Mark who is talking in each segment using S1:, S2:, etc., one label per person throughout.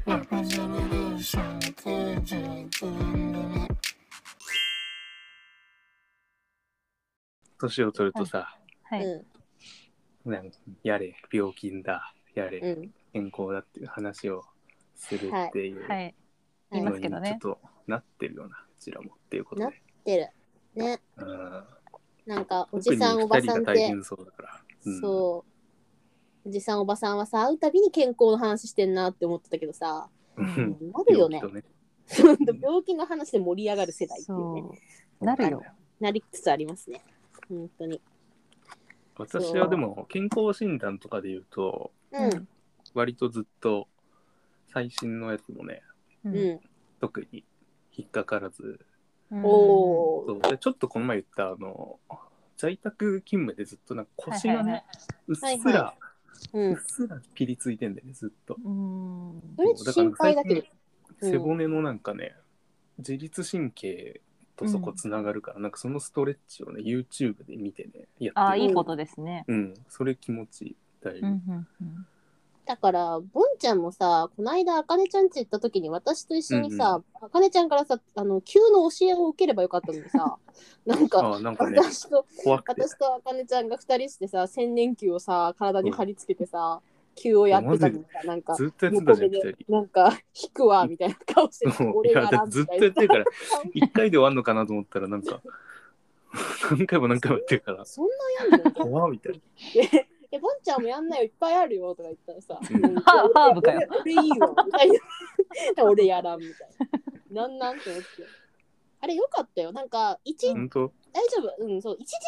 S1: ージェネレーション91年組
S2: 年を取るとさ、
S3: はい。
S1: う
S2: なんかやれ病気んだやれ、
S1: んうん
S2: 健康だっていう話をするっていう
S3: はい。言いま
S2: の
S3: す
S2: に
S3: け
S2: ち
S3: ど
S2: ょ
S3: ね
S2: っとなってるような、うちらもっていうことで、
S1: 出るね
S2: うん、
S1: なんかおじさんお
S2: 特
S1: ば
S2: に二
S1: さん
S2: 人
S1: っ
S2: が大
S1: て
S2: 変そうだから、うん
S1: そうおじさんおばさんはさ会うたびに健康の話してんなって思ってたけどさ
S2: う
S1: なんるよね
S2: 病気とね
S1: ほんと 病気の話で盛り上がる世代っていうね
S3: そう。なるよ。
S1: なりつつありますね本当に
S2: 私はでも健康診断とかで言うと
S1: うん。
S2: 割とずっと最新のやつもね
S3: うん
S1: うん
S2: 特に引っかからず
S3: うん
S1: お
S2: そ
S1: お
S2: うでちょっとこの前言ったあの在宅勤務でずっとなんか腰がね、
S3: はいはいはいう
S2: っすら、
S1: はいはう
S2: うっ
S1: ん
S2: すらピリついてんだよねずっと。
S3: うん。
S1: それ心配だけど
S2: そうから最
S1: うん
S2: 近背骨のなんかね、自律神経とそこつながるから、なんかそのストレッチをね YouTube で見てねやってる
S3: ああ、いいことですね。
S2: うんそれ気持ちいいだいぶ、
S3: うんうん
S1: だから、ボンちゃんもさ、この間、あかねちゃん家行った時に、私と一緒にさ、あかねちゃんからさ、あの、急の教えを受ければよかったのに さ、なんか、
S2: ああなんかね
S1: 私と、
S2: 怖くて
S1: 私とあかねちゃんが二人してさ、千年球をさ、体に貼り付けてさ、球をやってたのにさ、なんか、
S2: ずっとやって
S1: 横
S2: たじ
S1: 目
S2: ゃん2
S1: で
S2: 人、。
S1: なんか、引くわ、みたいな顔して
S2: そ、う
S1: 俺
S2: い
S1: が
S2: や
S1: ら
S2: だっ
S1: ん
S2: てず
S1: み
S2: ったと
S1: い
S2: やって
S1: な
S2: るから1回で終わんのかなと思ったらなんか何回も何回もやって るから
S1: そんなやんの
S2: 怖みたいな
S1: って、え、ボンちゃんもやんないよ、いっぱいあるよ、とか言ったらさ、
S2: うん
S1: うん
S3: ハーハーブかよ。
S1: 俺いいわ、みたいな。俺やらん、みたいな。なんなんって思って。あれよかったよ。なんか、一、
S2: 本当
S1: 大丈夫。うん、そう。一時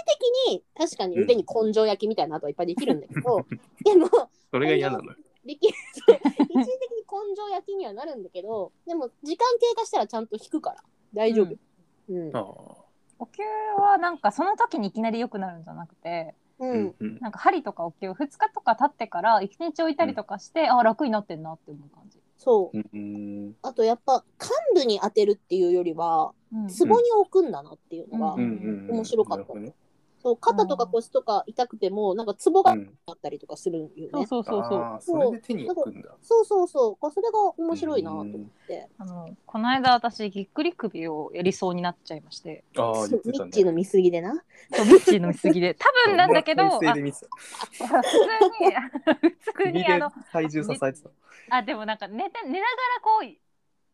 S1: 的に、確かに腕に根性焼きみたいな跡はいっぱいできるんだけど、でも、
S2: それが嫌なのよ
S1: できる。そう一時的に根性焼きにはなるんだけど、でも、時間経過したらちゃんと引くから、大丈夫。うん。
S2: あ
S3: お灸はなんかその時にいきなり良くなるんじゃなくて、
S1: う
S2: あ
S1: ん。
S2: うんうん
S3: なんか針とかお灸2日とか経ってから1日置いたりとかして、ああ楽になってんなって思う感じ。
S1: そう。
S2: うん
S1: あと、やっぱ、幹部に当てるっていうよりは、
S3: うん
S1: ツボに置くんだなっていうのが、
S3: う
S2: うんん
S1: 面白かった
S2: なるほどね
S1: そう肩とか腰とか痛くても、なんかツボが
S2: う
S1: あ
S2: ん
S1: ったりとかするよね。
S3: そうそうそうそう。
S2: あーそれで手に置くんだ
S1: そうそうそう。それが面白いなと思って。
S3: あのこの間私ぎっくり首をやりそうになっちゃいまして、
S2: ああ
S1: そう
S2: 言って
S1: ミ
S2: た
S1: ッチー
S2: ね
S1: の見過ぎでな。
S3: そうミッチーの見過ぎで、多分なんだけど、あ
S2: 俺は体
S3: 普通
S2: 勢で見てた
S3: に普通
S2: 首
S3: にあ
S2: で
S3: の
S2: 体重支えてた
S3: あでもなんか寝て寝ながらこう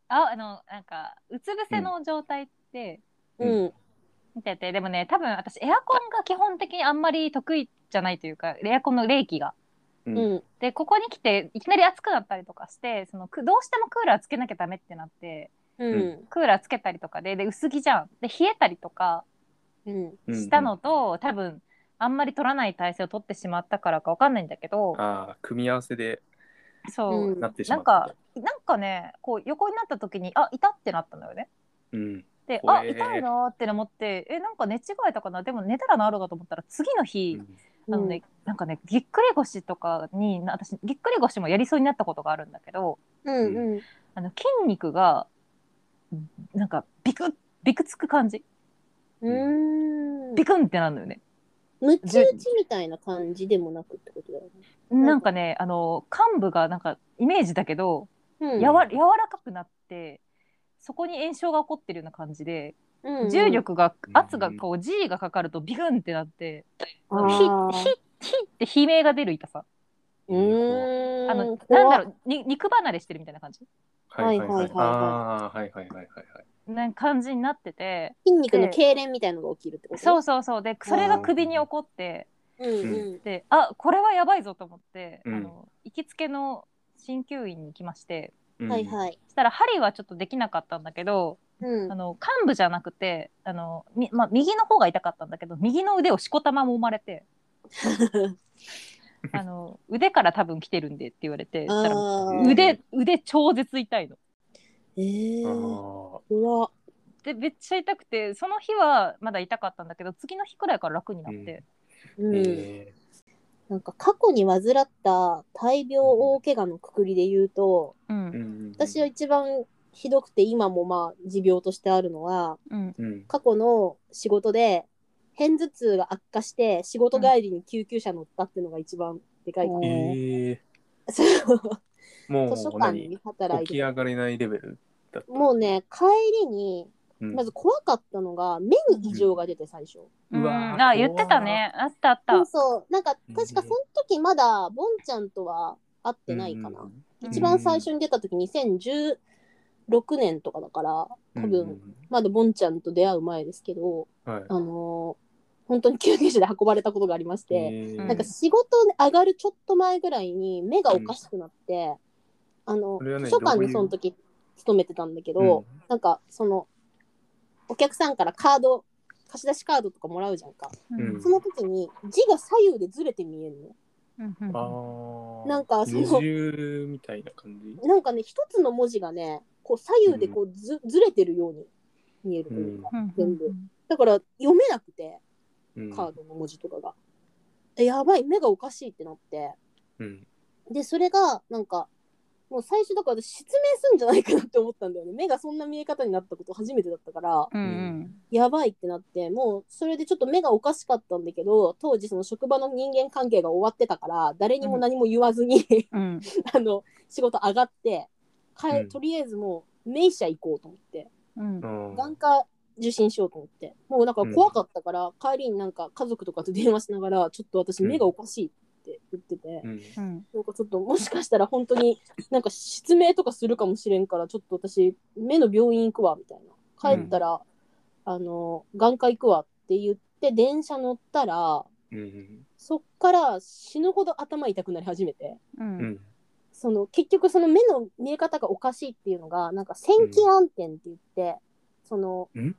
S3: ああのなんかうつ伏せの状態って
S1: うん。うん
S3: 見てて、でもね多分私エアコンが基本的にあんまり得意じゃないというかエアコンの冷気が。
S2: う
S1: うんん
S3: でここに来ていきなり暑くなったりとかしてそのくどうしてもクーラーつけなきゃダメってなって
S1: うん
S3: クーラーつけたりとかでで薄着じゃんで冷えたりとか
S1: うん
S3: したのと、多分あんまり取らない体勢を取ってしまったからかわかんないんだけど
S2: ああ組み合わせで
S3: そう、
S1: うん
S2: なってし
S3: な
S2: ま
S3: ん
S2: った
S3: かなんかねこう横になった時にあいたってなったんだよね。
S2: うん
S3: で、
S2: 怖
S3: あ、
S2: えー
S3: 痛いなーって思って、え、なんか寝違えたかな、でも寝たら治るかと思ったら、次の
S2: う
S3: 日、
S2: ん
S3: あのね、なんかね、ぎっくり腰とかに、な私、ぎっくり腰もやりそうになったことがあるんだけど、
S1: うんうん。
S3: あの筋肉が、うんなんか、ビクッ、ビクつく感じ、
S1: うん。
S3: ビクンってなるのよね。
S1: むち打ちみたいな感じでもなくってことだよね。ん
S3: なんかね、あの、幹部がなんか、イメージだけど、
S1: うん
S3: やわ柔らかくなって、そこに炎症が起こってるような感じで、
S1: うんうん
S3: 重力が
S2: うん
S3: 圧がこう G がかかるとビクンってなって、
S1: あ
S3: ひ
S1: ー
S3: ひひって悲鳴が出る痛さ。
S1: うーん。
S3: あの、
S1: 怖
S3: なんだろう、に肉離れしてるみたいな感じ
S2: はいはい
S1: は
S2: は
S1: は
S2: い
S1: い
S2: い
S1: はい
S2: ああはいはいはいはいはい
S3: な感じになってて、
S1: 筋肉の痙攣みたいのが起きるってこと
S3: そうそうそう、で、それが首に起こって、
S1: うんうん。
S3: で、あ、これはやばいぞと思って、
S2: うん
S3: あの、行きつけの鍼灸院に来まして、
S2: うん
S1: はいはい。
S3: そしたら針はちょっとできなかったんだけど、
S1: うん
S3: あ。の、幹部じゃなくて、あの、みまあ、右の方が痛かったんだけど、右の腕をしこたまも生まれて、あの、腕から多分来てるんでって言われて、そした ら
S1: あ
S2: うん
S1: ー
S3: 腕、腕超絶痛いの。
S1: え
S2: あ
S1: ー。
S2: ー
S1: うわ。
S3: でめっちゃ痛くてその日はまだ痛かったんだけど次の日くらいから楽になって、
S1: うん。
S2: え
S1: なんか過去に患った大病大怪我のくくりで言うと、
S3: うん
S2: ーうん
S1: 私は一番ひどくて今もまあ持病としてあるのは、
S3: うん
S2: うん
S1: 過去の仕事で片頭痛が悪化して仕事帰りに救急車乗ったっていうのが一番でかいか
S3: うん
S1: な。
S2: えー
S1: そう
S2: も
S1: 図書
S2: う
S1: 館
S2: 何
S1: に働い
S2: 起
S1: て
S2: き上がれないレベルだった。
S1: もうね帰りに
S2: うん、
S1: まず怖かったのが目に異常が出て最初、
S2: うわー
S4: うんあ言ってたねあったあっ
S1: そう
S4: た
S1: そうなんか確かその時まだボンちゃんとは会ってないかな、一番最初に出た時2016年とかだから
S2: うん、
S1: 多分まだボンちゃんと出会う前ですけど
S2: うん。はい
S1: あのー本当に救急車で運ばれたことがありまして、
S2: えー
S1: なんか仕事に上がるちょっと前ぐらいに目がおかしくなって、あの、
S2: それはね
S1: 図書館
S2: どうい
S1: に
S2: う
S1: その時勤めてたんだけど、
S2: うん
S1: なんかその、お客さんからカード、貸し出しカードとかもらうじゃんか。
S4: う
S2: うん
S4: ん
S1: その時に字が左右でずれて見える
S4: うんうん
S2: あー
S1: なんかその
S2: 二重みたいな感じ。
S1: の。なんかね、一つの文字がね、こう左右でこうず,、ずれてるように見えるというか、
S4: うん
S1: 全部だから読めなくて、
S2: うん
S1: カードの文字とかが。えやばい、目がおかしいってなって。
S2: うん。
S1: で、それが、なんか、もう最初だから私失明すんじゃないかなって思ったんだよね。目がそんな見え方になったこと初めてだったから、
S4: うん
S1: やばいってなって、もうそれでちょっと目がおかしかったんだけど、当時その職場の人間関係が終わってたから、誰にも何も言わずに、
S4: うん、
S1: あの、仕事上がって、かえ
S2: うん
S1: とりあえずもう、名医者行こうと思って、
S4: うん、
S2: うん
S1: 眼科受診しようと思って、もうなんか怖かったから、帰りになんか家族とかと電話しながら、ちょっと私目がおかしいって言ってて、
S2: うん
S4: うん、
S1: なんかちょっともしかしたら本当になんか失明とかするかもしれんからちょっと私目の病院行くわみたいな帰ったら、あの眼科行くわって言って電車乗ったら
S2: うん
S1: そっから死ぬほど頭痛くなり始めて
S4: う、
S2: うんん
S1: その結局その目の見え方がおかしいっていうのがなんか線気暗転って言って、その
S2: ん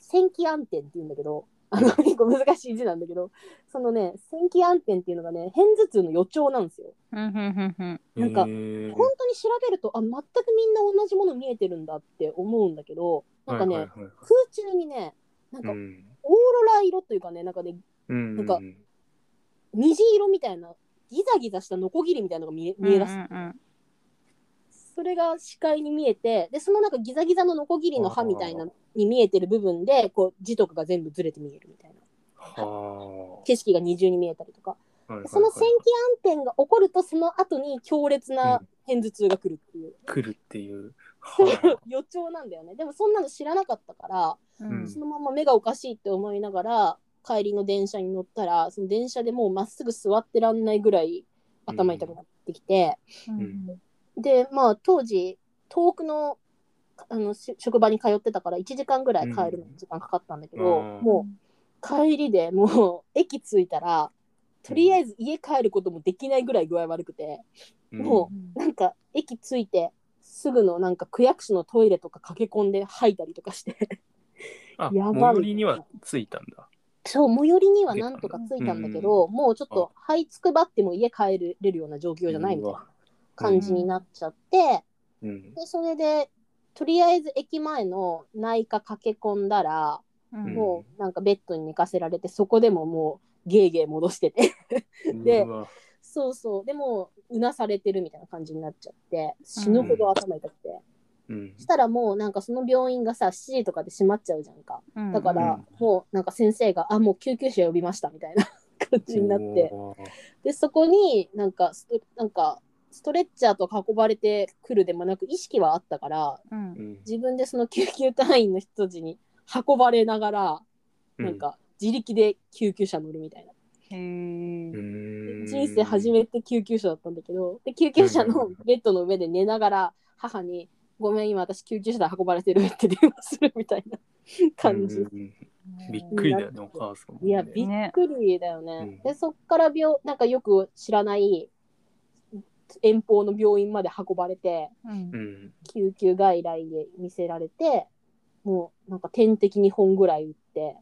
S1: 線気暗転って言うんだけどあの結構難しい字なんだけどそのね線気暗転っていうのがね片頭痛の予兆なんですよ。
S4: うん、うん、うん、
S1: なんか
S2: えー
S1: 本当に調べるとあ全くみんな同じもの見えてるんだって思うんだけどなんかね、
S2: はいはいはい
S1: 空中にねなんか
S2: う
S1: オー
S2: ん
S1: ロラ色というかねなんかね
S2: うん
S1: なんか虹色みたいなギザギザしたノコギリみたいなのが見え見え出す、
S4: うん、
S1: それが視界に見えてでそのなんかギザギザのノコギリの刃みたいなに見えてる部分でこう字とかが全部ずれて見えるみたいな
S2: は
S1: 景色が二重に見えたりとか
S2: あはいはいはい
S1: その線気暗転が起こるとその後に強烈な片頭痛が来るっていう、
S2: 来るって いうは
S1: 予兆なんだよねでもそんなの知らなかったから
S4: うん、
S1: そのまま目がおかしいって思いながら帰りの電車に乗ったらその電車でもうまっすぐ座ってらんないぐらい頭痛くなってきて、でまあ当時遠くのあのし職場に通ってたから1時間ぐらい帰るのに時間かかったんだけど、
S2: うん
S1: もう帰りでもう駅着いたらとりあえず家帰ることもできないぐらい具合悪くて
S2: あ
S1: もなんか駅着いてすぐのなんか区役所のトイレとか駆け込んで吐いたりとかして
S2: あ
S1: やばい
S2: 最寄りには着いたんだ
S1: そう、最寄りにはなんとか着いたんだけど、もうちょっと、はいつくばっても家帰れるような状況じゃないみたいな感じになっちゃって、
S2: うん
S1: で、それで、とりあえず駅前の内科駆け込んだら、
S2: ん
S1: もうなんかベッドに寝かせられて、そこでももうゲーゲー戻してて、 で
S2: うわ
S1: そうそう、でもう、うなされてるみたいな感じになっちゃって、死ぬほど頭痛くて。
S2: うん
S1: したらもうなんかその病院がさ、7時とかで閉まっちゃうじゃんか。
S4: うん、
S1: だから、もうなんか先生が、あ、もう救急車呼びましたみたいな 感じになって。
S2: おー
S1: で、そこになんかスト、なんか、ストレッチャーと運ばれてくるでもなく、意識はあったから、
S4: うん
S2: う、ん
S1: 自分でその救急隊員の人たちに運ばれながら、なんか、自力で救急車乗るみたいな。
S4: へえ
S2: う、ん
S1: 人生初めて救急車だったんだけど、で、救急車の
S2: うん
S1: ベッドの上で寝ながら、母に、ごめん、今私救急車で運ばれてるって電話するみたいな感じ。
S2: うんびっくりだよねお母さんもね
S1: いや、びっくりだよね。
S2: うん
S1: で、そっから病、なんかよく知らない遠方の病院まで運ばれて、
S4: うん
S2: う、ん
S1: 救急外来で見せられて、もうなんか点滴2本ぐらい打って、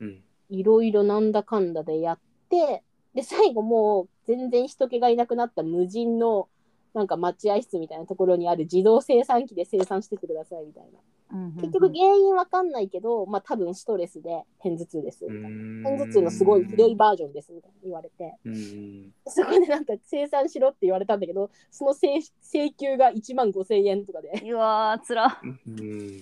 S2: うん
S1: いろいろなんだかんだでやって、で、最後もう全然人気がいなくなった無人のなんか待合室みたいなところにある自動生産機で生産してってくださいみたいな。結局原因わかんないけど、まあ多分ストレスで片頭痛ですみたいな。片頭痛のすごいひどいバージョンですみたいな言われて、
S2: うん
S1: そこでなんか生産しろって言われたんだけど、その請請求が1万5千円とかで、
S4: うわー、つら。
S2: うん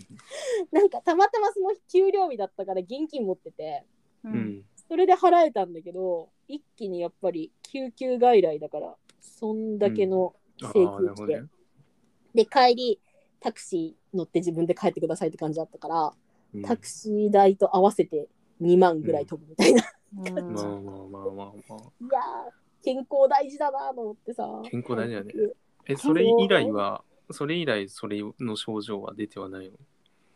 S1: なんかたまたまその日給料日だったから現金持ってて、
S4: う
S2: う、ん
S1: それで払えたんだけど、一気にやっぱり救急外来だから、そんだけの
S2: あ
S1: 請
S2: あ、な
S1: 求
S2: る
S1: し
S2: ほど
S1: て
S2: ね。
S1: で帰りタクシー乗って自分で帰ってくださいって感じだったから、
S2: うん
S1: タクシー代と合わせて2万ぐらい飛ぶみたいな、
S4: うん
S2: まあまあまあまあまあ。
S1: いやー健康大事だなと思ってさ
S2: 健康大事だね
S1: うん
S2: え、それ以来は、それ以来、それの症状は出てはないの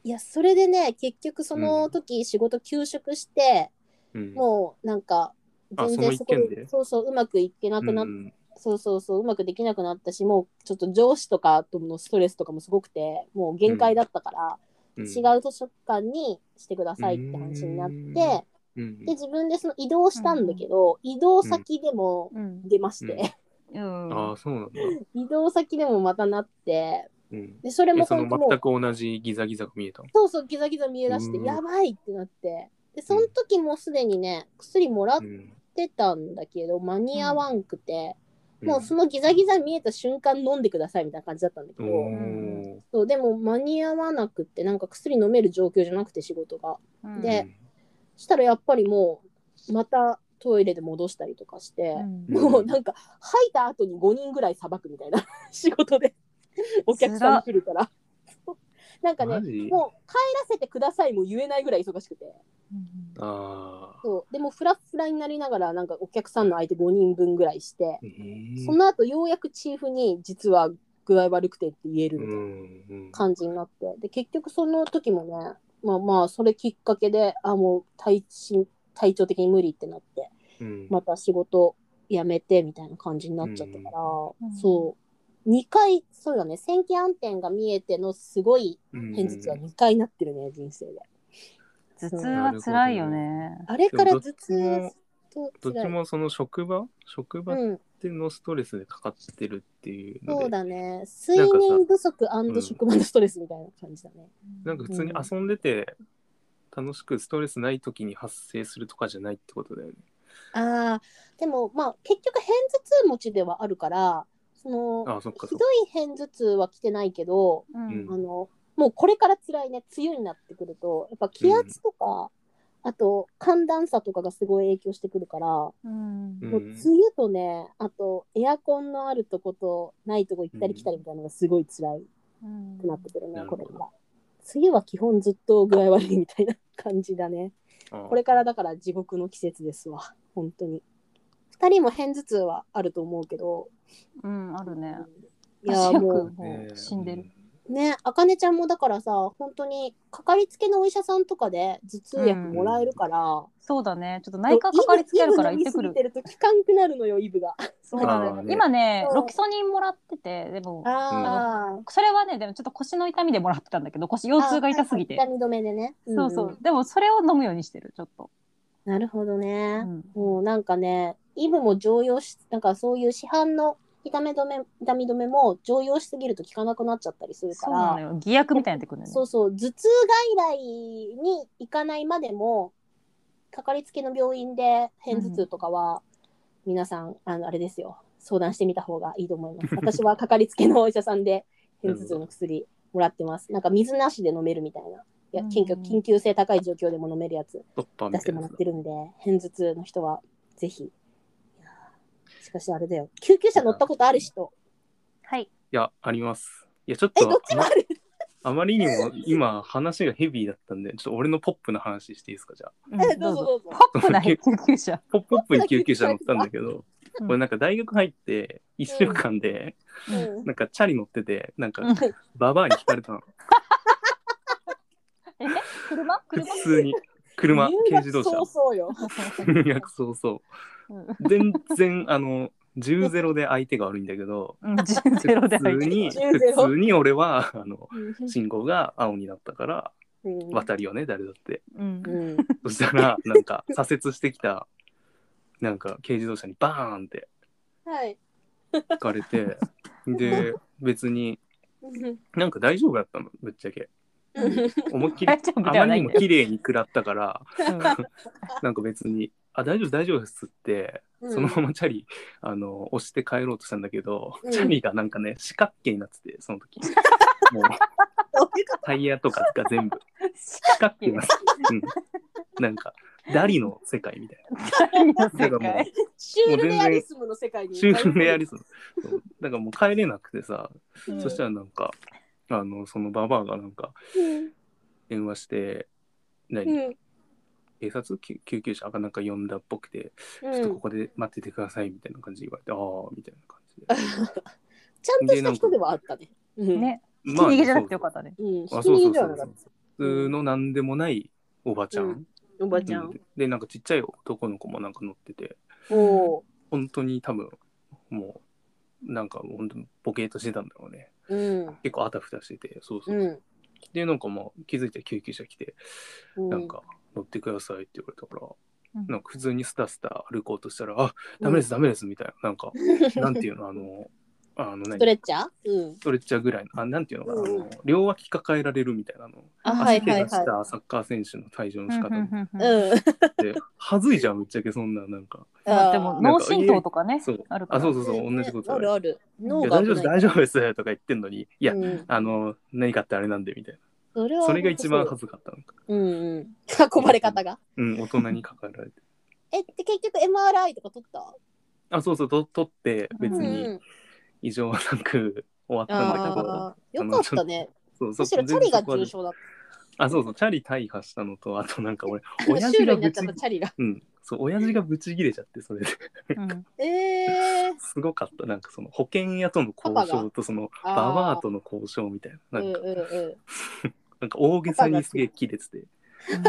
S1: いやそれでね結局その時仕事休職して、
S2: うん。
S1: もうなんか
S2: あ
S1: 全然そこ
S2: その一件で
S1: そうそううまくいけなくなっ
S2: うん
S1: そうそうそううまくできなくなったしもうちょっと上司とかとのストレスとかもすごくてもう限界だったから、
S2: うん
S1: 違う図書館にしてくださいって話になって、
S2: うん
S1: で
S2: うん
S1: 自分でその移動したんだけど、移動先でも
S4: うん
S1: 出まして、
S4: うん
S2: ああ、そうなんだ。
S1: 移動先でもまたなって
S2: うん。
S1: でそれ
S2: え
S1: も
S2: そ
S1: 本
S2: の
S1: 当もう
S2: 全く同じギザギザが見えたの。
S1: そうそうギザギザ見えだして、
S2: うん
S1: やばいってなってでその時もうすでにね薬もらっ
S2: うん
S1: てたんだけど、間に合わんくて、
S2: うん
S1: もうそのギザギザ見えた瞬間飲んでくださいみたいな感じだったんだけど、
S2: おー
S1: そうでも間に合わなくってなんか薬飲める状況じゃなくて仕事が
S4: うん
S1: でしたらやっぱりもうまたトイレで戻したりとかして
S4: う、ん
S2: ん
S1: もうなんか吐いた後に5人ぐらいさばくみたいな 仕事でお客さん来るからそうなんかね
S2: マジ
S1: もう帰らせてくださいも言えないぐらい忙しくて
S4: うん
S2: ああ。
S1: そうでもフラッフラになりながらなんかお客さんの相手5人分ぐらいして
S2: えー
S1: その後ようやくチーフに実は具合悪くてって言えるみたいな
S2: うんうん
S1: 感じになってで結局その時もねまあまあそれきっかけであもう体身体調的に無理ってなって
S2: うん
S1: また仕事辞めてみたいな感じになっちゃったから、
S4: うん
S1: そう2回そうだね線形暗転が見えてのすごい偏頭痛は
S2: うん
S1: 2回なってるね人生で
S4: 頭
S1: そう
S4: 痛は辛いよね。
S1: あれから頭
S2: でもどっち
S1: 痛
S2: もど
S1: と
S2: っち
S1: 辛い
S2: もその職場職場っ
S1: うん、
S2: てのストレスでかかってるっていうので、
S1: そうだね睡
S2: なんかさ
S1: 眠不足
S2: ん
S1: 職場のストレスみたいな感じだね、
S2: なんか普通に遊んでて楽しくストレスない時に発生するとかじゃないってことだよね。
S1: あーでもまあ結局偏頭痛持ちではあるからその
S2: ああそっか
S1: ひ
S2: そ
S1: ど
S2: っか。
S1: い偏頭痛は来てないけど、
S4: うん
S2: うん
S1: あのもうこれから辛いね梅雨になってくるとやっぱ気圧とか、あと寒暖差とかがすごい影響してくるから、も
S4: うん
S2: う
S1: うん梅雨とねあとエアコンのあるとことないとこ行ったり来たりみたいなのがすごい辛い
S4: うん
S1: くなってくるね、
S2: うん
S1: これから。梅雨は基本ずっと具合悪いみたいな感じだね。
S2: ああ
S1: これからだから地獄の季節ですわ本当に2人も偏頭痛はあると思うけど
S4: うん、あるね。
S1: いや
S4: 私
S1: ー
S4: よく
S1: も
S4: も
S2: ねえ
S4: う死んでる。
S1: うねあかねちゃんもだからさ本当にかかりつけのお医者さんとかで頭痛薬もらえるから、
S4: そうだね。ちょっと内科かかりつけるから行ってく
S1: イブ
S4: る
S1: 飲み。すぎてると効かんくなるのよイブが
S4: そうだ
S2: あー
S4: ね。
S2: ね
S4: 今ね、
S1: そう
S4: ロキソニンもらってて、でも、
S1: あー
S4: それはね、でもちょっと腰の痛みでもらってたんだけど、腰、腰痛が痛すぎて。
S1: 痛み止めでね
S4: そうそ
S1: んん
S4: う。でも、それを飲むようにしてる、ちょっと。
S1: なるほど
S4: う
S1: ね、
S4: ん
S1: もうなんかねイブも常用しなんかそういう市販の痛み止め痛み止めも常用しすぎると効かなくなっちゃったりするか
S4: そうな
S1: ら
S4: のよ。偽薬みたいになってくるのよ
S1: そ
S4: ね。
S1: うそう頭痛外来に行かないまでもかかりつけの病院で片頭痛とかは、皆さんあのあれですよ相談してみた方がいいと思い ます私はかかりつけのお医者さんで片頭痛の薬もらってますなんか水なしで飲めるみたいないや緊急
S4: うん
S1: 緊急性高い状況でも飲めるやつ
S2: 突破
S1: 出
S2: み
S1: したても
S2: いな
S1: らっ。てるんで片頭痛の人はぜひいやーしかしあれだよ救急車乗ったことある人
S4: はい。
S2: いやあります。いやちょっ
S1: えどっ
S2: と
S1: ちもある
S2: あまりにも今話がヘビーだったんでちょっと俺のポップな話していいですかじゃあ。
S1: えどうぞどうぞ
S4: ポップな救急車。
S2: ポップアップに救急車乗ったんだけど
S4: うん
S2: 俺なんか大学入って1週間で
S1: うん
S2: なんかチャリ乗っててなんか
S4: うん
S2: ババアにひかれたの。
S4: え車
S2: 普
S4: 車
S2: 通に車
S1: 入
S2: 軽
S1: 学
S2: 自動
S1: そう
S2: 車
S1: そうよ
S2: 入学早々
S4: うん
S2: 全然あの10ゼロで相手が悪いんだけど
S4: うん、10ゼロで入っ
S2: 普通
S4: て
S2: に
S4: る。
S1: 10ゼロ
S2: 普通に俺はあの
S1: うん
S2: 信号が青になったから
S1: うん
S2: 渡るよね誰だって
S4: うん
S1: うん
S2: そしたらなんか左折してきたなんか軽自動車にバーンって
S1: はい。
S2: 引かれてで別に
S1: うん
S2: なんか大丈夫だったのぶっちゃけ思いっきり
S4: 大丈夫
S2: あ
S4: では
S2: ま
S4: な
S2: り
S4: いん
S2: にも
S4: だよ。
S2: 綺麗に食らったから
S4: うん
S2: なんか別に「あ大丈夫大丈夫です」ってそのままチャリ、 あの押して帰ろうとしたんだけど、
S1: うん
S2: チャリがなんかね四角形になっててそ の時もう
S1: どういうこ
S2: タイヤとかが全部
S4: し
S2: 四角形になってて、うん、なんかダリの世界みたい
S3: 何の
S2: な。だ
S3: 世
S2: からもう
S3: 界
S1: シュールレアリスムの世界に。
S2: シュールレアリスム。そうだからもう帰れなくてさ、
S1: うん
S2: そしたらなんか、あの、そのババアがなんか電話して、何、
S1: うん。うん。
S2: 警察救救急車がなんか呼んだっぽくて、ちょっとここで待っててくださいみたいな感じで言われて、ああ、みたいな感じで。
S1: ちゃんとした人ではあったね。うん。
S3: ね ひき
S2: まあ
S3: 逃げじゃなくてよかったね
S1: うん。
S2: あ
S1: ひき
S2: そう
S1: 逃げ
S2: そう
S1: で
S2: そ
S1: はな
S2: う
S1: か
S2: そ
S1: っ
S2: う。普通のなんでもないおばちゃん。
S1: うた。おばちゃ。
S2: うんんで、なんかちっちゃい男の子もなんか乗ってて、
S1: おう。
S2: 本当に多分、もう、なんか本当にボケーとしてたんだろうね。
S1: うん。
S2: 結構あたふたしてて、そうそうう。
S1: ん。
S2: で、なんかまあ気づいたら救急車来て、
S1: う
S2: なんか乗ってくださいって言われたから、
S3: うん
S2: なんか普通にスタスタ歩こうとしたら、あ、ダメです、ダメですみたいな、なん か、なんていうの、あの、あの
S1: ス
S2: 何
S1: トレッチャーうん
S2: ス。トレッチャーぐらいの、あ、なんていうのかな、
S1: うんうん
S2: あの両脇抱えられるみたいなの。
S1: あ、はい
S2: 足
S1: は
S2: 怪
S1: い
S2: 我
S1: は
S2: したサッカー選手の退場の仕方っ
S3: うんうんうんう
S1: い。
S3: ん
S1: うん。
S2: て、はずいじゃん、ぶっちゃけそんな、なんか。
S3: まあでも脳震盪とかね
S2: そう
S3: あるから
S2: あ、そうそうそう、同じこと
S1: あ
S2: ある
S1: るある。脳
S2: いや
S1: が
S2: 大
S1: 危な
S2: 丈夫で
S1: い
S2: す、大丈夫ですとか言ってんのに、いや、
S1: うん
S2: あの、何かってあれなんでみたい
S1: それ
S2: な。
S1: は
S2: それが一番恥ずかったのか。
S1: うんうん。 運ばれ方が。
S2: うん、大人に抱えられて。
S1: え、で結局 MRI とか取った
S2: あ、そうそう、と取って、別
S1: う
S2: に
S1: ん、
S2: 異常はなく 終わったんだけど、
S1: ああ、よかったね。
S2: そうそ
S1: む
S2: う、
S1: しろチャリが
S2: 全然そこは
S1: 重症だっ
S2: あ、そうそう、チャリ大破したのと、あとなんか俺、
S1: た。
S2: 親
S1: シュ
S2: 父
S1: ール
S2: が
S1: にな
S2: ぶ
S1: っち
S2: ち
S1: ゃった、チャリが。
S2: うん、そう、親父がぶち切れちゃって、それで。
S3: うん
S1: ええ。
S2: すごかった。なんかその保険屋との交渉と、その
S1: あー
S2: ババアとの交渉みたいな。
S1: う
S2: なん ん
S1: う
S2: か、
S1: んうん。
S2: なんか大げさにすげえ切れてて、ちょっ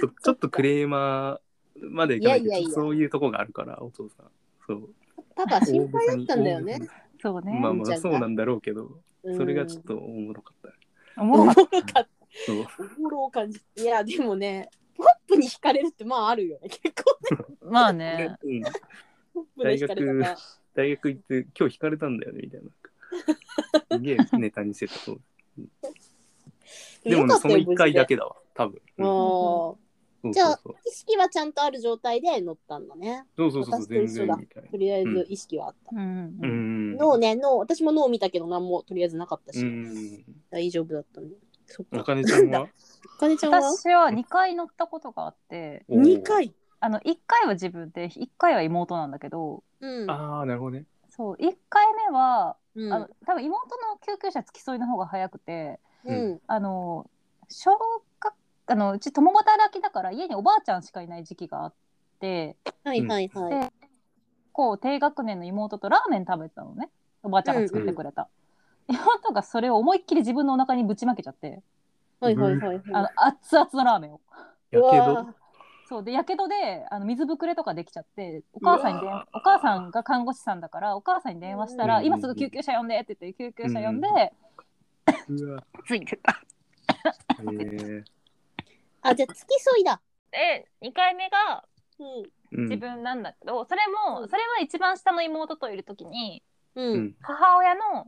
S2: と、ちょっとクレーマーまでいかないけ
S1: いやいやい
S2: ど、
S1: や
S2: そういうとこがあるから、お父さん。そう。
S1: パパ心配だったんだよね
S2: 大げ。
S3: そう
S2: さ
S3: ね
S2: に。まあ
S1: うんちゃ
S2: まあ、
S1: ん
S2: そ
S1: が
S2: うなんだろうけど、
S1: うん
S2: それがちょっとおもろかった。
S3: おも
S1: お
S3: ろか
S1: も
S3: った
S1: ろかった。
S2: そう。
S1: おもろを感じいや、でもね、ポップに惹かれるってまああるよね。 結構ね、
S3: ま あね
S2: うん
S1: ポップに惹かれ方。
S2: 大学行って、今日引かれたんだよね、みたいな。すげえネタにしてた。そう でもね、その1回だ
S1: け。
S2: けだわ、多分。うん
S1: も
S2: そう
S1: じゃ
S2: そう
S1: あ意識はちゃんとある状態で乗ったんだね。
S2: そうそうそうそう、
S1: 私と
S2: 全
S1: 一緒
S2: 然
S1: だ
S2: みたいな。
S1: とりあえ
S2: うん
S1: ず意識はあった。
S3: うんう
S2: うんん。
S1: 脳ね、脳、私も脳見たけど何もとりあえずなかったし、
S2: うん。
S1: 大丈夫だったね。そっ
S2: お
S1: か。
S2: 金 ちゃんは
S1: お金ちゃんは
S3: 私は2回乗ったことがあって
S2: おー
S1: 2回。
S3: あの1回は自分で1回は妹なんだけど
S1: うん。
S2: ああ、なるほどね。
S3: そう1回目は
S1: うん
S3: あの多分妹の救急車付き添いの方が早くて
S1: うん。
S3: あの小学あのうち共働きだから家におばあちゃんしかいない時期があって
S1: はいはいはい。
S3: こう低学年の妹とラーメン食べてたのねおばあちゃんが作ってくれた、妹がそれを思いっきり自分のお腹にぶちまけちゃって
S1: はいはいはいはい。
S3: あの熱々のラーメンを
S2: やけ
S1: う
S2: ど
S1: わ。
S3: そうでやけどであの水ぶくれとかできちゃってお母さんに
S2: う
S3: 電
S2: わ
S3: お母さんが看護師さんだからお母さんに電話したら、
S2: うん
S3: 今すぐ救急車呼んでって言って救急車呼んで、
S2: ううわ。
S3: ついてた
S2: ええ。
S1: あ、じゃあ付き添いだ。
S3: で2回目が
S1: うん。
S2: うん
S3: 自。分なんだけど、それ
S1: う
S3: も
S1: ん
S3: それは一番下の妹といる時に
S1: う。
S2: うんん。
S3: 母親の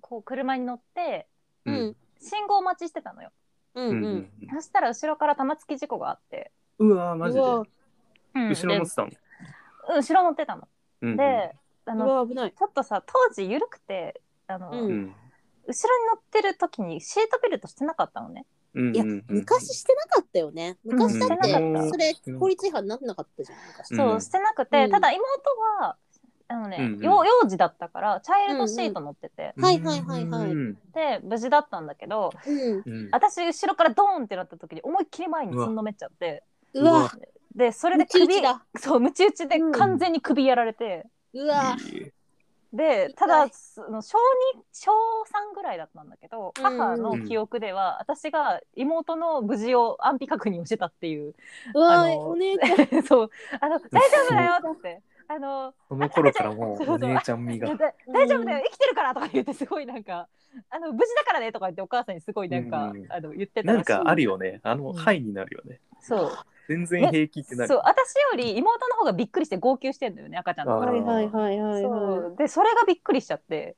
S3: こう車に乗って
S1: う
S2: うんん。
S3: 信号待ちしてたのよ
S1: うんう
S2: う
S1: ん
S2: ん。う
S1: うん
S2: ん。
S3: そしたら後ろから玉突き事故があって、
S2: うわー、マジで
S1: う。わ
S3: うん
S2: 後ろ乗っ
S3: で
S2: てたの。
S3: うん後ろ乗ってたの、
S2: うんうん
S3: であ
S1: う
S3: の
S1: わ危ない。
S3: ちょっとさ当時緩くてあ
S1: う
S3: の、
S1: ん
S3: 後ろ
S2: う
S3: に
S2: ん。
S3: 乗ってる時にシートベルトしてなかったのね
S2: うん
S1: いや
S2: うん
S1: 昔してなかったよね。
S3: うん
S1: 昔だって、
S2: うん
S1: それ法律違反になってなかったじゃん。昔
S2: うん
S3: そうしてなくて、
S1: うん
S3: ただ妹はあのね、
S2: うんうん
S3: よ幼児だったからチャイルドシート乗ってて、
S1: はいはいはいはい
S2: うん
S3: で無事だったんだけど、
S1: うん。
S2: うん
S3: 私後ろからドーンってなった時に思いっきり前にすんのめっちゃって
S1: うわ、
S3: でそれで
S1: むち打
S3: 首
S1: ちだ。
S3: そうムチ打ちで
S1: うん
S3: 完全に首やられて、
S1: うわ、
S3: でた
S1: 痛い
S3: だその小2小3ぐらいだったんだけど
S1: うんうん
S3: 母の記憶では、私が妹の無事を安否確認をしてたっていう
S1: うわ、
S3: あの
S1: お姉ちゃん。
S3: そうあの大丈夫だよってあの
S2: その頃からもうお姉ちゃん味が
S3: だ。大丈夫だよ生きてるからとか言ってすごいなんかあの無事だからねとか言ってお母さんにすごいなんか、
S2: うんうん
S3: あの言ってた
S2: な
S3: らしい
S2: んかあるよね。あの、
S3: うん
S2: ハイになるよね。
S3: そう
S2: 全然平気ってな
S3: そう
S2: る。
S3: 私より妹の方がびっくりして号泣してんだよね赤ちゃんの
S2: あー
S1: はいはいはいはい
S3: そ
S1: は
S3: うでそれがびっくりしちゃって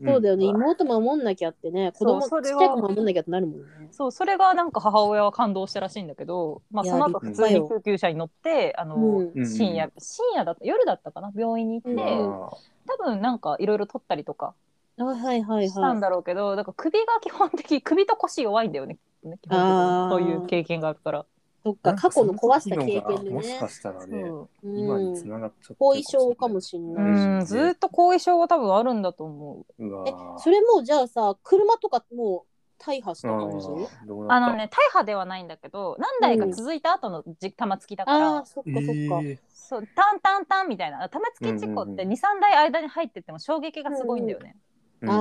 S1: い。そうだよね、
S3: うん
S1: 妹守んなきゃってね、子
S3: そう
S1: 供、ちっ
S3: そ
S1: ち
S3: れ
S1: ゃ
S3: はい
S1: 子守んなきゃってなるもんね。
S3: そうそれがなんか母親は感動したらしいんだけど、まあ、
S1: いや
S3: その後
S2: 立
S3: 普通
S1: 派
S3: に
S1: よ
S3: 救急車に乗ってあの、
S1: うん
S2: うん
S3: 深夜深夜だった夜だったかな病院に行って、
S1: う
S2: わ
S1: ん
S2: ー
S3: 多分なんかいろいろ取ったりとか
S1: あはいはい
S3: した
S1: は
S3: ん
S1: い。
S3: だろうけど、だから首が基本的に首と腰弱いんだよね基本的に
S1: あー
S3: そういう経験があるから。
S1: そっか、過去の壊した経
S2: なんかそ
S1: 験
S2: の時
S1: で
S2: のがもし
S1: ね
S2: か。したらね、
S3: そう
S2: 今
S1: う
S2: につ
S1: ん。
S2: ながっちゃってる
S1: 後遺症かも
S2: し
S1: しん
S3: う
S1: ない。
S3: ん、ずーっと後遺症は多分あるんだと思う。
S2: れない。うわ
S1: え
S2: ー、
S1: それもうじゃあさ、車とかもう大破した感じ
S2: あーどうな
S3: あ
S2: った
S3: のね、大破ではないんだけど、何台か続いた後のじ玉突きだから、
S1: ああ、そっかそ
S2: え
S1: っか。
S2: ー
S3: そう、タンタンタンみたいな、玉突き事故っ
S2: うんうん
S3: て
S2: う
S3: 2、
S2: ん
S3: 3台間に入ってっても衝撃がすごいんだよね。
S2: うんうん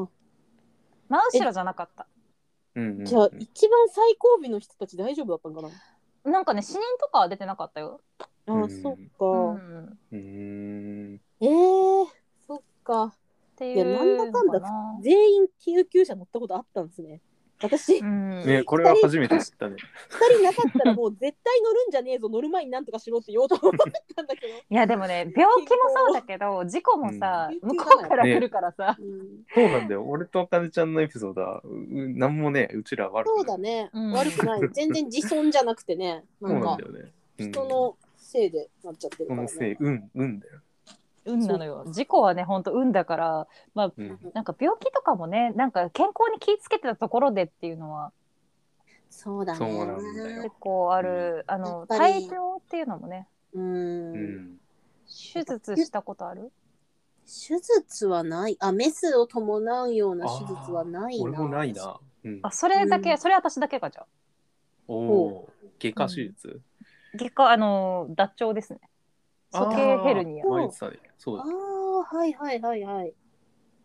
S1: ああ、
S3: 真後ろじゃなかっ
S2: う
S3: た。
S2: んうん
S1: じゃあ一番最後尾の人たち大丈夫だったんかな
S3: なんかね、死人とかは出てなかったよ。
S1: あ
S2: う
S1: あ、
S2: ん
S1: そっ
S3: うん
S1: か。
S2: うーん
S1: ええ、そっか。
S3: って
S1: い
S3: い
S1: や
S3: うの
S1: なんだかんだ
S3: かな
S1: 全員救急車乗ったことあったんですね。私、二
S3: うん
S2: ねこれは初めて知ったね。
S1: 人なかったらもう絶対乗るんじゃねえぞ、乗る前になんとかしろって言おうと思ったんだけど。
S3: いやでもね病気もそうだけど事故もさ、
S1: うん
S3: 向こうから
S2: ね
S3: 来るからさ、
S1: うん
S2: そうなんだよ。俺とあかねちゃんのエピソードは、ううなんもね、うちらは悪く
S1: そう
S2: な
S1: だ
S2: い。
S1: ね、
S3: うん
S1: 悪くない。全然自損じゃなくて ね、
S2: そ
S1: な
S2: うんな
S1: か
S2: んだよね。うん
S1: 人、のせいでなっちゃってる
S2: 人
S1: から、
S2: のせい
S1: ね、。
S2: うん、うんだよ。
S3: 運なのよ事故はねほんと運だから
S2: うん
S3: なんか病気とかもねなんか健康に気ぃつけてたところでっていうのは
S1: そうだね。
S2: そうなんだよ
S3: 結構ある、
S1: や
S3: あ
S1: っ
S3: の
S1: ぱり
S3: 体調っていうのもね
S1: うん
S2: うん。
S3: 手術したことある
S1: 手術はない。あ、メスを伴うような手術はないな。
S2: 俺もない。な。うん
S3: あ、それだけ、
S1: うん
S3: それ私だけかじゃあ
S2: おおー、外科手術。
S3: 結果あの脱腸ですね鼠径ヘルニア
S2: あー前言ってたねそ
S1: あ
S2: うだ。
S1: あ、はいはいはいはい。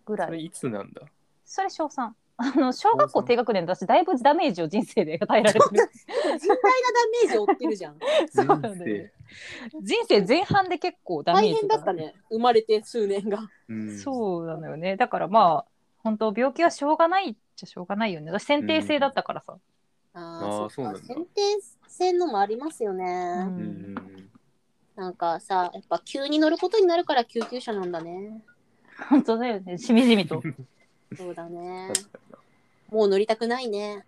S3: ぐ
S2: そ
S3: ら
S2: れ
S3: い
S2: いつなんだ
S3: それ小3あの小学校低学年で私だいぶダメージを人生で与えられてる
S1: 甚大なダメージを負ってるじゃ ん。
S3: そうなんだよね人生前半で結構ダメー
S1: 大
S3: ジ
S1: 変だったね。生まれて数年が。
S2: う。
S3: そうなのよねだからまあ本当病気はしょうがないっちゃしょうがないよね私先天性だったからさ、
S1: あ
S2: あーそうなんだ
S1: 先天性のもありますよね。
S3: うん
S2: うんうん
S1: なんかさ、やっぱ急に乗ることになるから救急車なんだね。
S3: 本当だよねしみじみと、
S1: そうだね。
S2: 確かにな
S1: もう乗りたくないね。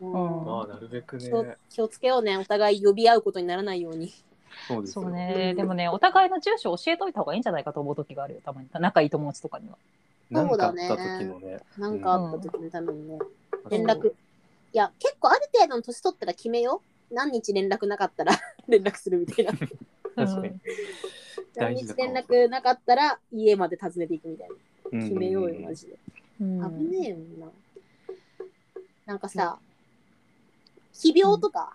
S1: うん
S2: まあ、なるべくね
S1: 気。を気をつけようね。お互い呼び合うことにならないように。
S2: そうです
S3: そう
S2: よ。
S3: ねでもねお互いの住所教えといた方がいいんじゃないかと思う時があるよたまに仲いい友達とかには
S2: なんかあった時のね。
S1: なんかあった時のためにね。
S3: うん
S1: 連絡。いや、結構ある程度の年取ったら決めよう。何日連絡なかったら 連絡するみたいな。
S2: 確かに
S3: うん
S1: 何
S2: 大事
S1: 日
S2: だかも
S1: 連絡なかったら家まで訪ねていくみたいな。
S2: うん
S1: 決めようよ、マジで。
S3: うん
S1: 危ねえよな。なんかさ、奇病とか、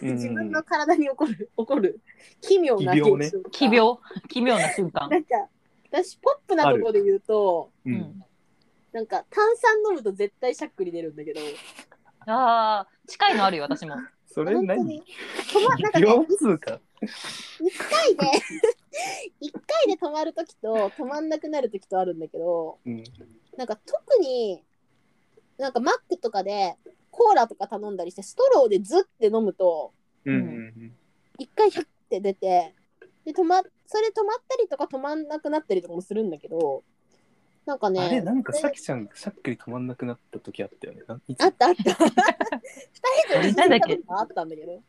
S2: うん
S1: 自分の体に起こる、 起こる、奇妙な現象とか
S3: 奇。病奇妙 な瞬間
S1: な、んか、私、ポップなとこで言うと、
S2: う
S3: うんん、
S1: なんか、炭酸飲むと絶対しゃっくり出るんだけど、
S3: あー近いのあるよ私も
S2: それ
S1: 本当
S2: 何
S1: に、止ま、なんかね
S2: 秒、数か。
S1: 一回で、一回で止まるときと、止まんなくなるときとあるんだけど、
S2: うん
S1: なんか特に、なんかマックとかで、コーラとか頼んだりして、ストローでズって飲むと、
S2: うんうん
S1: 一回ひゃって出てで止まそれ止まったりとか止まんなくなったりとかもするんだけどなんか
S2: うん。あ
S1: ね
S2: れなんかさきちゃんしゃっくり止まんなくなった時あったよね。ないつ
S1: あ ったあった二人で
S3: なんだっけ
S1: 同じことがあったんだけど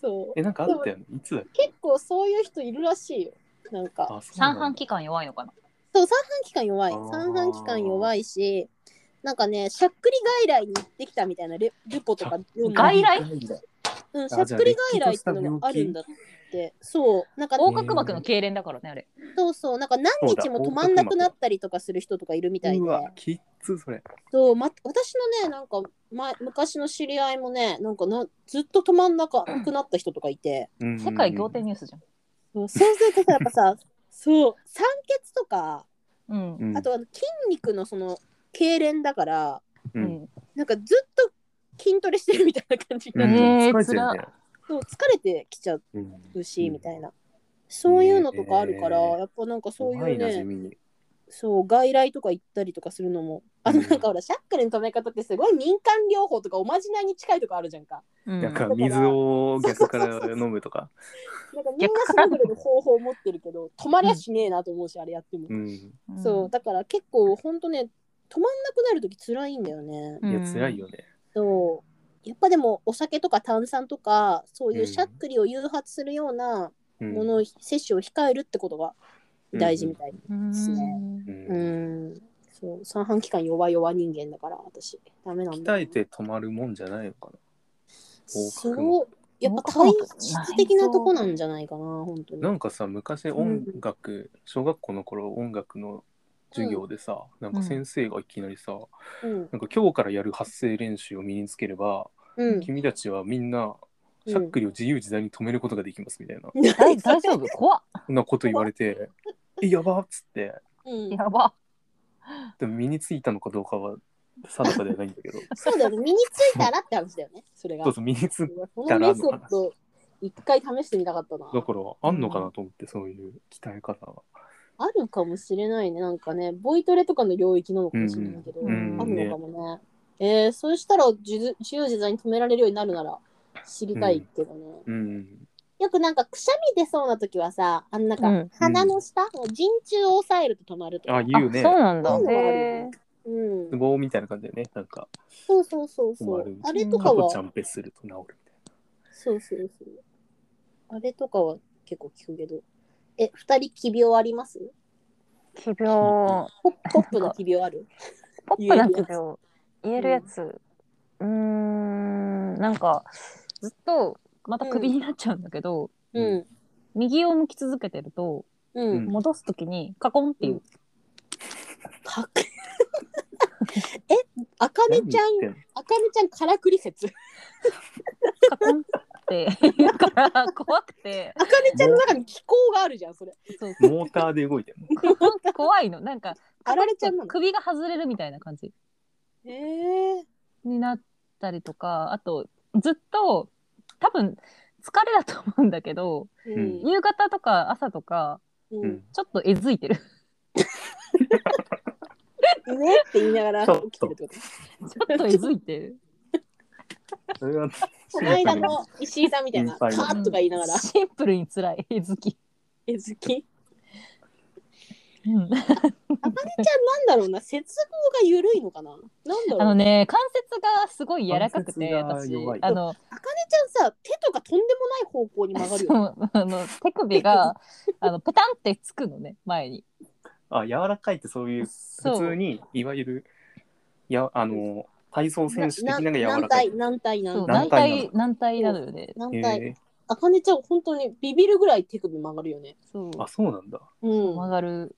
S1: そう
S2: えなんかあったよね。いつだっけ。
S1: 結構そういう人いるらしいよなんか
S2: あそうな
S3: 三
S2: んだ
S3: 半規管弱いのかな
S1: そう三半期間弱い
S2: あー
S1: 三半期間弱いしなんかねしゃっくり外来に行ってきたみたいなレレポとか読んだ
S3: 外来
S1: うん、し
S2: あ
S1: ゃっくり外来っていうのがあるんだってそうなんか
S3: 横隔膜の痙攣だからねあれ
S1: そうそうなんか何日も止まんなくなったりとかする人とかいるみたいうで
S2: わきっつそれ。
S1: そう、ま、私のねなんか前昔の知り合いもねなんかなずっと止まんなかなくなった人とかいて
S2: 世
S3: 世界仰天ニュースじゃん
S1: そうそうするとさやっぱ さそう酸欠とか
S3: うん
S2: うん
S1: あとは筋肉のその痙攣だから
S2: う
S3: うんん
S1: なんかずっと筋トレしてるみたいな感じ
S2: う
S1: が、
S2: ん
S3: えー
S2: 疲れてるね
S1: そう疲れてきちゃ
S2: うん
S1: うし、みたい
S2: うん
S1: なそういうのとかあるから、
S2: えー
S1: やっぱなんかそう
S2: 怖
S1: いう
S2: いな地
S1: ね
S2: 味に
S1: そう外来とか行ったりとかするのもあとなんかほらシャックルの止め方ってすごい民間療法とかおまじないに近いとこあるじゃんか。
S3: うん
S2: なんか水を逆から飲むとか。
S1: なんかみんなそれぞれの方法を持ってるけど、止まりゃしねえなと思うし、あれやっても。
S2: うん。
S3: うん
S1: そう、だから結構ほんとね、止まんなくなるとき辛いんだよね。
S2: いや辛いよね。
S1: そう。やっぱでもお酒とか炭酸とかそういううんしゃっくりを誘発するような
S2: うん
S1: ものを、摂取を控えるってことが大事みたい
S3: うん
S1: すね
S2: う
S1: うんんそう三半規管弱々人間だから私ダメなんだ
S2: 鍛えて止まるもんじゃないのか合格
S1: そうやっぱ
S3: 合
S1: 体
S3: 格
S1: 質的なとこなんじゃないかな本当に
S2: なんかさ昔音楽、小学校の頃音楽の授業でさ、なんか先生がいきなりさ、
S1: うん
S2: なんか今日からやる発声練習を身につければ、
S1: うん
S2: 君たちはみんなしゃっくりを自由自在に止めることができますみたいな、
S3: 大大丈夫怖っ
S2: そんなこと言わ れて「えやば!」っつって
S1: うん
S3: やば
S2: でも身についたのかどうかは定かではない んだけど
S1: そうだよね身についたらって話だよねそれが
S2: そうそう身につ
S1: このメソッド一回試してみたかったな
S2: だからあんのかなと思って、そういう鍛え方は。
S1: あるかもしれないねなんかねボイトレとかの領域なのかもしれないけど、
S3: うんうん
S1: あるのかもねえー、そうしたら自ず自由自在に止められるようになるなら知りたいけどね、
S2: うん、
S1: よくなんかくしゃみ出そうな時はさあんなんか
S5: うん
S1: 鼻の下、陣中を押さえると止まるとか
S2: あ言う
S5: あ
S2: ね
S5: そうなんだ
S1: そう。なんだ
S3: へー
S1: うん
S2: ツ、ボみたいな感じだよねなんか
S1: そうそうそうそ
S2: 止ま
S1: う
S2: る
S1: あれと
S2: 過
S1: か
S2: 去
S1: は
S2: ちゃんぺすると治るみたい
S1: そうそうそうあれとかは結構聞くけどえ二人奇病あります
S5: 奇病、ポ
S1: ポッポップの奇病ある
S5: ップな奇病、言えるやつ。うーん、なんか、ずっと
S3: また首になっちゃうんだけど、
S1: うん
S3: 右を向き続けてると
S1: うん、
S2: うん
S3: 戻すときにカコンっていう、
S1: かっ えあかね
S2: な。
S1: ちゃん
S2: 何言っての
S1: あかねちゃんからくり説
S3: カコンって 言うから怖くて
S1: あかねちゃんの中に気候があるじゃんそれ
S3: そう
S2: モーターで動いてるの。
S3: 怖いのなんか
S1: あられちゃんなの
S3: 首が外れるみたいな感じ
S1: へえ
S3: になったりとかあとずっと多分疲れだと思うんだけど
S1: うん
S3: 夕方とか朝とか
S1: う
S2: うんん、
S3: ちょっとえずいてる
S1: ねって言いながら
S2: ちょっと
S1: 起きてるってこと
S3: ちょっとえずいてる
S2: それ は
S1: この間の石井さんみたいな、
S2: 心
S1: カ
S2: 配だ
S1: ーッとか言いながら、
S3: シンプルに辛いえずき、
S1: えずき。
S3: うん、
S1: あかねちゃん、なんだろうな、接合が緩いのかな。なんだ
S3: あ
S1: ろ
S3: の
S1: う。
S3: ね関節がすごい柔らかくて
S2: 関節が
S3: 私
S2: 弱い
S3: あの
S1: あかねちゃんさ、手とかとんでもない方向に曲がる よね。
S3: そうあの手 首があのペタンってつくのね前に
S2: あ柔らかいってそういう
S3: そ
S2: 普通
S3: う
S2: にいわゆるやあの体操選手的
S1: な
S2: なが柔
S1: 軟
S2: らかい
S1: 体、。軟体、
S3: そ
S1: 軟
S3: う軟
S1: 体。
S3: 体軟体なのよね
S1: 軟体。
S2: え
S1: あかねちゃん、本当にビビるぐらい手首曲がるよね。
S3: そう
S2: ー、あそうなんだ。
S1: うん。
S3: 曲がる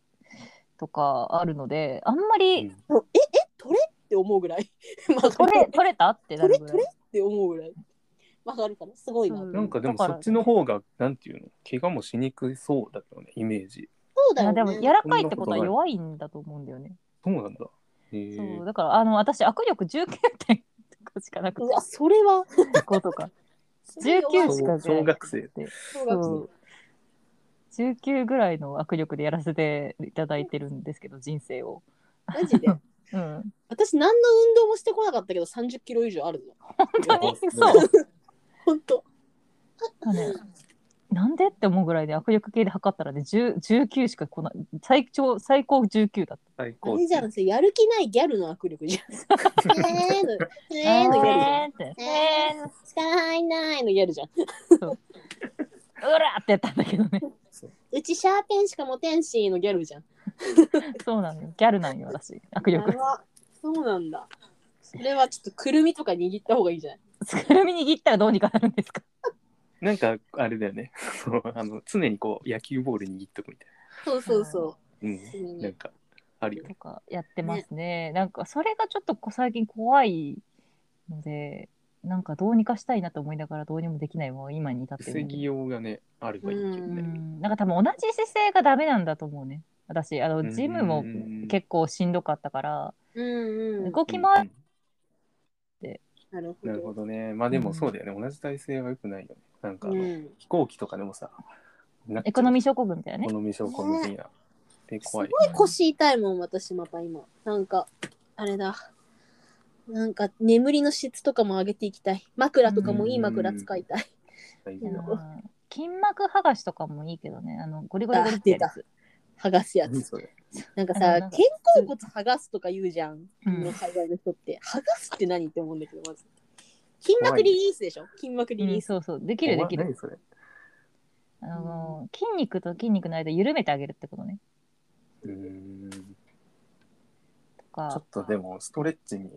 S3: とかあるのであんまり
S1: そうえ、え、取れって思うぐら い。曲が
S3: 取
S1: る。
S3: れ取れたってな
S1: 取れ、
S3: るぐ
S1: 取
S3: ら
S1: れ
S3: い
S1: って思うぐらい。曲がるから、すごいな。
S3: うん
S2: なんかでも
S3: だ
S2: そ
S3: から
S2: っちの方がなんていうの怪我もしにくそうだけどねイメージ。
S1: そうだ
S3: あ
S1: よ
S3: でも柔
S1: ね。
S3: らかいってことは弱いんだと思うんだよね。
S2: そうなんだ。え
S3: そ
S2: ー
S3: うだからあの私握力19点とかしかなく
S1: うわ、それは。
S3: て5と か
S1: それは弱い
S3: 19しか出ない
S2: 小学生
S1: 小学
S3: そう19ぐらいの握力でやらせていただいてるんですけど人生を。
S1: 生マジで。
S3: うん、
S1: 私何の運動もしてこなかったけど30キロ以上あるの
S3: 本当に そう。
S1: 本当
S3: あのなんでって思うぐらいで握力計で測ったらね10 19しかこない最長最高19だっ
S2: 最
S1: あ
S2: 高
S1: れじゃんそれやる気ないギャルの握力じゃんえーの
S3: た。
S1: えーのギャルじゃん
S3: えーって。
S1: えーの力入んないのギャルじゃん
S3: うらーってやったんだけどね。
S1: うちシャーペンしか持てんしのギャルじゃん
S3: そうなのよ。ギャルなんよ私握
S1: や
S3: 力。
S1: ばそうなんだそれはちょっとくるみとか握った方がいいじゃない
S3: つくるみ握ったらどうにかなるんですか
S2: なんかあれだよね。 そうあの常にこう野球ボール握っとくみたい
S1: そうそうそ
S2: な。
S1: う、
S2: うん。なんかあるよね。
S3: とかやってますねなんかそれがちょっとこ最近怖いのでなんかどうにかしたいなと思いながらどうにもできないもう今に至ってる
S2: 防
S3: んだけ
S2: ぎ
S3: ど
S2: ようがねあればいいけど
S3: う
S2: ね。
S3: んなんか多分同じ姿勢がダメなんだと思うね私あ
S2: うん
S3: のジムも結構しんどかったから
S1: うんうん
S3: 動き回っ
S1: なるほ
S2: な
S1: ど
S2: るほどね。まあでもそうだよね。同じ体勢は良くないよね。なんかあ
S1: う
S2: の、
S1: ん、
S2: 飛行機とかでもさ、なんか
S3: エコノミー症候群みたいな
S2: エ
S3: ね
S2: コノミー症候群的な。です怖
S1: ごい
S2: い。
S1: 腰痛いもん私また今なんかあれだなんか眠りの質とかも上げていきたい枕とかもいい枕使いたい
S2: 大
S1: う
S2: 事
S1: ん
S2: だ
S1: こ
S3: うん筋膜剥がしとかもいいけどねあのゴリゴリゴリってやるやつ
S1: 剥がすや
S2: 何
S1: つ。
S2: それ
S1: なんかさ、
S3: あなんか
S1: 肩甲骨剥がすとか言うじゃん。
S3: うん
S1: 海外の人って。剥がすって何って思うんだけど、まず。筋膜リリースでしょ筋膜リ
S3: う
S1: リー
S3: ん
S1: ス。
S3: そうそうできるできる
S2: 怖い何それ
S3: あの筋肉と筋肉の間緩めてあげるってことね
S2: うーんち
S3: とか
S2: ょっとでもストレッチに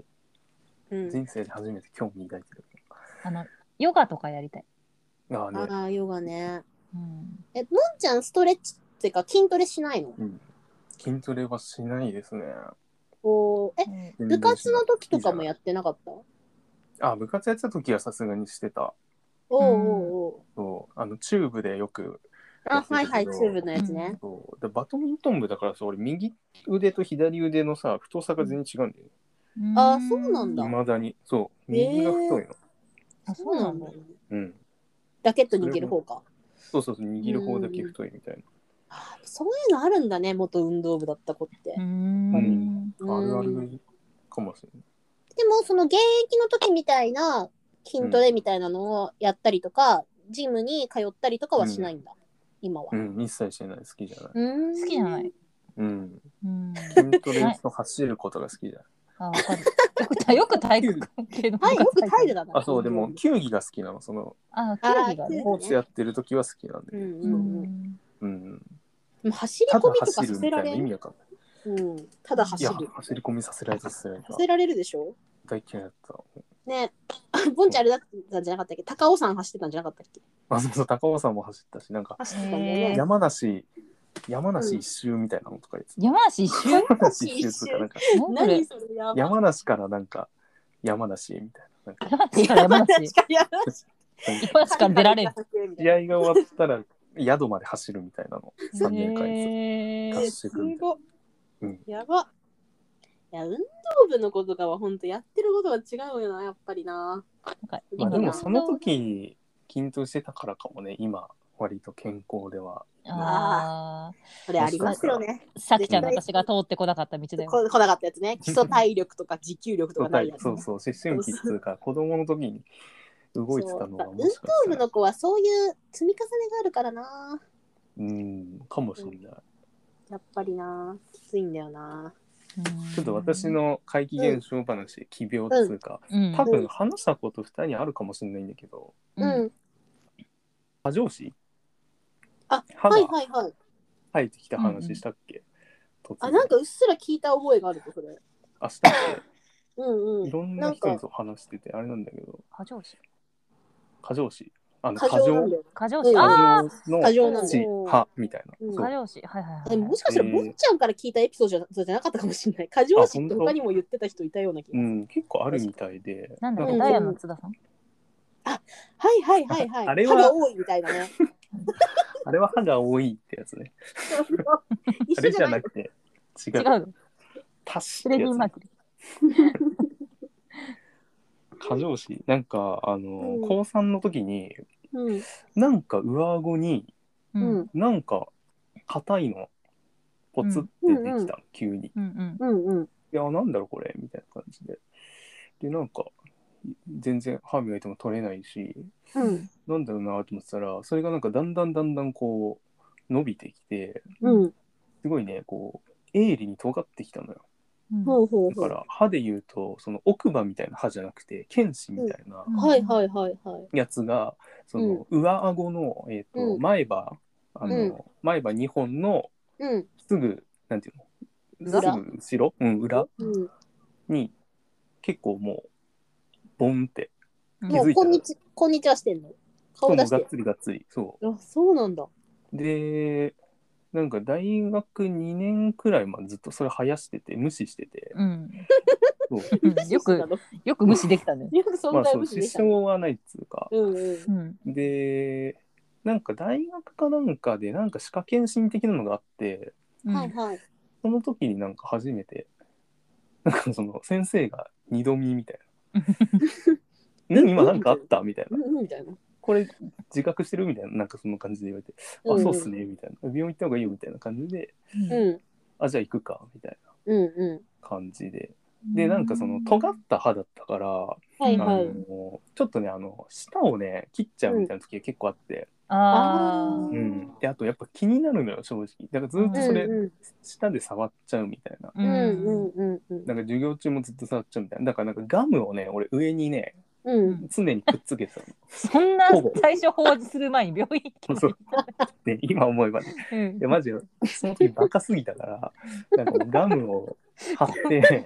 S1: うん。
S2: 人生で初めて興味抱いてる。
S3: あの
S4: ヨガとかやりたい。
S2: ああね。
S1: ああ、ヨガね。
S4: うん、
S1: え、のんちゃん、ストレッチっていうか、筋トレしないの
S2: 筋トレはしないですね。
S1: おーえ、部活の時とかもや
S2: っ
S1: ってなかったおう
S2: あ、部活やってた時はさすがにしてた。
S1: おうおう。
S2: そう。あの、チューブでよく。
S1: あ、はいはい、チューブのやつね。
S2: そうでバドミントン部だからさ、俺、右腕と左腕のさ、太さが全然違うんだよね。
S1: あーそうなんだ
S2: いまだに。そう。右が太いの。
S4: あ
S1: そうなんだ。
S2: うん。
S1: ラケット握る方か。
S2: そうそうそう、握る方だけ太いみたい
S1: あそういうのあるんだね、元運動部だった子って。
S4: う。
S2: うんな。あるあ
S1: うん
S2: るかもしれない。
S1: でもその現役の時みたいな筋トレみたいなのをやったりとか、ジムに通ったりとかはしないんだ、今は。
S2: うん、一切してない。好きじゃ ない。
S1: うん
S4: 好きじゃない。
S2: うん。
S4: うん。
S2: 筋トレと走ることが好きじゃない。
S4: あ、わかる。よくた、よく体育関係の。
S1: はい、よく体
S4: 育。
S1: 育だな。
S2: あ、そう、でも、球技が好きなの。その、
S4: あ、競技がね。
S2: スポーツやってる時は好きなん
S1: う
S2: で。
S1: ん
S4: う
S1: うんうん。で
S4: ん。
S2: うん。
S1: も走り
S2: ただ
S1: 込みとか
S2: 走
S1: さ
S2: る
S1: せ
S2: みた
S1: ら
S2: いな
S1: れ
S2: 意
S1: る。
S2: 味わかんない。
S1: うん、ただ
S2: い
S1: 走
S2: や、
S1: る。
S2: 走り込みさせられたっすね。
S1: させられるでしょ
S2: 大嫌いだった。
S1: ね。 あぼんちゃんあれだったんじゃなかったっけ高尾山走ってたんじゃなかったっけ
S2: あ、そうそう、高尾山も走ったし、なんか、
S1: 走ってたんだよ
S4: へ
S1: ね
S4: ー。
S2: 山梨、山梨一周みたいなのとか言ってた。
S4: 山梨一周。
S2: 山梨一周とか、なんか、
S4: 何それ
S1: 何それやばい
S2: 山梨からなんか、山梨へみたいな。なんか、
S4: 山梨から山梨。
S1: 確かに山梨
S4: 山梨から出られる。
S2: 試合が終わったら、宿まで走るみたいなの。3年間です。
S4: へー
S2: 合
S1: す
S2: 宿みたいな。
S1: ごい
S2: うん。
S1: やば。いや、運動部のことかは本当やってることが違うよな、やっぱりな。
S4: なんか
S2: まあで
S1: 今
S2: もその時に筋トレしてたからかもね今割と健康では
S4: あ
S1: それありますよね。
S4: あ、さきちゃんの私が通ってこなかった道だよ。
S1: こ来なかったやつね。基礎体力とか持久力とか
S2: そう
S1: ないやつ、ね。
S2: そうそう思春期っつうか子供の時に動いてたのが
S1: そう
S2: もしかし
S1: 運動部
S2: たら
S1: の子はそういう積み重ねがあるからな。
S2: うんかもしれない、
S1: やっぱりな。きついんだよな。
S2: ちょっと私。の怪奇現象話、奇病っつうか、
S4: うん。
S2: 多分話したこと2人にあるかもしれないんだけど
S1: うん。
S4: うん。
S2: 過剰子
S1: あ、
S2: 歯
S1: はい
S2: が
S1: はいはい。
S2: 生えてきた話したっけ、突然
S1: あ、なんかうっすら聞いた覚えがあるぞ、それ。
S2: 明日っ
S1: うんう
S2: て
S1: ん。
S2: いろん
S1: な
S2: なん人に
S1: か
S2: そう話しててあれなんだけど
S4: 過剰子。
S2: 過剰子あの
S1: 過
S2: 過
S1: 剰な
S2: 剰
S1: んだよ。
S4: 過剰
S1: う
S4: 子。
S1: ん
S4: ああ。
S1: 過
S2: の
S1: 剰なんだ
S2: 地
S1: よ。
S2: 派みたいな。
S1: うん
S2: そう
S4: 過剰子。はいはいはい。
S1: でももしかしたら、
S2: えー
S1: ぼんちゃんから聞いたエピソードじゃそうじゃなかったかもしれない。過剰詞って他にも言ってた人いたような気
S2: う
S1: が。
S2: ん、結構あるみたいで。
S4: なんだっ
S1: う
S4: け、
S1: ん
S4: ダイアンの津田さん。
S1: はいはいはいはい。
S2: あれは
S1: 歯が多いみたいなね。
S2: あれは歯が多いってやつね。 あ
S1: 一緒
S2: れ
S1: じ
S2: じ
S1: ゃ
S2: ゃ
S1: ない
S2: な。くて、違
S4: 違う
S2: う。
S4: の。
S2: 足
S4: フ
S2: っ
S4: レ
S2: て
S4: デ
S2: や
S4: ィ
S2: つ、
S4: マー
S2: ね。
S4: クリー。
S2: 過剰詞。なんか、あの、
S1: うん
S2: 高3の時に、
S1: うん
S2: なんか上顎に、
S4: う。
S1: うんん
S2: なんか、硬いの、ポツってできた、
S1: うんうん
S2: 急に。い
S4: うんうん。
S1: うんうん。
S2: や、なんだろ、これ、みたいな感じで。で、なんか、全然歯磨いても取れないし、
S1: うん
S2: なんだろうなと思ってたら、それがなんか、だんだんだんだんこう、伸びてきて、
S1: うん。
S2: すごいね、こう、鋭利に尖ってきたのよ。
S4: うん
S1: ほうほう
S2: だ
S1: ほ
S2: か
S1: う。
S2: ら歯で言うとその奥歯みたいな歯じゃなくて剣歯みたいな
S1: はいはいはいはい。
S2: やつが、その上顎の、えーと
S1: うん
S2: 前歯あの、
S1: うん
S2: 前歯2本の
S1: うん。
S2: すぐなんていうの
S1: 裏
S2: すぐ後ろ、うん、裏
S1: うん
S2: に結構もうボンって
S4: うん。
S2: 気
S1: も
S2: づ
S1: う、
S2: いた
S1: こ
S2: ら
S1: んにちは、こんにちはしてんの。
S2: も
S1: 顔
S2: う
S1: 出
S2: がっ
S1: して。
S2: つりがっつりそ
S1: あ、そうなんだ。
S2: うでなんか大学2年くらいまでずっとそれ生やしてて無視してて、
S4: うん。
S2: そう
S4: うんよく、よく無視できたね。
S1: よく
S2: ま
S1: 存
S2: あ
S1: 在
S2: そ
S1: 無
S2: う
S1: 視で
S2: 支
S1: したね。
S2: 障はないっつうか、
S1: うんうん
S4: うん。
S2: でなんか大学かなんかでなんか歯科検診的なのがあって
S4: うん
S1: はいはい。
S2: その時になんか初めてなんかその先生が二度見みたい な「ね今なんかあった?」みたいな
S1: うんうんみたいな。
S2: 「これ自覚してる?」みたいななんかその感じで言われて「
S1: うん
S2: あそうっすね」みたいな「病院行った方がいいよ」みたいな感じで
S1: うん
S2: 「あじゃあ行くか」みたいな
S1: うんう
S2: 感じででなんかその尖った歯だったから、
S1: ん。はい
S2: あ
S1: は
S2: の
S1: い。
S2: ちょっとねあの舌をね切っちゃうみたいな時が結構あって、
S4: あ
S1: う
S2: うんん
S4: あ。
S2: であとやっぱ気になるのよ正直だからずっとそれ、
S1: うんうん
S2: 舌で触っちゃうみたいな。
S4: う。
S1: うんうんんうんうん。
S2: なんか授業中もずっと触っちゃうみたいな。だからなんかガムをね、俺上にね、
S1: うん。
S2: 常にくっつけてた
S4: そんな
S2: ほぼ
S4: 最初放置する前に病院行
S2: の。
S4: っ
S2: そうで今思えばね。
S4: て。うん
S2: いや、マジ、その時バカすぎたから、なんかもうガムを貼って、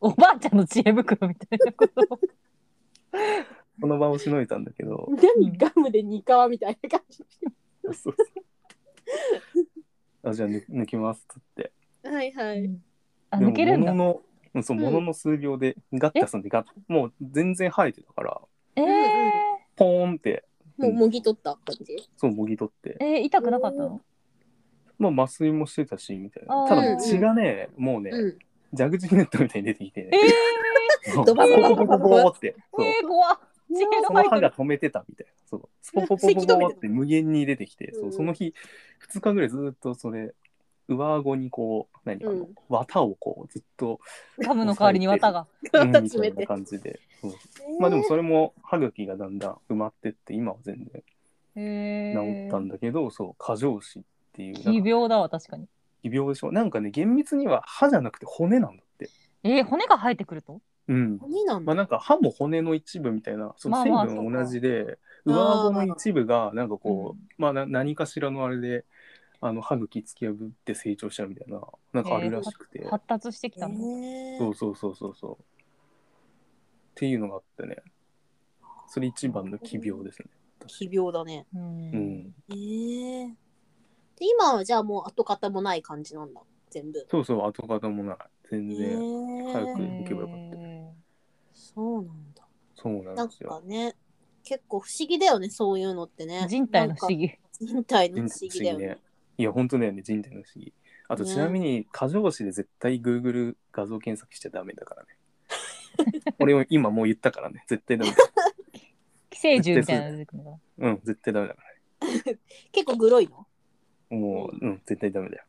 S4: おばあちゃんの知恵袋みたいなことを。
S2: この場をしのいだんだけど、
S1: 何ガムで二皮みたいな感じ。
S2: そうそうあじゃあ抜抜きますっつって。
S1: はいは
S3: う
S1: い。
S3: ん
S4: あ
S2: でも
S4: 抜けるんだ
S2: も。ののうんそう
S1: うん
S2: ものの数秒でガッて挟んでガッもう全然生えてたから
S4: えー
S2: ポーンって
S1: もうもぎ取った感じ。
S2: そうもぎ取って、
S4: えー痛くなかったの？
S2: まあ、麻酔もしてたしみたい
S4: あ
S2: な
S4: ー
S2: ただもう血がねもうね、
S1: うん。
S2: 蛇口ネットみたいに出てきて、ね
S4: え
S2: そう
S1: ドバドバ
S2: ポコポコポコって
S4: ー、
S2: そう
S4: えー、怖っ。地形
S2: そ
S4: の
S2: の
S4: 入っ
S2: 歯
S4: て
S2: が
S4: る。
S2: 止めてたみたいなそうスポポポポポって無限に出てきて、そううんその日2日ぐらいずっとそれ上顎にこう何かの、
S1: うん
S2: 綿をこうずっと
S4: ガムの代わりに綿が。
S2: うんみた
S1: 詰め
S2: いな
S1: て。
S2: 感じで、そうまあでもそれも歯茎がだんだん埋まってって今は全然
S4: え
S2: 治ったんだけど、そう過剰死っていうなん
S4: 奇
S2: か
S4: 病だわ確かに。
S2: 奇病でしょなんかね厳密には歯じゃなくて骨なんだって
S4: えー、骨が生えてくると？
S2: うん
S1: 何なん
S2: まあ
S1: だ。
S2: なんか歯も骨の一部みたいなその成
S4: まあまあ
S2: 分は同じで、
S1: そうか
S2: 上顎の一部がなんかこう、
S4: う
S2: まあな何かしらのあれであの歯茎突き破って成長したみたいななんかあるらしくて、
S4: 発達してきたの。
S1: ね
S2: そうそうそうそうそうっていうのがあってねそれ一番の奇病ですね
S1: 奇病だね。
S4: う。
S2: うんん
S1: ええで今はじゃあもう跡形もない感じなんだ。全部。
S2: そうそう跡形もない全
S1: え
S2: 然早
S1: え
S2: く行けばよかった
S4: え
S1: そうなんだ。
S2: そうな
S1: なんん
S2: ですよ
S1: かね、結構不思議だよね、そういうのってね
S4: ー。人体の不思
S1: 議。
S4: 議。
S1: 人体
S2: 人
S1: の不
S2: 体
S1: 思議
S2: の
S1: だ
S2: 不思
S1: よ
S2: 議ね
S1: ね。
S2: いや本当だよね人体の不思議あと
S1: ね
S2: ちなみに過剰詞で絶対 Google 画像検索しちゃダメだからね 俺も今もう言ったからね絶対ダメだ
S4: 寄生獣みたいなの出てくるのか
S2: うん絶対ダメだか
S1: 結構グロいの
S2: らもううん絶対ダメだよ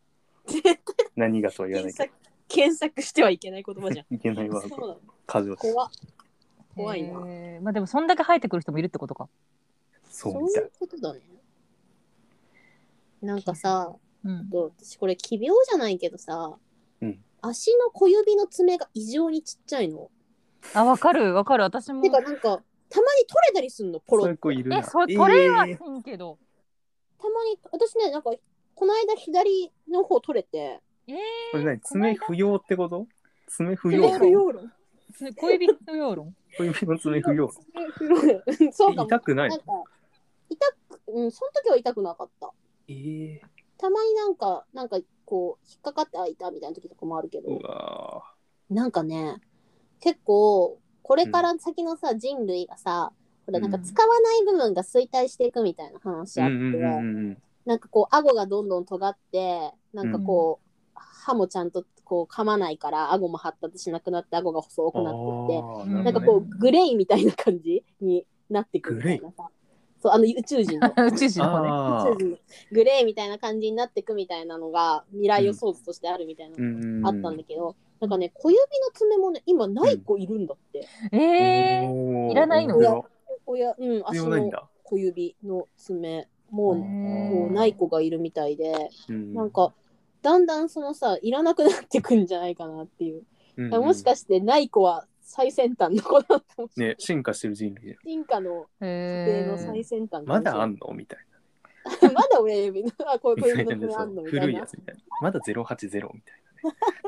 S2: 何がとは言わな
S1: 検
S2: いけ
S1: 索検索してはいけない言葉じゃん。
S2: どいけないワー
S1: そう
S2: ド
S1: なの
S2: 過剰詞
S1: 怖っ
S4: な。
S1: 怖いな。
S4: えーまあでもそんだけ生えてくる人もいるってことか。
S2: そ
S1: そうう
S2: み
S1: い
S2: たいう
S1: ことだね。なんかさ、
S4: うん。
S1: どう私これ奇病じゃないけどさ、
S2: うん
S1: 足の小指の爪が異常にちっちゃいの。
S4: あわかるわかる私も
S1: て。かなんかたまに取れたりすんのポロ
S2: そ
S1: ッ
S2: ういう子いるな
S4: えそれ取れは
S2: えー
S4: せんけど。
S1: たまに私ねなんかこの間左の方取れて
S4: え
S2: これ
S4: ー
S2: 何爪不要ってこと爪不要
S1: 爪不要論
S4: つ小指のようろん。
S2: 小指の爪不要
S1: 爪不要 論そうかも
S2: 痛くない
S1: な
S2: の
S1: んか痛くうんその時は痛くなかった
S2: えー、
S1: たまになんかなんかこう引っかかってあ痛いみたいな時とかもあるけど、
S2: うわ
S1: なんかね結構これから先のさ、人類がさほらなんか
S4: うん
S1: 使わない部分が衰退していくみたいな話
S2: ー
S1: あ
S2: う
S1: って、
S2: んうんうんうん
S1: なんかこう顎がどんどん尖ってなんかこう、歯もちゃんとこう噛まないから顎も発達しなくなって顎が細くなってって
S2: あー
S4: ー
S1: なんか
S2: るほどね
S1: こうグレイみたいな感じになってくるみたいなさそう あの宇宙人の
S4: 宇宙人の方ね。
S2: あ
S1: 宇宙
S2: ー
S1: 人のグレーみたいな感じになってくみたいなのが未来予想図としてあるみたいなの
S2: あ
S1: があったんだけど、なんかね小指の爪もね今ない子いるんだって、
S4: えーいらないの
S1: 親うん
S2: 必
S1: 足
S2: 要ないん
S1: の
S2: だ。
S1: 小指の爪もう,、
S4: うん
S1: こうない子がいるみたいで、
S2: うん
S1: なん、かだんだんそのさいらなくなってくんじゃないかなっていう、
S2: うん
S1: だからもしかしてない子は最先端の子なのかもしれない、
S2: ね進化してる人類じゃん
S1: 進化の家
S4: え
S1: 庭の
S4: ー
S1: 最先端
S2: まだあ
S1: ん
S2: んのみたい
S1: まだ親指のあこう
S2: な。
S1: 小指の
S2: み
S1: 爪
S2: た
S1: あ
S2: い
S1: ん
S2: な
S1: のみた
S2: 古
S1: い
S2: い
S1: な
S2: やつみたいな。まだゼロ八ゼロみたい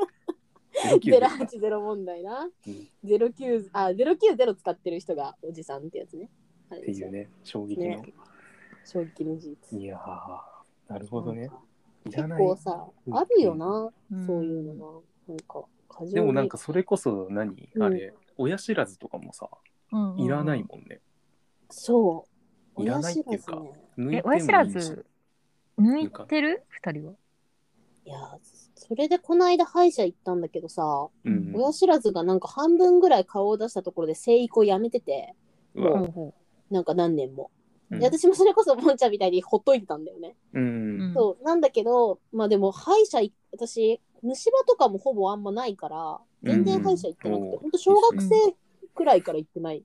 S2: なね。
S1: ゼロ
S2: 09
S1: 八ゼロ問題な
S2: うん。
S1: ゼロ九あゼロ九ゼロ使ってる人がおじさんってやつね。っ
S2: っていう。ね衝撃の
S1: ね。衝撃の事実。
S2: いやーなるほどね。い
S1: 結
S2: らない
S1: 構さ
S2: うん
S1: あるよな、
S4: ん
S1: そういうのがなんか過剰に
S2: でもなんかそれこそ何
S1: うん
S2: あれ親知らずとかもさ
S4: うんうんうん
S2: いらないもんね。
S1: そう
S2: いらないっていうか
S1: 親知らずね
S2: 抜
S4: え親
S2: いて、もいいし
S4: 知らず抜いてる二人は。
S1: いやそれでこの間歯医者行ったんだけどさ、
S2: うん
S1: 親知らずがなんか半分ぐらい顔を出したところで生育をやめてて
S2: うわ
S1: も
S4: うほ
S1: なんか何年も、
S2: うん
S1: で私もそれこそボンちゃんみたいにほっといてたんだよね
S2: う
S4: うんん
S1: そうなんだけどまあでも歯医者い私虫歯とかもほぼあんまないから全然歯医者行ってなくて、
S2: うん
S1: ほんと小学生くらいから行ってない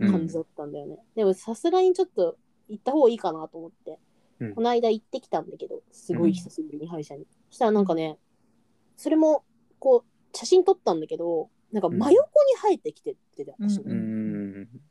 S2: うん
S1: 感じだったんだよね、でもさすがにちょっと行った方がいいかなと思って、
S2: うん
S1: この間行ってきたんだけどすごい久しぶりに歯医者に、そしたらなんかねそれもこう写真撮ったんだけどなんか真横に生えてきてってて私の、
S4: うん
S2: うん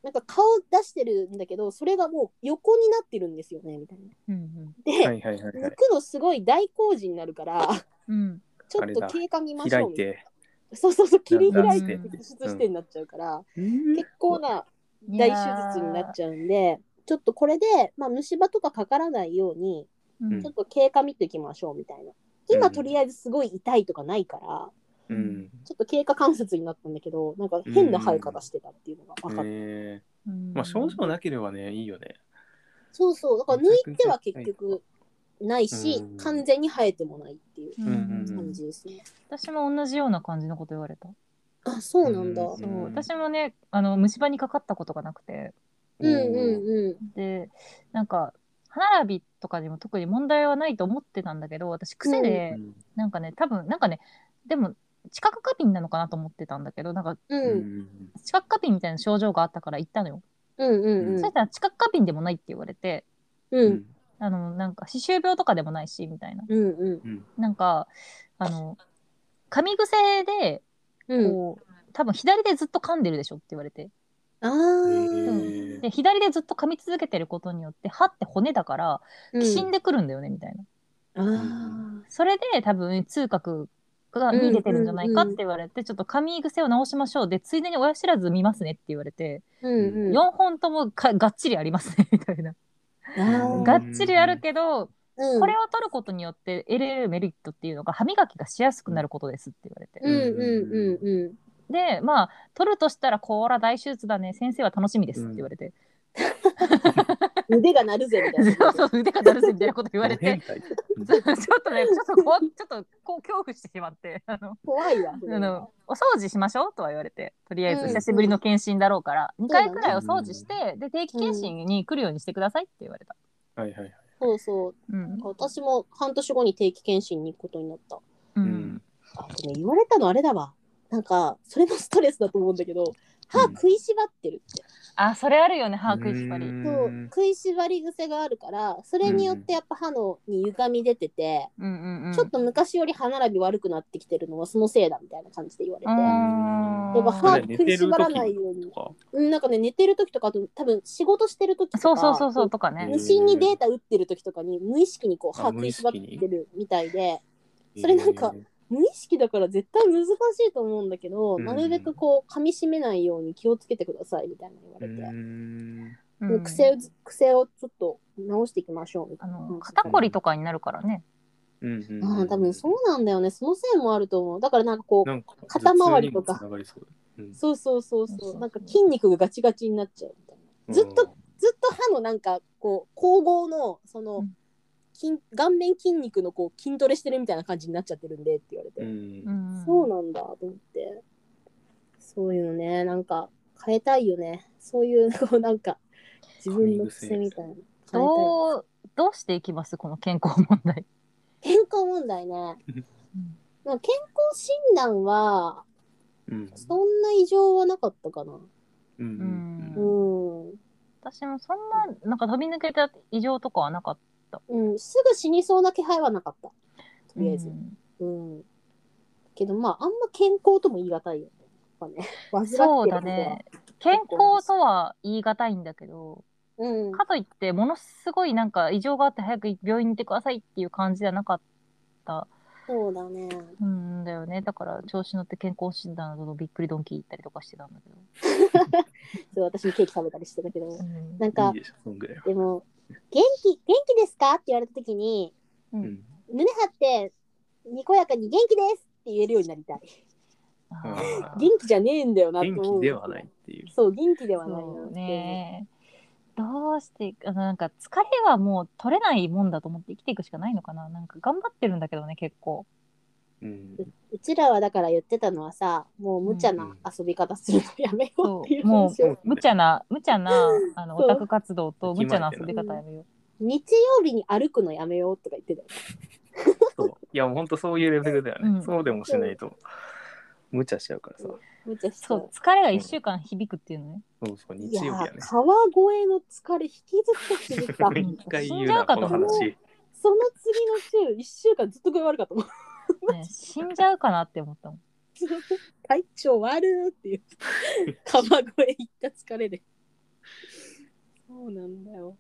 S1: なんか顔出してるんだけどそれがもう横になってるんですよねみたいな
S4: うんうん
S1: で、
S2: はいはいはいは
S1: 抜
S2: い。
S1: くのすごい大工事になるから
S4: うん
S1: ちょ
S2: あ
S1: っ
S2: れ
S1: と
S2: だ
S1: 経過見まし
S2: 開
S1: ょう
S2: い
S1: みたいな。
S2: て。
S1: そうそうそう、切り開い
S4: な
S1: て
S4: んだ
S1: 突出してになっちゃうから、
S2: うん
S1: 結構な大手術になっちゃうんでちょっとこれで、まあ、虫歯とかかからないように
S4: うん
S2: うん
S1: ちょっと経過見ていきましょうみたいな今とりあえずすごい痛いとかないから、
S2: うん。
S1: ちょっと経過関節になったんだけどなんか変な生え方してたっていうのが分かった、
S2: え
S4: うん
S2: ーまあ症状なければね、いいよね。
S1: そうそうだから抜いては結局ないし、
S2: うん
S1: 完全に生えてもないっていう
S4: うん
S2: うん
S1: 感じですね、
S3: 私も同じような感じのこと言われた。
S1: あそうなんだ、
S2: うん
S3: そう、私もね、あの虫歯にかかったことがなくて、
S1: うんうんう
S3: で、なんか歯並びとかにも特に問題はないと思ってたんだけど、私癖で、
S2: うん
S3: なんかね、多分なんかね、でも知覚過敏なのかなと思ってたんだけど、なんか
S1: ん。
S2: う
S1: うん。
S2: ん。
S3: 知覚過敏みたいな症状があったから行ったのよ。
S1: うんうんうん
S3: そしたら知覚過敏でもないって言われて、
S1: う
S2: うんん。
S3: あのなんか歯周病とかでもないしみたいな。
S1: うんうん
S3: なんかあの噛み癖で
S1: うん
S3: こう、多分左でずっと噛んでるでしょって言われて
S1: あ
S2: え
S1: ー
S2: ー
S3: で左でずっと噛み続けてることによって歯って骨だから
S1: う
S3: きしん
S1: ん
S3: でくるんだよねみたいな、
S1: あー
S3: それで多分痛覚がに出てるんじゃないかって言われて、ちょっと噛み癖を直しましょうでついでに親知らず見ますねって言われて、
S1: うんうん
S3: 4本ともかがっちりありますねみたいな、
S1: あ
S3: が
S1: ー
S3: っちりあるけど
S1: うん
S3: これを取ることによって得れるメリットっていうのが歯磨きがしやすくなることですって言われて、
S1: うんうんうんうん
S3: でまあ取るとしたらこら大手術だね先生は楽しみですって言われて、
S1: 腕が鳴るぜみたいな。
S3: そうそう腕が鳴るぜみたいなこと言われ
S2: 変
S3: て
S2: 態
S3: ちょっとねちょっと怖ちょっとこう恐怖してしまってあの
S1: 怖いわ。それ
S3: あのお掃除しましょうとは言われてとりあえ
S1: う
S3: ず
S1: ん
S3: 久しぶりの検診だろうから、2回くらいお
S2: そうだね
S3: 掃除して、で定期検診に来るようにしてくださいって言われた、
S2: はいはいはい。
S1: そうそう。
S3: うん
S1: 私も半年後に定期検診に行くことになった。
S3: う
S2: うん
S3: ん。
S1: あとね、言われたのあれだわ。なんか、それもストレスだと思うんだけど、歯食いしばってるって。
S3: あそれあるよね歯食いしばり、
S2: うん
S1: そう食いしばり癖があるから、それによってやっぱ歯のに歪み出てて、
S3: うんうんうん、
S1: ちょっと昔より歯並び悪くなってきてるのはそのせいだみたいな感じで言われて。
S3: うん
S1: やっぱ歯
S2: うん
S1: 食いしばらないように
S2: と。か。
S1: うん、なんかね、寝てる時とか、あと多分仕事してる時とか、
S3: そうそうそうそうとかね
S1: 無心にデータ打ってる時とかに無意識にこう歯食いしばってるみたいでそれなんか無意識だから絶対難しいと思うんだけど、
S2: うん
S1: なるべくこう噛み締めないように気をつけてくださいみたいなの言わ
S2: う
S1: れて、
S2: ん。
S1: もう癖を癖をちょっと直していきましょうみた
S3: あ
S1: いな。
S3: の肩こりとかになるからね。
S2: うん
S1: ああ多分そうなんだよねそのせいもあると思うだからなんかこう
S2: なんか
S1: 肩周りとか
S2: 頭痛にもつながりそう
S1: そうそうそう
S3: そう
S1: そ
S3: そうう
S1: なんか筋肉がガチガチになっちゃうみたいなずっとずっと歯のなんかこう交互のその、
S3: うん
S1: 筋顔面筋肉のこう筋トレしてるみたいな感じになっちゃってるんでって言われて、
S2: うん。
S1: そう
S3: う
S1: なんだと思ってそういうのねなんか変えたいよねそういうこうなんか自分の癖みたいなの変えたい
S3: どうどうしていきますこの健康問題。
S1: 健康問題ねでも健康診断は
S2: うん
S1: そんな異常はなかったかな
S2: うん
S1: う
S3: うん
S1: ん、
S3: 私もそんななんか飛び抜けた異常とかはなかっ
S1: うん、すぐ死にそうな気配はなかった
S3: た。
S1: とりあえず
S3: うん
S1: うん、けどまああんま健康とも言い難いよねやっぱね患ってることは
S3: そうだね。健康とは言い難いんだけど、
S1: うん
S3: かといってものすごいなんか異常があって早く病院に行ってくださいっていう感じじゃなかった。
S1: そうだね
S3: うんだよね。だから調子乗って健康診断などのびっくりドンキー行ったりとかしてたんだけど。
S1: そう私もケーキ食べたりしてたけど
S3: うん
S1: なんか
S2: いいでしょ、そんぐらいは。
S1: でも「元気元気ですか?」って言われた時に
S3: う
S2: うん
S3: ん
S1: 胸張ってにこやかに「元気です!」って言えるようになりたい
S3: あ
S2: あ
S3: ー
S1: 元気じゃねえんだよなって思
S2: 元
S1: う
S2: 気ではないっていう。
S1: そう元気ではないなって
S3: そ
S1: 思
S3: う
S1: う
S3: ね。どうしていくあのなんか疲れはもう取れないもんだと思って生きていくしかないのかななんか頑張ってるんだけどね結構
S2: うん
S1: うちらはだから言ってたのはさもう無茶
S2: うん
S1: な遊び方するのやめようっていう
S3: そうもう
S1: 話を
S3: 無茶な無茶なあの
S1: そう
S3: オタク活動と
S2: 息
S3: 無
S2: 巻いてな
S3: 茶ない遊び方やめよ
S1: 日曜日に歩くのやめようとか言ってたよ
S2: そういや、もう本当そういうレベルだよ
S3: う
S2: ね。
S3: ん
S2: そうでもしないと、無茶しちゃうからさ。
S1: 無茶し
S3: う
S1: ちゃ
S3: そうう疲れが1週間響くってい うのね
S2: そうそう、
S1: い
S2: 日
S1: や
S2: 曜日や
S1: ー
S2: ね。。
S1: 川越の疲れ引きずってきてた
S2: 一回言う
S3: 死んじゃ
S2: な、
S3: うか
S2: ことの
S3: 思う
S2: 話。
S1: その次の週、一週間ずっと具合悪かったもん。
S3: ね死んじゃうかなって思ったもん
S1: 体調悪ーっていう。川越行った疲れで。そうなんだよ。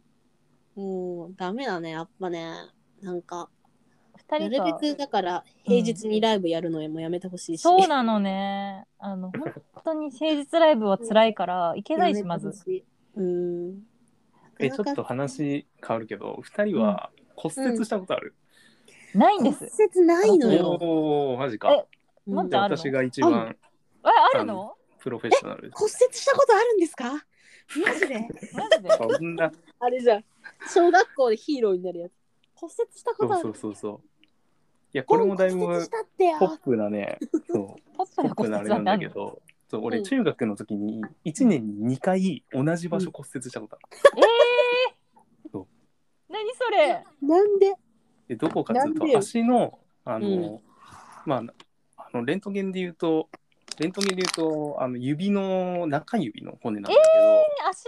S1: もうダメだね、やっぱね。なんか、な
S3: 二人
S1: る
S3: が
S1: べくだから平日にライブやるのもやめてほしいし、
S3: そうなのねあの本当に平日ライブは辛いから行けないしまず
S1: うん
S2: え、ちょっと話変わるけど、二人は骨折したことある、
S3: ないんで
S1: 骨
S3: す
S1: 折ないのよ。
S2: おおマジか。
S3: え
S1: うん
S3: 待っ
S2: じ
S3: て
S2: ゃあ
S3: あるの
S2: 私が一
S1: あ
S2: 番
S3: えあるの
S2: プロフェッショナルです。
S1: 骨折したことあるんですかマジで
S3: マジで
S2: そんな、
S1: あれじゃん。小学校でヒーローになるやつ。骨折したこ
S2: そ
S1: とある。
S2: うそうそうそう。いや、これもだいぶ
S1: 骨折したってよ
S2: ポ。ップなね、そう。
S3: ポップな
S2: ポップ
S3: 骨
S2: なあれ
S3: 折
S2: な
S3: は
S2: んだ
S3: 何
S2: け
S3: え
S2: ど、そう俺
S1: うん
S2: 中学の時に1年に2回同じ場所骨折したことある。
S3: え
S2: そう
S3: 何それ
S1: なんで
S2: でどこかっていう
S1: なんで
S2: と
S1: よ
S2: 足のあの、
S1: うん
S2: まああのレントゲンで言うとレントゲンで言うとあの指の中指の骨なんだけ
S3: 足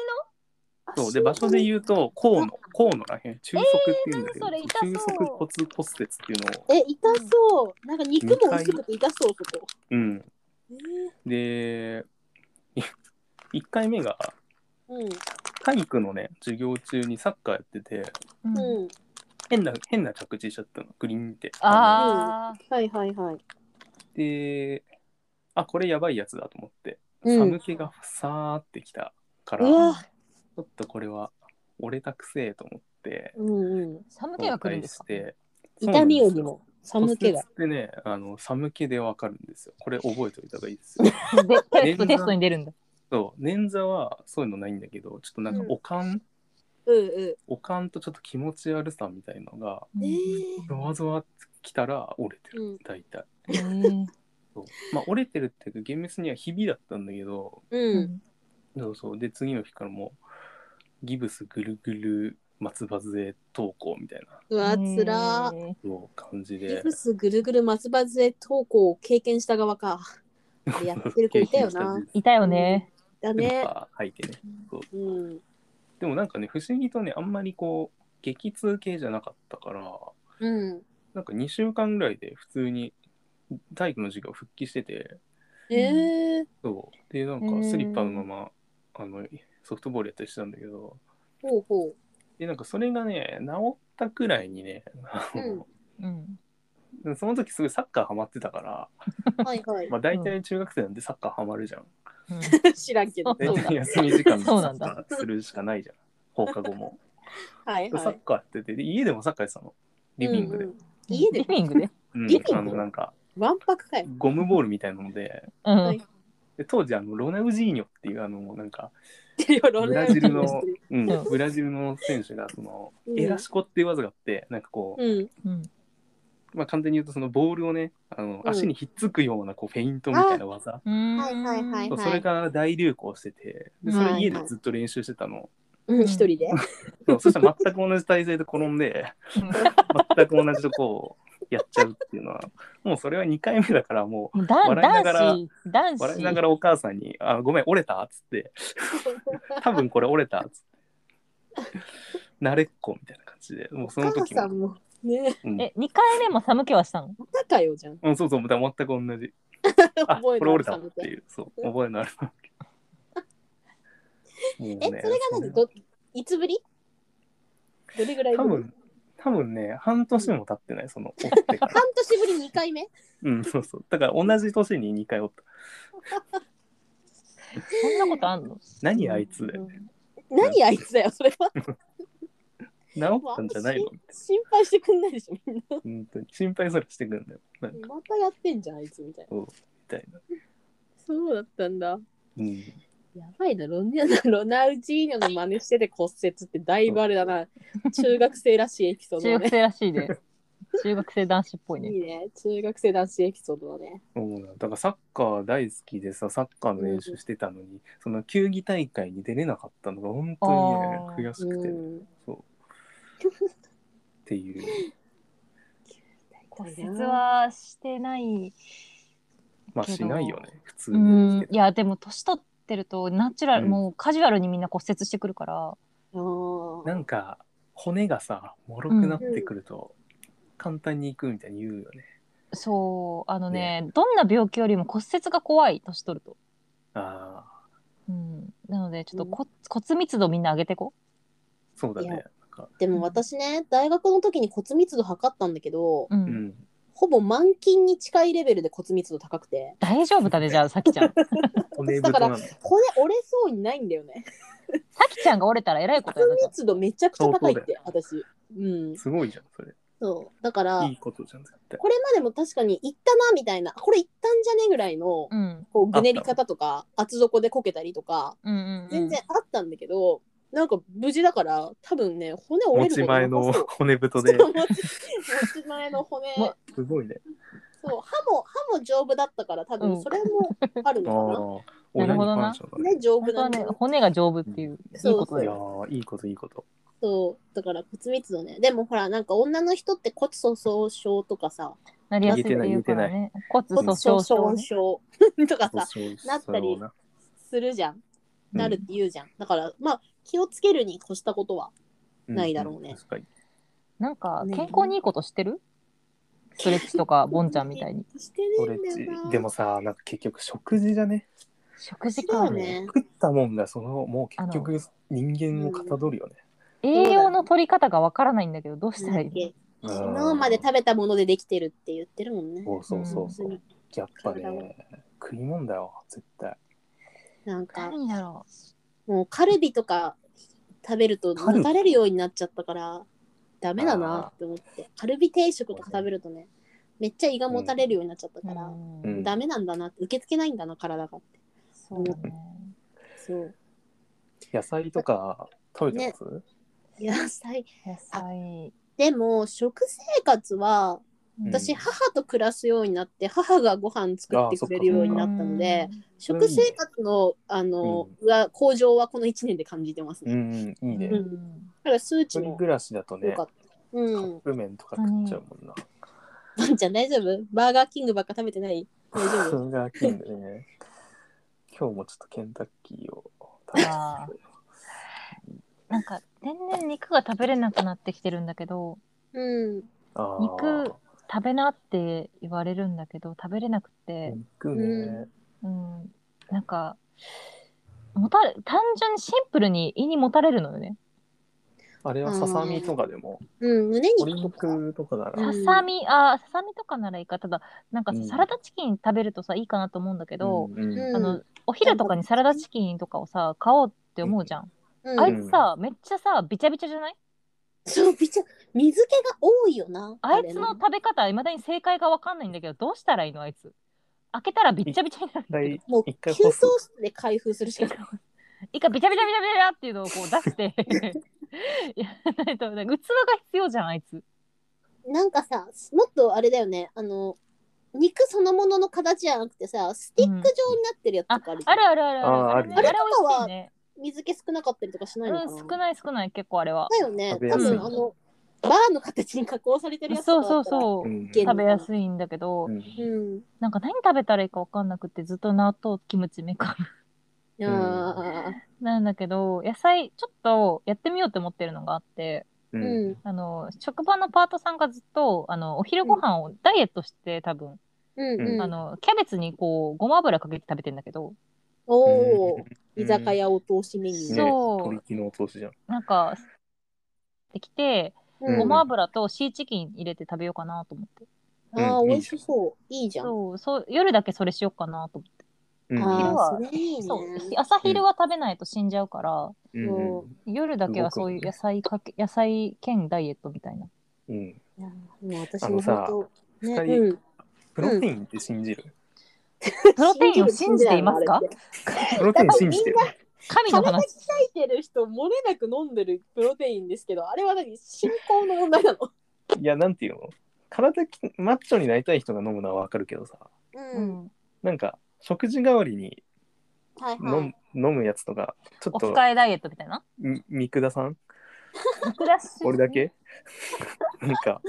S2: ど、そうで場所で
S1: う。
S2: 言うと甲の甲のらへん中足っていうんだけど、
S3: えー何それ痛
S2: 中
S3: そう
S2: 足骨骨折っていうのを、
S1: え、痛そう。なんか肉も薄くて痛そう、そこ。
S2: うん、
S1: え
S2: で1回目が
S1: ー
S2: 体育のね授業中にサッカーやってて
S1: うん。
S3: の
S1: うん。
S2: 変な変な着地しちゃったのグリーンって。
S3: あ
S1: はいはいはい。
S2: であこれやばいやつだと思って、
S1: うん
S2: 寒気がさーってきたから
S1: う
S2: ち
S1: わ
S2: ょっとこれは折れたくせえと思って
S1: うんうん。
S3: ー寒気が来るんですか
S2: 後悔して
S1: 痛みよりも
S2: そうな
S1: 寒
S2: んで
S1: 気
S2: すよ
S1: が。
S2: 骨折ってねあの寒気でわかるんですよこれ覚えておいた方がい いですよ捻
S3: でテス
S2: 挫
S3: トテストに出るんだ
S2: そう捻挫はそういうのないんだけどちょっとなんか
S1: うん
S2: おかん、
S1: うんう
S2: おかんとちょっと気持ち悪さみたいのが
S1: ん。え
S2: ゾワゾワってきたら折れてる、
S1: うん
S2: 大体
S3: えー
S2: そうまあ折れてるっていうか厳密にはひびだったんだけど
S1: ー、うん。
S2: そうそう。で、次の日からもう、ギブスぐるぐる松葉杖投稿みたいう
S1: わ、つらー。
S3: えー
S2: な感じ
S1: ギ
S2: で
S1: ブ、スぐるぐる松葉杖投稿を経験した側か。あれやってる子いたよな。
S3: いたよね
S1: だ
S2: 経験したり。スー
S1: ね。
S2: パー履いてね。
S1: うん。
S2: でもなんかね、不思議とね、あんまりこう、激痛系じゃなかったから、
S1: うん。
S2: なんか2週間ぐらいで普通に体育の授業復帰してて、
S1: えー。
S2: そう。で、なんかスリッパのまま、あの、ソフトボールやったりしてたんだけど、
S1: ほうほ
S2: で、なんかそれがね、治ったくらいにね、あの
S3: うん
S2: その時すごいサッカーハマってたから、
S1: う。はいはい。
S2: まあ、大体中学生なんでサッカーハマるじゃん。
S3: うん
S1: 知らんけど。
S3: そ
S2: 大
S3: うだ
S2: 体休み時間にサ
S3: そうなん
S2: ッ
S3: だ
S2: カーするしかないじゃん。放課 後も。
S1: はい
S2: サ
S1: は
S2: ッ
S1: い。
S2: カーやってて、で家でもサッカーやってたの。リビングで
S1: うんう。ん 家で
S3: リビングで
S2: うん
S1: リビング
S2: あの、なんか、
S1: わんぱくかよ。
S2: ゴムボールみたいなので、
S3: うん
S1: はい
S2: で当時、あの、ロナウジーニョっていう、あの、なんか、
S1: ブ
S2: ブラジルの、うん、
S3: うん
S2: ブラジルの選手が、その、
S1: うん
S2: エラシコっていう技があって、なんかこ
S1: うん。
S3: うん
S2: う、まあ、簡単に言うと、その、ボールをね、あの、
S1: うん
S2: 足にひっつくような、こう、フェイントみたいな技。
S1: はいはいはい
S2: そうそれが大流行してて、でそれ家でずっと練習してたの。
S1: うん、一人 で。
S2: そうそしたら全く同じ体勢で転んで、全く同じとこをやっちゃうっていうのはもうそれは2回目だからも
S3: だ
S2: 笑いながらう
S3: 男子男子
S2: 笑いながらお母さんに「あごめん折れた?」っつって「多分これ折れた?」っつって「慣れっこ」みたいな感じでもうそ
S1: お
S2: の
S1: 母
S2: 時
S1: さ
S2: も
S1: んも。ね
S2: うん
S3: え二回目も寒気はしたの
S1: またかよじゃん。
S2: うん、そうそうだから全く同じあこ
S1: 覚え
S2: れ
S1: の
S2: 折
S1: る
S2: れた
S1: さ
S2: っ
S1: み
S2: て
S1: たいな。
S2: いうそう覚えのあるもうね
S1: え、それが何どいつぶりどれぐらい
S2: 多
S1: ぶり
S2: 分多分ね半年も経ってないその折ってから
S1: 半年ぶり2回目
S2: うんそうそうだから同じ年に2回折った
S3: そんなことあんの
S2: 何あいつ
S1: 何あいつだよ、それは。
S2: 治ったんじゃないの
S1: 心配してくんないでしょ、みんな。
S2: 本当に心配すらしてくるんだよ。なんか
S1: またやってんじゃん、あいつみたいな。
S2: そうみたいな。
S1: そうだったんだ。
S2: うん、
S1: やばいな、ロニアのロナ ウジーニョの真似してて骨折ってだいぶあれだな。中学生らしいエピソードだ
S3: 中学
S1: ね。
S3: 生らしいで中学生男子っぽい
S1: い
S3: ね
S1: いね。中学生男子エピソードだね。
S2: そうだだからサッカー大好きでさサッカーの練習してたのに、その球技大会に出れなかったのが本当に、ね、悔しくて、
S1: うん。
S2: そうっていう
S3: 骨折はしてない
S2: まあ
S3: けど
S2: しないよね普通
S3: う
S2: に
S3: ん
S2: 生きて
S3: いやでも年取ってるとナチュラル、
S2: うん
S3: もうカジュアルにみんな骨折してくるから
S1: あー
S2: なんか骨がさ脆くなってくると簡単にいくみたいに言うよね、
S3: そうあのねどんな病気よりも骨折が怖い年取ると、
S2: ああ
S3: うん、なのでちょっと
S1: うん
S3: こ、骨密度みんな上げてこ
S2: そうだ
S1: いや
S2: ねか。
S1: でも私ね、大学の時に骨密度測ったんだけど、
S3: うん
S2: うん。
S1: ほぼ満勤に近いレベルで骨密度高くて、
S3: 大丈夫だねじゃあさきちゃんさ
S2: 骨太なの。
S1: 骨折れそうにないんだよね。
S3: きちゃんが折れたらえらいことやな
S1: 骨密度めちゃくちゃ高いって、私。うん。
S2: すごいじゃん、それ。
S1: そう。だから、
S2: いいことじゃん、絶対。
S1: これまでも確かに行ったなみたいな、これ行ったんじゃねぐらいの、
S3: うん
S1: こう、ぐねり方とか、厚底でこけたりとか、
S3: うんうんうん
S1: 全然あったんだけど、なんか無事だから、多分ね、骨折れ
S2: 持
S1: る
S2: ち
S1: こと
S2: 前の
S1: なさそう
S2: 骨太
S1: そう
S2: で。
S1: 持ち持ち前の骨。
S3: も
S2: すごいね。
S1: そう歯も歯も丈夫だったから多
S3: う
S1: 分
S3: ん
S1: それもある
S2: あ
S1: の
S2: あ。
S3: なるほ
S2: 親
S3: どな
S2: に感謝だ
S1: かな。
S2: ね
S1: ね丈
S3: 本
S1: 夫
S3: 当は
S1: な
S3: ね
S1: ね。
S3: 骨が丈夫っていういいこと
S1: そう
S3: だ
S2: いや
S3: よ
S2: ーいいこといいこと。
S1: そうだから骨密度ね。でもほらなんか女の人って骨粗鬆症とかさ
S3: なりやすいっていうからね骨
S1: 骨
S3: 粗
S1: 粗
S3: 鬆症
S1: 鬆症
S3: ね
S1: とかさ
S2: そうそう
S1: なったり
S2: そうな
S1: するじゃん。
S2: うん
S1: なるって言うじゃん。だからまあ気をつけるに越したことは。ないだろうね
S2: ん確かに。
S3: なんか
S1: ね
S3: 健康にいいこと知ってるストレッチ とかボンちゃんみたいに
S1: して
S2: スト
S1: ね
S2: レ
S1: えんだよ
S2: ッ
S1: な。
S2: チ。でもさ、なんか結局食事じゃね。
S3: 食事
S1: そう
S3: か
S1: だね
S2: 食ったもんが、その、もう結局人間をかたどるよね。
S3: 栄養の取り方がわからないんだけどどうしたらいい
S2: う
S3: の
S1: 昨
S2: ん
S1: 日まで食べたものでできてるって言ってるもんね。。
S2: そうそうそうそううんやっぱ
S1: 体を
S2: ね、食い物だよ、絶対。
S1: なんか
S3: 何だろ
S1: もうカルビとか食べると
S2: カルビ
S1: もたれるようになっちゃったからダメだなって思ってカルビ定食とか食べるとねめっちゃ胃がもたれるようになっちゃった
S3: う
S1: から、
S2: う
S3: うん
S2: ん
S1: ダメなんだなって受け付けないんだな体がって
S3: そうだね
S1: そう
S2: 野菜とか食べてます、
S1: 野菜
S3: 野菜
S1: でも食生活は
S2: うん
S1: 私母と暮らすようになって母がご飯作ってくれるようになったので食生活のあの、は向上はこの1年で感じてます
S2: う
S1: ね、
S2: ん、うん、いいね。
S3: う
S2: 一、
S1: ん
S3: ん
S1: だから数値
S2: 人
S1: も
S2: 暮らしだと
S1: 良
S2: ね、
S1: か
S2: カ
S1: った、うん
S2: ップ麺とか食っちゃうもんな。
S1: ワンちゃん大丈夫バーガーキングばっか食べてない大丈夫
S2: それが金でね。今日もちょっとケンタッキーを食べて
S3: あなんか年々肉が食べれなくなってきてるんだけど
S1: うん。
S2: あー
S3: 肉食べなって言われるんだけど食べれなくて、
S2: 肉ね。
S3: うん、なんかもたれ単純にシンプルに胃にもたれるのよね。
S2: あれはささみとかでも、
S1: うん、胸
S2: 鶏
S1: 肉とか。
S2: 肉とかなら、
S1: うん
S3: ささみあささみとかならいいかただなんかさ
S2: うん
S3: サラダチキン食べるとさいいかなと思うんだけど、
S2: うんうん
S1: うん
S3: あのお昼とかにサラダチキンとかをさ買おうって思うじゃん。
S1: うん
S3: あいつさめっちゃさびちゃびちゃじゃない
S1: そう、びちゃ、水気が多いよな。
S3: あいつ
S1: れ
S3: の
S1: ね
S3: 食べ方いまだに正解がわかんないんだけどどうしたらいいのあいつ。開けたらびっちゃびちゃになるんだけど
S2: 一
S1: もう、
S2: 一
S1: 給
S2: 回
S1: 湯
S2: 干す
S1: 室で開封するしかない。
S3: 一回ビチャビチャビチャビチャっていうのをこう出して やらないとなんか器が必要じゃんあいつ
S1: なんかさ、もっとあれだよね、あの、肉そのものの形じゃなくてさ、スティック状になってるやつとかあるじゃ
S3: あ
S1: ん
S3: るあるある
S2: あー
S3: ある
S2: ある
S3: ねあれ美味しいね
S1: 水気少なかったりとかしないのかな、
S3: うん少ない少ない結構あれは
S1: だよね
S2: 食べ、
S1: 多
S3: やすい
S1: 分あの、バーの形に加工されてるやつ
S3: そ
S1: とか
S3: うそ
S1: だ
S3: う
S1: ったら
S3: そう、
S2: うん
S1: ける
S3: 食べやすいんだけど、
S2: うん
S1: うん。
S3: なんか何食べたらいいかわかんなくてずっと納豆キムチめか
S1: いやー
S3: なんだけど野菜ちょっとやってみようって思ってるのがあって
S2: う
S1: うんん。
S3: あの職場のパートさんがずっとあのお昼ご飯をダイエットして多分、
S1: うん。うん。
S3: あのキャベツにこうごま油かけて食べてんだけど
S1: おお、
S2: うん
S1: 居酒屋お通しメニュー。
S2: ね、
S3: そう
S2: 鶏気のお通しじゃん。
S3: なんかできて
S1: うん
S3: ごま油とシーチキン入れて食べようかなと思って、
S1: ああ、
S2: うん
S1: 美味しそう。いいじゃん。
S3: そうそう夜だけそれしようかなと思って、
S2: うん
S1: ああ、
S3: 昼は
S1: それいいね。
S3: そう 朝昼は食べないと死んじゃうから、
S2: うん
S3: 夜だけはそういう野菜かけ 野菜兼ダイエットみ たいな
S2: うん
S1: いやもう私
S2: あ
S1: も
S2: のさ
S1: 本当、
S2: 二人
S1: うん
S2: プロテインって信じる、
S3: プロテインを信じていますか
S1: 信じる
S2: プロテイン信じてる。
S3: 神の話
S1: 信じてる人、漏れなく飲んでるプロテインですけど、あれは何信仰の問題なの
S2: いや、なんていうの体きマッチョになりたい人が飲むのはわかるけどさ、
S1: う。
S3: うんん
S2: なんか食事代わりに
S1: はい
S2: 飲,、
S1: はい。
S2: 飲むやつとか、ちょ
S3: お
S2: っと
S3: 使いダイエットみたいな
S2: み三下さん俺
S3: 俺
S2: だけなんか、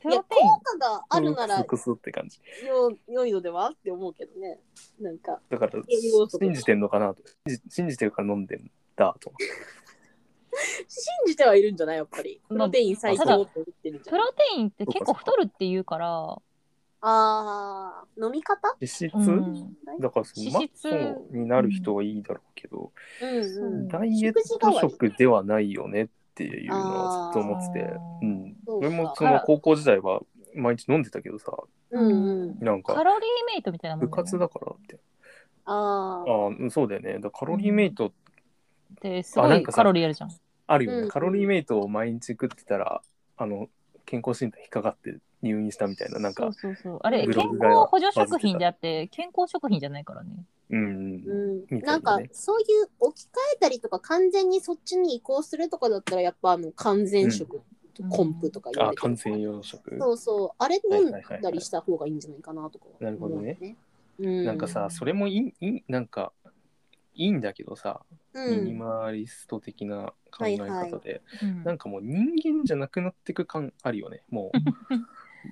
S3: プ
S1: いや、
S3: ロ
S1: 効
S3: テイン
S1: 果があるなら、
S2: クスクスって感じ。
S1: よ良いのではって思うけどね。なんか、
S2: だから、
S1: 栄養素とか
S2: 信じてんのかなと。信じ信じてるから飲んでんだと。
S1: 信じてはいるんじゃないやっぱり。プロテイン最
S3: まあ
S1: 強って思ってるんじゃ
S3: プ
S1: ない
S3: ロテインって結構太るって言うから、
S1: ああ、飲み方
S2: 脂質、
S3: うん、
S2: だからそのマッ
S3: 脂質
S2: チョになる人はいいだろうけど、
S1: うんうん。
S3: うん
S2: ダイエット食ではないよねっっていうのはずっと思ってて
S3: あー、
S2: うん、
S1: そう
S2: 俺
S1: か
S2: もその高校時代は毎日飲んでたけどさ
S1: うんうん。
S2: なん
S3: カ
S2: か
S3: ロリーメイトみたいなもん
S2: 部
S3: だよね
S2: 活だからって
S1: あ
S2: あ
S1: あ。
S2: ーうんそうだよねだからカロリーメイト
S3: ってす
S2: あ
S3: ご
S2: なん
S3: い
S2: かさ
S3: カロリーあるじゃん。
S2: あるよね、
S1: うん
S2: カロリーメイトを毎日食ってたらあの健康診断引っかかって入院したみたいななんか
S3: そうそうそう。あれ、
S2: ブ
S3: 健
S2: ログが
S3: 康補助食品であって、健康食品じゃないからね。
S2: うんうん
S1: う
S2: み
S1: ん、
S2: た
S1: ないんか
S2: なね
S1: そういう置き換えたりとか完全にそっちに移行するとかだったらやっぱあの完全食、
S3: うん
S1: コンプとか言わ
S2: あ
S1: れて
S2: 完
S1: る
S2: 全養殖
S1: そうそうあれ飲んだり
S2: し
S1: した方がいいんじゃないかなとか、
S2: なるほどね
S1: うん、
S2: なんかさそれもいいいいなんかいいんだけどさ、
S1: う
S2: ミニ
S1: ん、
S2: マリスト的な考え方で、
S1: はいは
S3: うん
S2: なんかもう人間じゃなくなってく感あるよねもう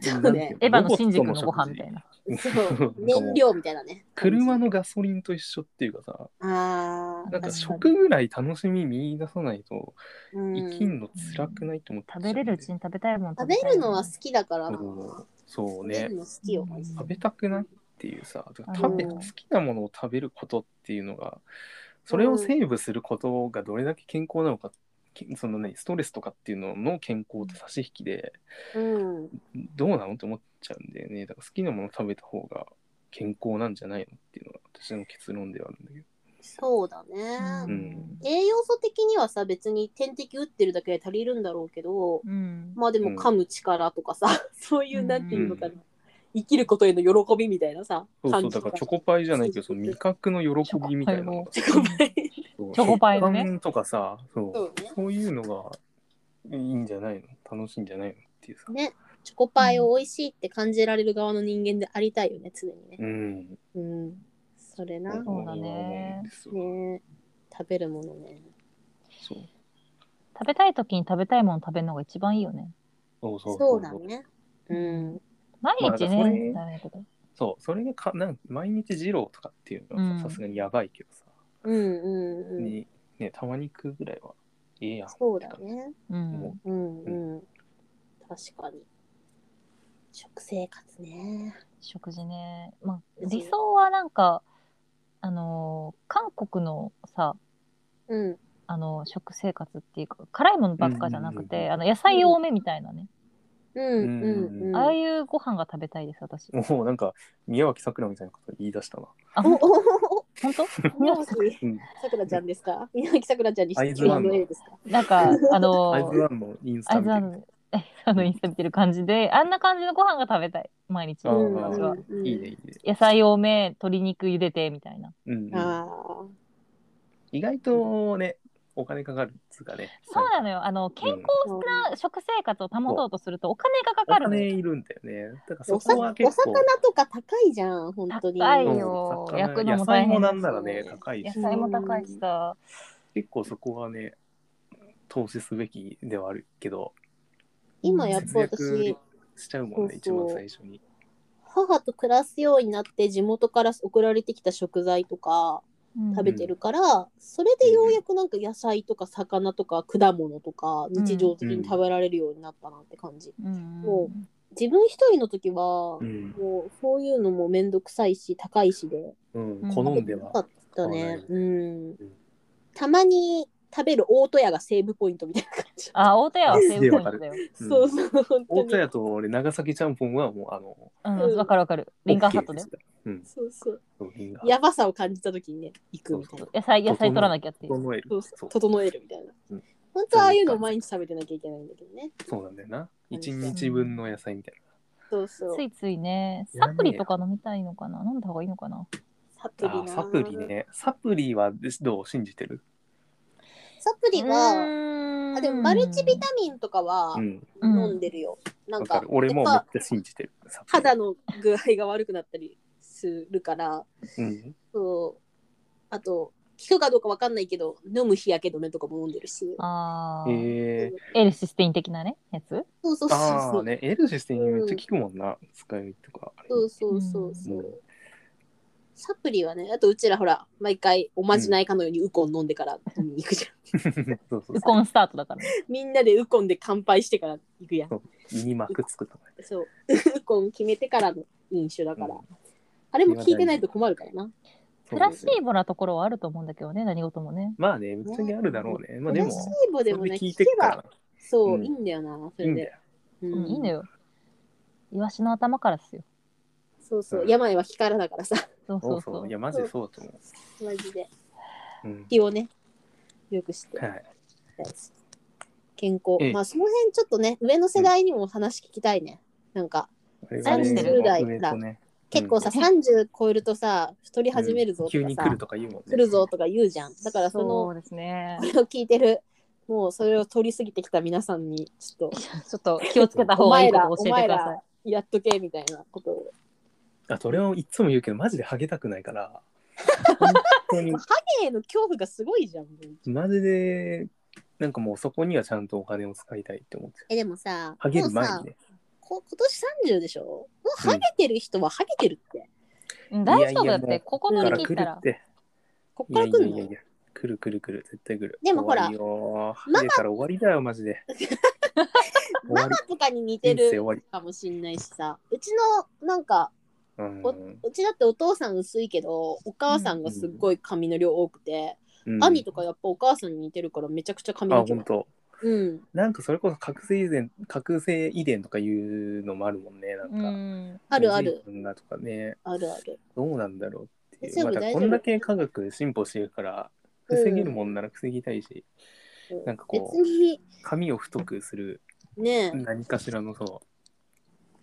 S1: そうね
S2: なんていう
S3: エヴァの新宿のご飯みたいな。
S1: そう燃料みたいなね
S2: 車のガソリンと一緒っていうかさ
S1: あー
S2: なんか
S1: 確に
S2: 食ぐらい楽しみ見出さないと
S1: うん
S2: 生きんの辛くないと思って、
S3: 食べれるうちに食べたいもん
S1: 食べるのは好
S3: き
S1: きだからな
S2: うんそう
S1: 食べ
S2: ね
S1: るの好きよ、
S3: うん
S2: 食べたくないっていうさだから
S3: あ
S2: 食べ
S1: の
S2: 好きなものを食べることっていうのがそれをセーブすることがどれだけ健康なのか、けそのねストレスとかっていうのの健康と差し引きで
S1: うん、
S2: どうなのって思っちゃうんだよねだから好きなものを食べた方が健康なんじゃないのっていうのが私の結論ではあるんだけど
S1: そうだね、
S2: うん
S1: 栄養素的にはさ別に点滴打ってるだけで足りるんだろうけど、
S3: うん。
S1: まあでも噛む力とかさ、 そういう
S3: うん
S1: なんていうのかな、生きることへの喜びみたいなさ
S2: そうそう
S1: 感じ
S2: だ
S1: と
S2: からチョコパイじゃないけどその味覚の喜びみたいな
S3: チ
S1: チョコパイ
S2: そう
S3: チョコパイのね
S2: 食感とかさそう
S1: そうね
S2: そういうのがいいんじゃないの楽しいんじゃないのっていうさ、
S1: ねチョコパイを美味しいって感じられる側の人間でありたいよね常にね
S2: うん
S1: うんそれな、
S3: そうだね
S1: ね食べるものね
S2: そう
S3: 食べたい時に食べたいもの食べるのが一番いいよね。
S2: そうそう
S1: そうだねうん
S3: 毎日
S2: まあ
S3: ね、
S2: だ
S3: ダメだけど。
S2: そうそれがかなん毎日二郎とかっていうのは
S3: う
S2: さ
S3: ん
S2: さすがにやばいけどさ、
S1: うんうんうん
S2: にねたまに食うぐらいはええやん
S1: そうだね
S3: う
S2: も
S3: ん。
S1: うんうん、確かに食生活ね
S3: 食事ね。まあ、理想はなんか、あのー、韓国のさ、
S1: うん
S3: あのー食生活っていうか辛いものばっかじゃなく
S2: うんうんう
S3: てあの野菜多めみたいなね、
S1: うんうんうん
S3: ああいうご飯が食べたいです私
S2: もうなんか宮脇さくらみたいなこと言い出したわ
S3: あ
S1: お
S3: ほん
S1: おお
S3: 本当
S1: 宮崎
S2: うん
S1: さくらちゃんですか宮崎さくらちゃんに
S2: 会
S1: 質
S2: 津湾
S1: 問
S2: の
S1: の絵ですか
S3: なんかあ の
S2: アイ
S3: ー
S2: ズワンのインス
S3: あ
S2: タ
S3: い
S2: 見
S3: つ
S2: て
S3: あの、あの、インスタ見てる感じで、あんな感じのご飯が食べたい、毎日。
S2: あー
S1: うん
S3: 私は
S1: うん
S2: いいねいいね、
S3: 野菜多め、鶏肉茹でてみたいな。
S2: うんうん
S1: あ
S2: 意外とねお金かかるっつうかね
S3: そうなのよ、あの、健康
S1: ー
S3: な食生活を保とうとすると、お金がかか
S2: お
S3: るの
S2: 金
S3: よ。
S2: いるんだよねだから
S1: お
S2: そ
S1: さ
S2: こ
S1: お魚
S2: は結構
S1: とか高いじゃん本当に
S3: 高い
S2: そう
S3: よ
S2: 魚
S3: 焼くのも
S2: 野
S3: 大
S2: 菜も
S3: 変
S2: な
S3: だし
S2: んならね高い
S3: 野
S2: し
S3: 菜も高いしさ。
S2: 結構そこはね投資すべきではあるけど
S1: 今やっぱ
S2: 節
S1: 私
S2: 約しちゃうもんね
S1: そうそう
S2: 一番最初に
S1: 母と暮らすようになって地元から送られてきた食材とか
S3: うん
S1: 食べてるから、それでようやくなんか野菜とか魚とか果物とか
S3: うん
S1: 日常的に食べられるようになったなって感じ、
S3: うん
S1: も自分一人の時は、
S2: うん、
S1: もうそういうのもめんどくさいし高いしで、
S2: うん、
S3: うん
S2: 好んで
S1: よ
S2: は
S1: かったね。うん
S2: うん。
S1: たまに食べる大戸屋がセーブポイントみたいな感じ。
S3: あ、大戸屋はセーブポイントだよ。
S2: うん
S1: そうそう、本当
S2: 大
S1: に
S2: 戸。屋と俺長崎ちゃんぽんはもうあの
S3: うん、わかるわかる。リンガーハットね
S2: OK で。したうん
S1: そうそう。
S2: そうリンガーハッ
S1: やばさを感じた時にね、行くみたいな。
S3: 野菜、野菜取らなきゃって
S2: ト
S3: いう。
S2: 整える
S1: そうそう
S2: そう
S1: 整えるみたいな
S2: うん。
S1: 本当はああいうのを毎日食べてなきゃいけないんだけどね。
S2: そうなんだよな
S1: うん
S2: 一日分の野菜みたい
S1: そうそう
S3: つ。いついね、
S2: いら
S3: サ
S2: ねえよ
S3: プリとか飲みたいのかな飲んだ方がいいのかな
S1: サプ
S2: な
S1: リ
S2: あ
S1: な。
S2: サプリ。ねサプリはどう信じてる
S1: サプリは、
S3: うーん
S1: あでもマルチビタミンとかは
S2: うん
S3: うん
S1: 飲んでるよ。な
S2: わ
S1: ん
S2: か
S1: か
S2: る、俺もめ
S1: や
S2: っ
S1: っぱ
S2: ちゃ信じてるサプリ
S1: 肌の具合が悪くなったりするから、
S2: うん
S1: そう。あと、効くかどうかわかんないけど、飲む日焼け止めとかも飲んでるし。
S3: あー
S2: えー
S3: エルシステイン的なね、やつ
S1: そうそうそうそ
S2: ああ
S1: う。
S2: ねエルシステムめっちゃ効くもんな使い道とかあれ
S1: そうそうそうそう、
S2: うん
S1: サプリはね、あとうちらほら、毎回おまじないかのようにウコン飲んでから飲みに行くじゃん。
S2: そうそう
S3: ウコンスタートだから。
S1: みんなでウコンで乾杯してから行くやん
S2: そ。胃に膜作った
S1: そう。 ウコン決めてからの飲酒だから。あれも聞いてないと困るからな。
S3: プラシーボなところはあると思うんだけどね、何事もね。
S2: まあね、ぶっちゃけあるだろうね。まあでも、
S1: プラシー
S2: そ
S1: ボで
S2: れ
S1: もね
S2: で聞いてっから
S1: そう、
S2: うん
S1: いいんだよな、そ
S2: いい
S1: れ
S2: んだ
S1: で。
S2: よ。
S1: うん
S3: うんいいのよ。イワシの頭からですよ。
S1: そうそうう、
S2: ん
S1: 病は気からだからさ、
S3: そ
S2: そ
S3: うそうう
S2: そ。
S3: そうう
S2: い。や、マジでそうだと思
S1: マジで。
S2: う。うん。
S1: 気をね、よくしていき
S2: は
S1: た
S2: い。
S1: いです。健
S2: ええ
S1: 康。まあ、その辺ちょっとね、上の世代にも話聞きたいね。なんか、
S2: 我々
S3: 30
S2: の上とね
S1: 結構さ、30超えるとさ、太り始めるぞ
S2: う
S1: と
S2: ん急
S1: か
S2: に
S1: さ、
S2: 来るとか言うもんね。
S1: 来るぞとか言うじゃん。だから、その
S3: そう、ですね
S1: こ。れを聞いてる、もうそれを通り過ぎてきた皆さんに、ちょっと、
S3: ちょっと気をつけた方がいいことを教えてく
S1: お
S3: だ
S1: 前
S3: さい。
S1: やっとけみたいなことを。
S2: あそれはいつも言うけどマジでハゲたくないから本当に
S1: 影の恐怖がすごいじゃん。
S2: マジでなんかもうそこにはちゃんとお金を使いたいって思っちゃう
S1: え、でもさ、
S2: ハゲる
S1: もう
S2: 前
S1: さ
S2: にね
S1: こ今年30でしょもうハゲてる人はハゲてるって。
S3: うん大丈
S2: いや
S3: 夫だ
S2: いや
S3: っ
S2: もう
S3: て、ここ
S1: うん
S3: 乗
S2: だから
S3: り
S2: 来
S3: 切っ
S2: る
S3: たら
S2: っ。て
S1: こっ
S2: い
S1: か
S2: や
S1: ら
S2: い
S1: 来
S2: や
S1: るの
S2: いやいや来る来る来る絶対来る
S1: でもほら
S2: 終わりよ
S1: ママ
S2: ハゲたら終わりだよマジで終わ
S1: ママとかに似て
S2: り人生終
S1: る
S2: わり
S1: かもしんないしさ。うちの、なんか、
S2: うん
S1: うちだってお父さん薄いけど、お母さんがすっごい髪の量多くて、
S2: うん
S1: 兄とかやっぱお母さんに似てるからめちゃくちゃ髪
S2: あ
S1: の毛
S2: 本。当
S1: うん。
S2: なんかそれこそ覚醒遺伝覚醒遺伝とかいうのもあるもんねなんか、
S3: うん。
S1: あるある
S2: お。じいちゃんがとかね
S1: あるある。
S2: どうなんだろうってい
S1: 大丈
S2: う。ま
S1: 夫
S2: た
S1: 大丈
S2: こ
S1: 夫
S2: んだけ科学進歩してるから、
S1: うん
S2: 防げるもんなら防ぎたいし、
S1: うん
S2: なんかこう
S1: 別に、
S2: 髪を太くする
S1: ねえ
S2: 何かしらのそ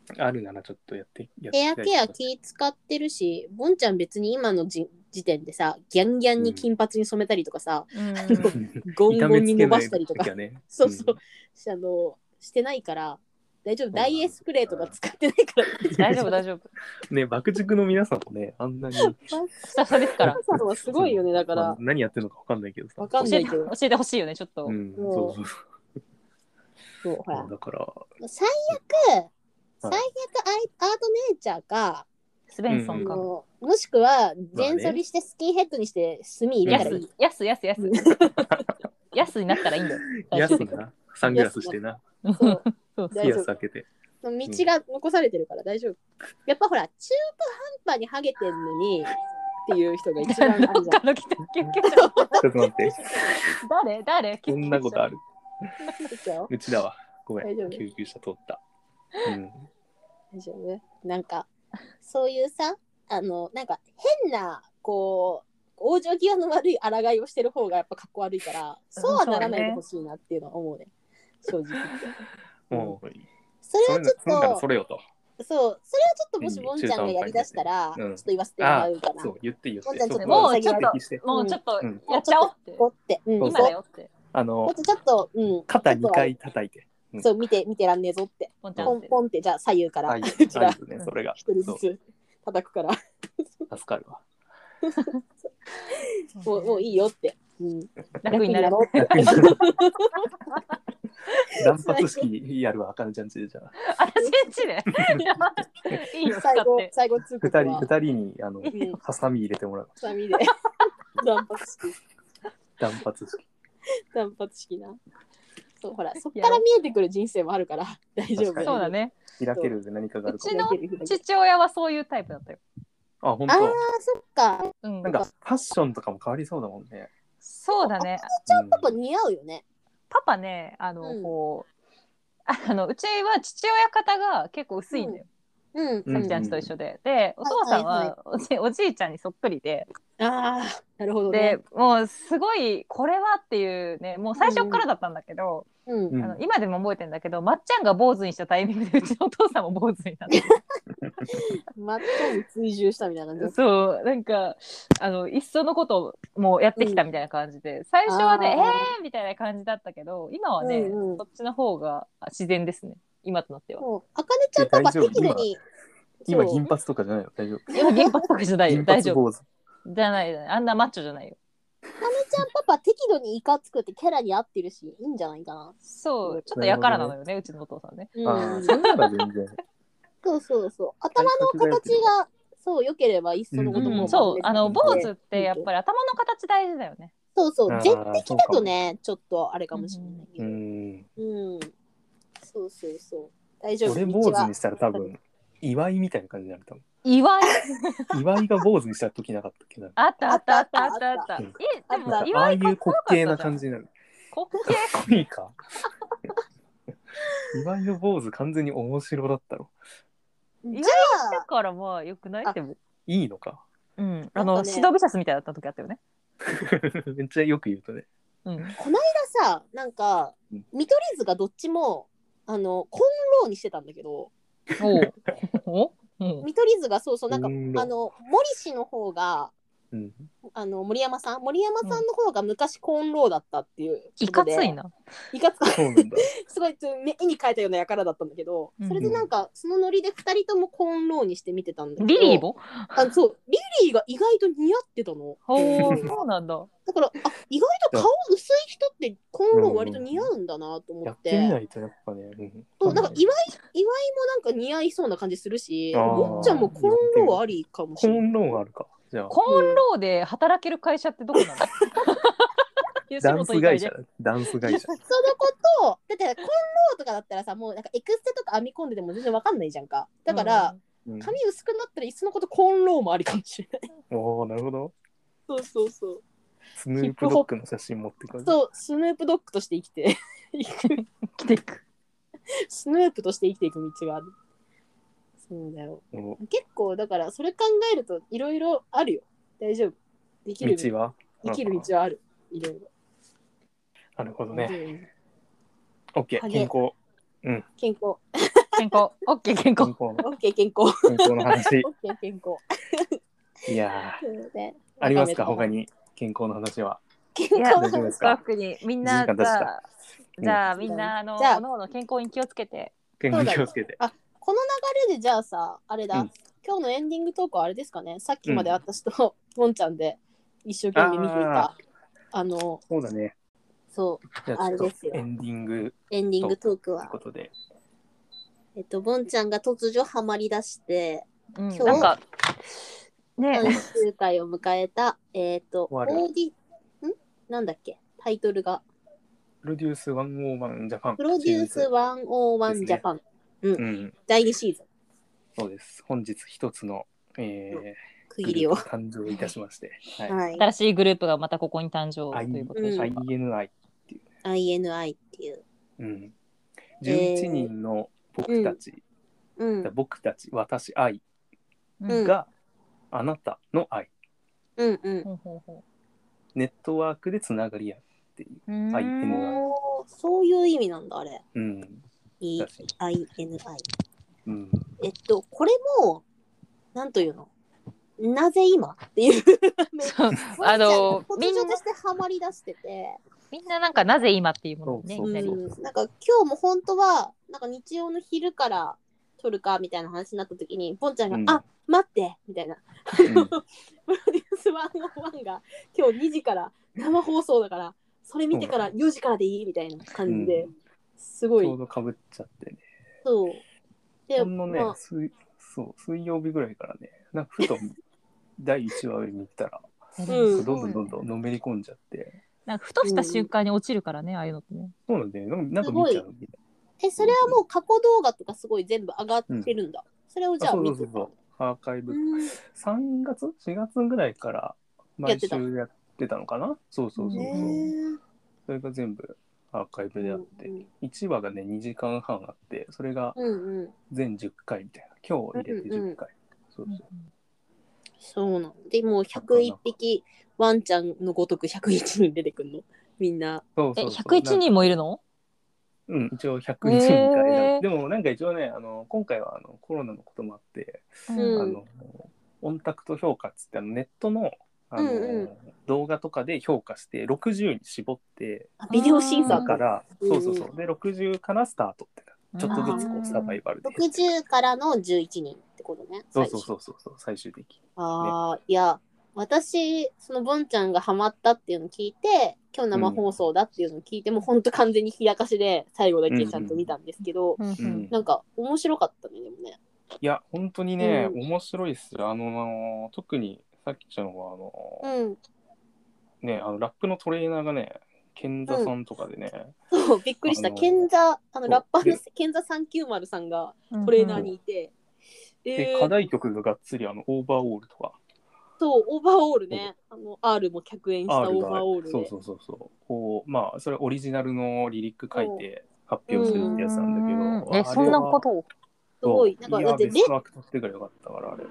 S2: う、あるならちょっとやって、やって
S1: ヘア
S2: みたい
S1: ケア 気使ってるし、ボンちゃん別に今のじ時点でさ、ギャンギャンに金髪に染めたりとかさ、
S3: うん
S1: ゴン
S2: 痛
S1: ゴ
S2: め
S1: ン
S2: つ
S1: に
S2: け
S1: 伸
S2: な
S1: ば
S2: い
S1: したりとか、
S2: 時はね、
S1: そうそう、あの、してないから、大丈夫、ダイエースプレーとか使ってないから、
S3: 大丈夫、大丈夫。
S2: うんね、爆竹の皆さんもね、あんなに。
S3: 久々ですから
S1: お。母さんはすごいよね、だか
S2: まあ
S1: ら、
S2: 何やってるのかわかんないけどさ。
S1: わかん
S3: 教
S1: な
S3: え
S1: い
S3: て
S1: けど、
S3: 教えてほしいよね、ちょっと。
S2: うん、
S1: もう
S2: そうそうそ
S1: そう、ほら
S2: う。、だから、
S1: 最悪、最悪アイアートネイチャーか、
S3: スベンソ
S1: あ
S3: ンか。
S1: のもしくは、全剃りしてスキンヘッドにして炭入れたらいい
S3: 安。、安、安、安。安になったらいいんだよ。最
S2: 安
S3: 終
S2: い
S3: 的に
S2: な。サングラスしてな。
S1: そう
S3: そ
S1: 大
S3: う
S2: ピ
S1: 丈
S2: ア
S1: 夫
S2: ス開けて。
S1: 道が残されてるから大丈夫。やっぱほら、中途半端にハゲてんのにっていう人が一番あるじゃ
S3: どっかの救急車
S2: ちょっと 待って、
S3: 誰誰
S2: そんなことあ
S3: る
S2: る。
S1: ん。ですよ
S2: うちだわ。ごめ
S1: 大丈
S2: ん。
S1: 夫
S2: 救急車通った。うん。
S1: 大丈夫なんか、そういうさ、あの、なんか変な、こう、往生際の悪い抗いをしてる方がやっぱかっこ悪いから、そうはならないでほしいなっていうのは思うね。正直。
S2: もう、
S1: そ
S2: そ
S1: れ
S2: れ
S1: はちょっと、
S2: そんなの
S1: そ
S2: それよと。
S1: う、それはちょっともし
S2: いい
S1: ボンちゃんがやりだしたら、
S2: 中途半端にねうん
S1: ちょっと言わせても
S2: あ
S1: らうか
S2: あ、そ
S1: な。
S2: う、言っていいよ
S1: ボンちゃんちょっと
S3: もうちょっと
S2: 指摘して。
S3: もうちょっと
S2: うん
S3: やっちゃおうって。
S1: こうって、うん、
S2: そう
S3: 今
S1: そう
S3: だよって。
S2: あの
S1: あ、とちょっと、うん、
S2: 肩2回叩いて。うん
S1: そう、見て、見てらんねえぞって。
S3: ポンちゃん
S1: ポ
S3: っ
S1: ン
S3: て。
S1: ポンって、じゃあ左右から
S2: あ、い
S1: 一
S2: い
S1: うちら
S2: あいいね、それが。
S1: 人ず
S2: そう
S1: つ叩くから、
S2: 助かる わ。
S1: もうもういいよって。うん、
S3: 楽になる
S1: ろ。う って。
S2: 断髪式やるわ、あかねちゃんちでじゃあ。
S3: 私んちで。いやいいよ、使っ
S1: 最後、
S3: て。
S1: 最後、つく
S2: 2
S1: と
S2: 人、
S1: は、
S2: 二人に、あの
S1: う、ん、
S2: ハサミ入れてもらう。
S1: つまみで。断髪式、
S2: 断髪式。
S1: 断髪式な。そう、ほら、そっから見えてくる人生もあるから、大丈夫。
S2: 確かに
S3: そうだ。ね。
S2: 開けるで何かがあるか
S1: 開
S2: も。
S1: ける開ける
S3: 父親はそういうタイプだったよ。
S2: あ、本
S1: あー
S2: 当。、
S1: そっか。
S3: うん
S2: なん。か、ファッションとかも変わりそうだもんね。
S3: そうだね。
S1: ちゃんパパ似合うよね。
S3: パパね、あの、
S1: うん
S3: こう。あのうちは父親方が結構薄いんだよ、
S1: うん。
S2: うん
S3: さきちゃんちと一緒で。でお父さん
S1: はいはい
S3: はおじおじいちゃんにそっくりで、
S1: ああ、なるほどね
S3: で。もうすごいこれはっていうねもう最初からだったんだけ
S1: うん。
S2: う
S3: ど、
S2: ん
S3: あの今でも覚えてんだけどまっちゃんが坊主にしたタイミングでうちのお父さんも坊主になって
S1: まっちゃんに追従したみたいな感じ。
S3: そうなんかあのいっそのことをもうやってきたみたいな感じで、最初はね
S1: あ
S3: え
S1: ー
S3: ーみたいな感じだったけど今はね、
S1: うんうん
S3: そっちの方が自然ですね今となっては。
S1: もう、あかねちゃんパパ
S2: 大丈夫
S1: 適度に。
S2: 今、
S1: そう
S2: 銀髪とかじゃないよ。大丈夫。
S3: 今銀髪とかじゃないよ
S2: 銀
S3: 大
S2: 髪
S3: 丈夫
S2: 坊主。
S3: じゃないじゃないあんなマッチョじゃないよ
S1: かねちゃんパパ適度にいかつくってキャラに合ってるしいいんじゃないかな。
S3: そうちょっとやからなのよねうちのお父さんね
S2: あ
S1: う
S2: あ、
S1: ん
S2: そんなら全 然。
S1: そうそうそう。頭の形がそう良ければいっそのこと
S2: うん
S1: も、
S3: そうあの坊主
S1: そ
S3: ってやっぱり頭の形大事だよね
S1: うそう
S2: あー
S1: 絶壁だとねちょっとあれかもしれないけ
S2: う
S1: ど。
S2: ん。
S1: うん、そうそうそう。大丈夫。
S2: 俺
S1: 道
S2: 坊主
S1: は
S2: にしたら多分、祝いみたいな感じになると思う。
S3: 岩井
S2: 岩井が坊主にした時なかったっけな。
S3: あったあったあったあったあった
S2: うん
S3: えで
S2: なん
S3: も
S2: かあ
S3: 岩
S2: あい
S3: 井
S2: う
S3: かっ
S2: 滑
S3: こよかったじ
S2: 稽
S3: ゃん
S2: な感じになる。
S3: 滑
S2: かっこいいか。岩井の坊主完全に面白だったろ。
S1: じ
S3: 意外稽だからまあよくない
S1: あ
S3: でも
S2: いいのか。
S3: うんあ
S1: なん
S3: の
S1: かね
S3: シドビシャスみたいだった時あったよね
S2: めっちゃよく言うとね。
S3: うん
S1: ゃさなんか
S2: うん
S1: 見取り図がどっちもあのコンローにしてたんだけど
S3: おうおう
S1: 見取り図がそうそうなんかあ
S2: コンロー
S1: の森氏の方が
S2: うん。
S1: あの森山さん森山さんの方が昔コンローだったっていうことで
S3: いかついな。
S1: い かつか
S2: そう なんだ。
S1: すごいちょ絵に描いたような輩だったんだけど
S3: うん
S1: それでなんかそのノリで2人ともコーンローにして見てたんだけど
S3: リリーも
S1: あそうリリーが意外と似合ってたの
S3: おおそうなんだ。
S1: だからあ意外と顔薄い人ってコーンロー割と似合うんだなと思
S2: や
S1: っ
S2: って
S1: て
S2: みないとやっぱね。うん
S1: そうなんか岩井岩井もなんか似合いそうな感じするし
S2: あー
S1: 坊ちゃんもコーンローありかもし
S2: コ
S1: れない
S2: ンローンあるか。じゃあ、
S3: コーンローで働ける会社ってどこ なの？吉
S2: ダン
S3: 本
S2: ス
S3: 以外
S2: 会
S3: で
S2: 社だ。ダンス 会社。
S1: そのことだってコーンローとかだったらさもうなんかエクステとか編み込んでても全然わかんないじゃんかだから、
S2: うん、
S1: 髪薄くなったらいっそのことコーンローもありかもしれない
S2: おおなるほど。
S1: そうそうそう
S2: スヌープドッグの写真持ってくる。
S1: そう、スヌープドッグとして生きて いく、
S3: 来ていく。
S1: スヌープとして生きていく道がある。そうだよ。
S2: お
S1: 結構、だから、それ考えると、いろいろあるよ。大丈夫。できる
S2: 道は
S1: 生きる道はある。いろいろ。
S2: なるほどね。
S1: うん
S2: オッケ
S1: ハ
S2: ー
S1: ゲ
S2: 健康
S1: 健康。
S3: 健康。オッケー
S2: 健
S3: 健康。
S2: 康
S1: オッケー健 康。
S2: 健康の 話
S1: オッケー健康。
S2: いや
S1: そうね
S2: ーありますか他。
S1: ま
S2: に健康の話は
S1: とめ
S3: い
S1: た健
S3: や
S1: 康
S2: 大丈夫ですか
S3: スタッフにみん
S2: 時
S3: な
S2: 間経
S3: じ
S2: ち
S3: ゃ
S2: た
S3: あじゃあ
S1: ん
S3: みんなあの
S1: じゃあ
S3: 各々健康に気をつけて。
S2: 健康に気をつけて
S1: この流れでじゃあさ、あれだ、
S2: うん
S1: 今日のエンディングトークはあれですかね、さっきまで私とのんちゃんで一生懸命見ていた、あの、
S2: そうだね
S1: そう、
S2: じゃあちょ
S1: あれ
S2: っ
S1: ですよ
S2: とエンディング
S1: エンディングトーク
S2: という
S1: は
S2: こ。とで
S1: えっと、ボンちゃんが突如ハマり出して、
S3: うん
S1: 今日
S3: なんかね
S1: 最終回を迎えた、えっと、オ
S2: 終わる
S1: ーディ、んなんだっけタイトルが、
S2: プロデュース101ジャパン
S1: プロデュース
S2: です
S1: 101
S2: ね
S1: ジャパン、
S2: うん
S1: 第2シーズン、
S2: そうです本日一つのえー
S1: 区切りを。
S2: グループが誕生いたしましては
S1: はい。
S3: 新しいグループがまたここに誕生
S2: はい
S3: ということでしょう
S2: い
S3: か。
S2: INI
S1: INI っていう。
S2: うん
S1: えー
S2: 11人の僕たち
S1: うん。
S2: 僕たち私愛
S1: うん
S2: があなたの愛
S1: うんうん。
S3: ほうほうほ
S2: ネットワークでつながり合うっていう
S3: う。うーん
S2: INI
S1: おーそういう意味なんだ、あれ。
S2: うん、
S1: E
S2: だし、
S1: INI。
S2: うん、
S1: えっと、これも、なんというのなぜ今っていう。
S3: そうあの
S1: 突
S3: みん
S1: 如
S3: な
S1: としてハマり出してて。
S3: みんななんかなぜ今っていうものにね
S2: そうそう
S3: いきなり
S1: うん、なんか今日も本当はなんか日曜の昼から撮るかみたいな話になった時にポンちゃんが「
S2: うん
S1: あ待って」みたいな
S2: う
S1: 「
S2: ん
S1: プロデュース101」が今日2時から生放送だからそれ見てから4時からでいいみたいな感じで、
S2: う
S1: すご
S2: ちょう
S1: い
S2: どかぶっちゃってね。
S1: そうで
S2: ほんのね、
S1: まあ
S2: 水そう水曜日ぐらいからね、なんかふと第1話を見たら、
S1: うん
S2: どんどんどんどんのめり込んじゃって、
S3: なんかふとした瞬間に落ちるからね、ああいうのってね。
S2: そうなんだよね、なんかなんか見ちゃうみたい
S1: えそれはもう過去動画とかすごい全部上がってるんだ、それをじ
S2: な。
S1: ゃあ
S2: あそう
S1: 見
S2: そうそ
S1: て
S2: うそう、アーカイブ。
S1: うん
S2: 3月 ?4 月ぐらいから
S1: やっ
S2: 毎
S1: てた
S2: 週やってたのかなそうそうそうそう、
S1: ね
S2: それが全部アーカイブであって
S1: う、ん
S2: 1話がね、2時間半あって、それが
S1: うんうん
S2: 全10回みたいな。今日入れて10回。そうそう。
S1: そうなんでもう101匹ワンちゃんのごとく101人出てくんのみんな
S2: そう
S3: え、
S2: そうそう
S3: 101人もいるの
S2: うん、一応101人から選ぶ
S3: へー
S2: でもなんか一応ねあの今回はあのコロナのこともあって、
S1: うん
S2: あのオンタクト評価っつってあのネットのあの、
S1: うんうん
S2: 動画とかで評価して60に絞って
S1: あビデオ審査
S2: だ
S3: うん
S2: か
S1: か。
S2: ら、
S1: うん
S2: そうそうそうで60からスタートってちょっとずつこ
S3: あー
S2: うサバイバルで
S1: 60からの11人ってことね。
S2: そうそう
S1: う。
S2: そうそうそう最終的に
S1: ああ、いや、私、そのボンちゃんがハマったっていうの聞いて、今日生放送だっていうの聞いて、もうほんと完全に冷やかしで最後だけちゃんと見たんですけど、
S3: うんう
S2: うんん
S1: なんか面白かったね、でもね。
S2: いや本当にね、
S1: う
S2: 面白いっすよあのあの特にさきちゃんはあの、
S1: うん。
S2: ねあのラップのトレーナーがね賢座さんとかでね、
S1: そう、びっくりした。
S2: あのー
S1: 賢者、あの、
S2: う
S1: ラッパーの賢者390さんがトレーナーにいて、え
S2: で課
S1: ー、
S2: 題曲ががっつりあのオーバーオールとか
S1: そう、オーバーオールね。あの、R も客演した
S2: R
S1: オー
S2: が
S1: バーオールで。
S2: そうそうそうそうこうまあそれオリジナルのリリック書いて発表するってやつなんだけど、あれ
S3: え、
S2: は
S3: そんなことを
S1: すごい。なんか、
S2: い
S1: だ
S2: や
S1: って
S2: ベ
S1: レ、
S2: ストアクトしてからよかったからあれ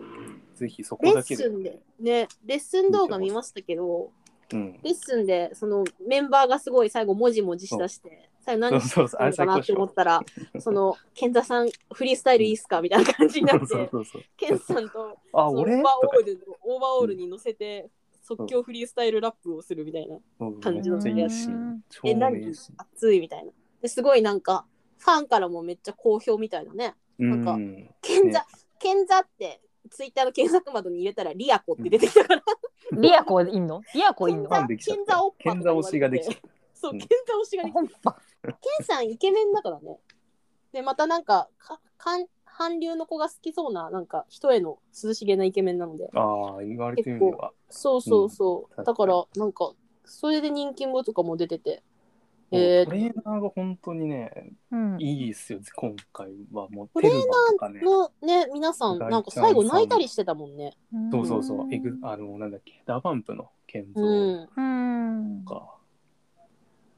S2: ぜひそこ
S1: レ
S2: だ
S1: ッ
S2: け
S1: ス
S2: で、
S1: ンで、ね、レッスン動画見ましたけど、
S2: うん、
S1: レッスンで、そのメンバーがすごい最後、もじもじしだして、最後何して
S2: そう
S1: る
S2: そうそうあれ
S1: のか
S2: 最
S1: なっ
S2: 高で
S1: て
S2: しょ
S1: 思ったら、その、健太さん、フリースタイルいいっすかみたいな感じになっ
S2: そう
S1: て、
S2: そうそう
S1: 健さんと、
S2: あ
S1: そのオーバー
S2: 俺と
S1: オ
S2: か
S1: ールのオーバーオールに乗せて即興フリースタイルラップをするみたいな、
S2: そう
S1: 感じ
S2: め
S1: の
S2: っちゃいいシー
S3: う
S2: ン
S3: ん
S2: 超
S1: え
S2: 名
S1: 何
S2: いいシーン
S1: 熱いみたいなですごいなんかファンからもめっちゃ好評みたいなねなんか
S2: うん
S1: 賢者
S2: ね
S1: 賢者ってツイッターの検索窓に入れたらリアコって出てきた から
S3: リアコいんのリアコいんの
S2: ファンできちゃった
S1: 賢者オッパとか言われて
S2: 賢者推しができちゃった
S1: そう
S2: うん
S1: 賢者推しがね
S3: ほんま
S1: 健さんイケメンだからねでまたなんかかかん韓流の子が好きそうななんか人への涼しげなイケメンなので
S2: ああ言われてみれば
S1: そうそうそう、
S2: うん
S1: だからなんかそれで人気もとかも出てて
S2: もう
S1: えー
S2: トレーナーが本当にね、
S3: うん
S2: いいですよ、今回は。もう
S1: ト
S2: テ
S1: レーナ
S2: ル
S1: ー
S2: マとかね。
S1: のね皆さん
S2: 大ちゃん
S1: なんか最後泣いたりしてたもんね。
S2: そうそうそう、エグ
S3: う
S2: あの、なんだっけ、ダバンプの建
S1: う
S2: 造
S1: ん。
S3: ん。
S2: とか、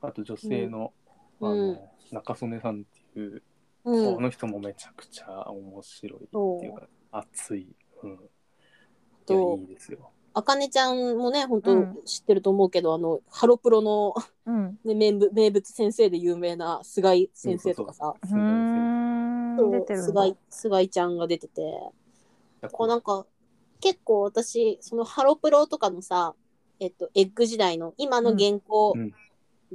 S2: あと女性の,、
S1: うん
S2: あ
S1: う
S2: の中曽根さんっていう、
S1: う
S2: こ
S1: ん。
S2: の人もめちゃくちゃ面白いっていうか、熱い。うん、いや
S1: と
S2: いいですよ。
S1: あかねちゃんもね本
S3: う
S1: 当
S3: ん
S1: 知ってると思うけど、あのハロプロの、
S3: うん。
S1: ね、名物名物先生で有名な菅井先生とかさ。
S2: すごいですよ
S1: そう
S3: 出てるんだ
S1: 菅井菅井ちゃんが出てて、
S2: だ
S1: こ
S2: か
S1: う
S2: ら
S1: なんか結構私そのハロプロとかのさ、えっとエッグ時代の今の現行
S2: うん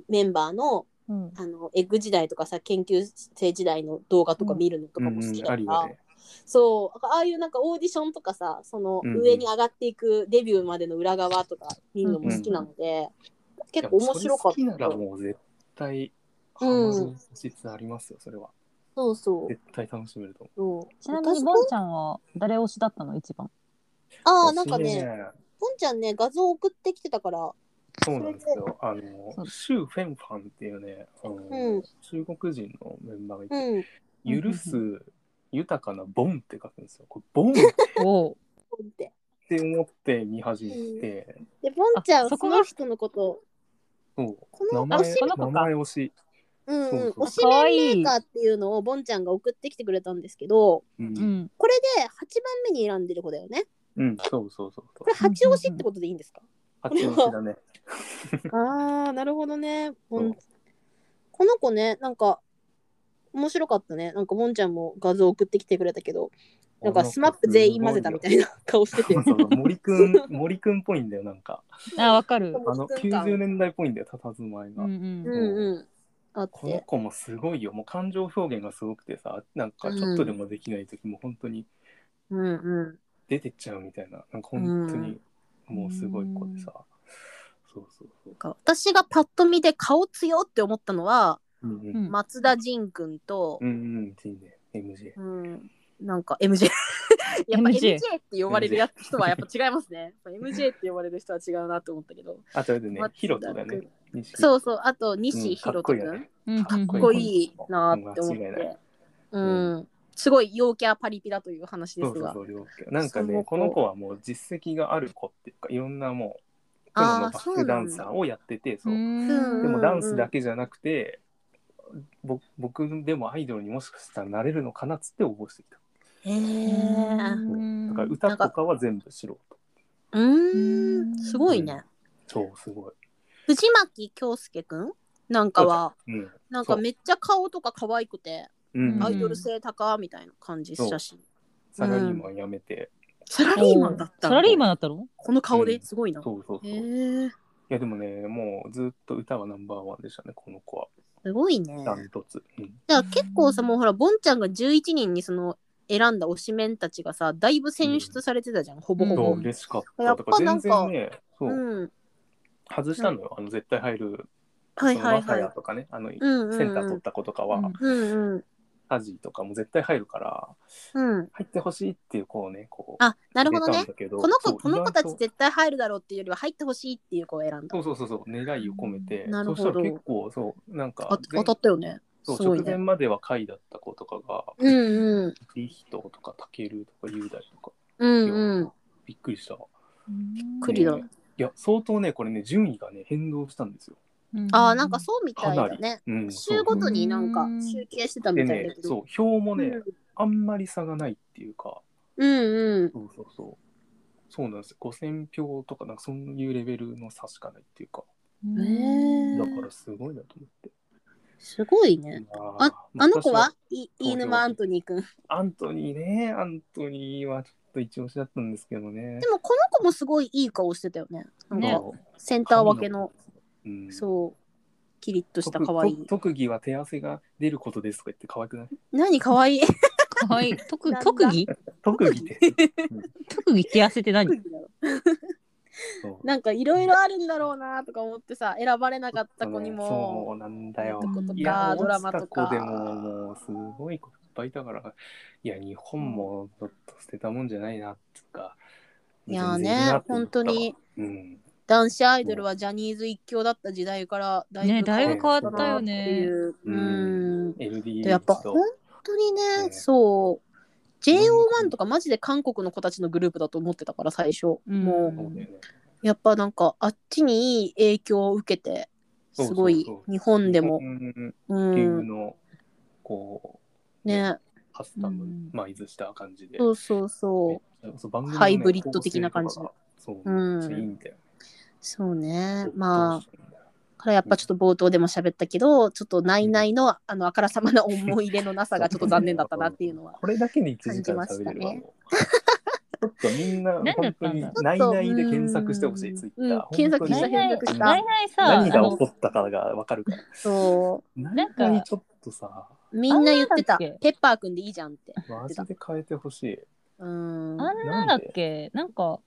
S1: メンバーの、
S3: うん
S1: あのエッグ時代とかさ研究生時代の動画とか見るのとかも好きだから、
S2: うんうんあるよね。
S1: そうああいうなんかオーディションとかさその
S2: うんうん
S1: 上に上がっていくデビューまでの裏側とか見るのも好きなので、結構面白かっ
S2: いやもうそれ好きな
S1: た
S2: らもう絶対、ハマる質ありますよ、それは。
S1: そうそう
S2: 絶対楽しめると思
S1: そう
S3: ちなみに、
S1: 私
S3: ボンちゃんは誰推しだったの一番。
S2: う。
S1: ああなんか
S2: 惜しい
S1: ねポンちゃんね画像送ってきてたから
S2: そうなんですよ。あ
S3: そ
S2: の、
S3: う
S2: シュウ・フェンファンっていうね、あの
S1: うん
S2: 中国人のメンバー
S1: う
S2: がいて、
S1: ん
S3: うん
S2: 許す豊かなボンって書くんですよ。これボンっ
S3: おお。
S1: ポンって
S2: て思って見始めて、
S1: でポンちゃん
S3: あ
S1: そ
S3: そこが
S1: の人のこと
S2: そう
S1: この
S2: 名
S1: あ
S2: 前
S1: 推し
S3: この子か
S2: 名前推し。
S1: うんうん
S2: そう
S1: 推し
S3: かわい
S1: メン
S3: い
S1: バ。ーっていうのをボンちゃんが送ってきてくれたんですけど
S2: う、
S3: うんん。
S1: これで8番目に選んでる子だよね
S2: うん、そうそうそうそ
S1: こ
S2: う
S1: れ。八推しってことでいいんですか
S2: 八推しだね。
S1: ああなるほどね。ほん
S2: そう
S1: この子ねなんか面白かったね。なんかもんちゃんも画像送ってきてくれたけど なんかスマップ全員混ぜたみた
S2: い
S1: いな顔してて。
S2: そうそう森くん、森くんっぽいんだよ、なんか。
S3: あ、わかる。
S2: あ
S1: 森
S2: の、
S1: くん感
S2: 90年代っぽいんだよ、佇まいが
S3: う。
S1: うんんうん。あっ
S2: この
S1: て。
S2: 子もすごいよもう感情表現がすごくてさなんかちょっとでもできない時も本当に
S1: うんう
S2: 出てっちゃうみたいななんか本当にもうすごい子でさ、そうそうそう、
S1: ん。私がパッと見で顔強って思ったのは
S2: うんう、
S3: うんん。
S1: 松田仁君と
S2: う、んうんいいね MJ
S1: うん、なんか MJ やっぱ MJ って呼ばれるやつ人はやっぱ違いますねやっぱ MJ って呼ばれる人は違うなと思ったけど
S2: あとあれでね
S1: 松田
S2: ヒロトだね
S1: 君
S2: 西
S1: そうそうあと
S2: うん
S1: 西
S2: か
S1: ひ
S2: っ
S1: ろ
S2: こ
S1: と
S2: いい
S1: く
S2: よ
S1: ん
S2: ね
S3: うん
S2: かっ
S1: かっ
S2: こ
S1: こ
S2: い
S1: い
S2: い
S1: いなーって思っ
S2: 間違いな
S1: て
S2: い。
S1: うん。すごい陽キャパリピだという話で
S2: そ
S1: す
S2: うそう
S1: が
S2: そ。う両家なんか
S1: その
S2: ね
S1: 子
S2: この子はもう実績がある子っていうかいろんなもうプロのバックダンサーをやっててそう
S1: うん
S2: で
S3: う
S2: もダンスだけじゃなくて、ぼ僕でもアイドルにもしかしたらなれるのかなっつって応募してきた。
S1: へ
S3: ん。
S2: だから歌とかは全部素人。
S1: うーん。すごいね。
S2: そうすごい。
S1: 藤巻京介くんなんかは、
S2: うん。
S1: なんかめっちゃ顔とか可愛くて、
S2: うん。
S1: アイドル性高みたいな感じしたし。
S2: サラリーマン辞めて。
S1: サラリーマンだった
S3: サラ
S1: の
S3: リーマンだったの
S1: この顔
S2: う
S1: で
S2: ん
S1: すごいな。
S2: そうそうそう。
S1: へ
S2: い
S1: え。
S2: やでもね、もうずっと歌はナンバーワンでしたね、この子は。
S1: すごいね。
S2: ダントツ。うん。
S1: だから結構さ、もうほら、ボンちゃんが11人にその、選んだ推しメンたちがさ、だいぶ選出されてたじゃん、ほぼほ
S2: そ
S1: ぼ
S2: う、。嬉しかった。
S1: やっ
S2: だ
S1: ぱ
S2: から全然ね、そうう、
S1: ん。
S2: 外したのよ。あの、絶対入る。
S1: はい
S2: その
S1: はい
S2: マサ
S1: はい
S2: ヤ。とかね、あの、セ
S1: うんうん
S2: ンター取った子とかは、
S1: うんうん
S2: アジとかも絶対入るから、
S1: うん。
S2: 入ってほしいっていう子をね、こう。
S1: あ、なるほど
S2: 入
S1: ね
S2: れたん。だけど
S1: この
S2: そ
S1: 子、
S2: う
S1: この子たち
S2: 意外と
S1: 絶対入るだろうっていうよりは入ってほしいっていう子を選んだ
S2: そ。うそうそうそう願いを込めて、
S1: なるほど
S2: そしたら結構そうなんか
S1: あ
S2: 全
S1: 当たったよね。
S2: そう
S1: すごい
S2: 直
S1: ね
S2: 前までは甲斐だった子とかが、
S1: うんうん。
S2: リヒトとかタケルとか雄大とか、
S1: うんうん。
S2: びっくりした。
S1: クリだ
S2: ね。いや、相当ね、これね、順位がね、変動したんですよ。
S1: ああ、なんかそうみたいだ
S2: かな
S1: ね。
S2: うん、
S1: 週ごとになんか
S4: うん
S1: 集計してた
S2: で
S1: みたいだ
S2: ね
S1: け、
S2: そう
S1: ど。、
S2: 表もね、
S1: うん
S2: あんまり差がないっていうか、
S1: うんうん。
S2: そうそうそう。そうなんですよ5000票とか、なんかそういうレベルの差しかないっていうか、
S1: ねえ
S2: だからすごいなと思って。
S1: すごいね。
S2: ま
S1: あの子
S2: 私
S1: はイ
S2: 投票
S1: イヌマアントニーくん。
S2: アントニーね、アントニーはちょっと一押しだったんですけどね
S1: で。もこの子もすごいいい顔してたよね。なん
S4: ね
S1: かセンター分けの、そう、キリッと
S2: と
S1: した可愛
S2: 特
S1: い。
S2: 特技は手汗が出ることですとか言って可愛くない
S1: 何可 愛い
S3: かわいい。特
S1: なんだ
S3: 特技
S2: 特技って。
S3: 特技手汗って何
S2: そう
S1: なんかいろいろあるんだろうなとか思ってさ、選ばれなかった子にも。
S2: そうなんだよ
S1: と。こと
S2: いや
S1: か、ドラマと
S2: 大阪
S1: か。
S2: でももうすごい子いっぱいいたから、いや、日本もちょっと捨てたもんじゃないなっていうか。
S1: いやー
S2: 全然いるな
S1: ね
S2: っ、て思
S1: 本
S2: った
S1: 当
S2: わ
S1: に。
S2: うん。
S1: 男子アイドルはジャニーズ一強だった時代からだ
S3: ねだいぶ
S2: 変わったよ
S3: ね
S1: っていう。
S2: う
S1: うんん。
S2: LD
S1: でやっぱ本当に
S2: う
S1: ね、
S2: ん
S1: そう。JO1 とかマジで韓国の子たちのグループだと思ってたから最初、
S4: うん
S1: も
S2: そうだよね
S1: うやっぱなんかあっちにいい影響を受けて
S2: そうそうそう
S1: すごい日本でも
S2: 日本
S1: う
S2: 流
S1: ん
S2: の、こう、
S1: ね
S2: カスタム、
S4: うん
S2: まあ、イズした感じで。
S1: そうそうそう
S2: そう番組のね
S1: ハイブリッド的な感じ
S2: 構成とかがそう、
S1: うん
S2: めっちゃいいんだよ。
S1: そうねまあ
S2: あ。
S1: からやっぱちょっと冒頭でも喋ったけどちょっと内々のあのあからさまな思い入れのなさがちょっと残念だったなっていうのは
S2: これだけで1時間
S1: 感じ
S2: 喋
S1: ました
S2: れるわ、
S1: ね
S2: もうちょっとみんな
S3: 何だったん
S2: 本
S3: だ
S2: 当に内々で検索してほしい、
S1: うん
S2: ツイッ
S1: うん
S2: ター。
S1: 検索
S3: な
S1: した
S3: いな
S1: 検
S3: い
S1: 索した
S3: ないないさ、
S2: 何
S3: あ
S2: が
S3: の
S2: 起こったかがわかるから。
S1: そう
S2: なん
S3: んか
S2: かちょっとさ、
S1: みんな言ってた
S3: あんなんだっけ
S1: ペッパーくんでいいじゃんって
S2: マジで変えてほしい。
S1: うん
S3: あんなだっけなんか、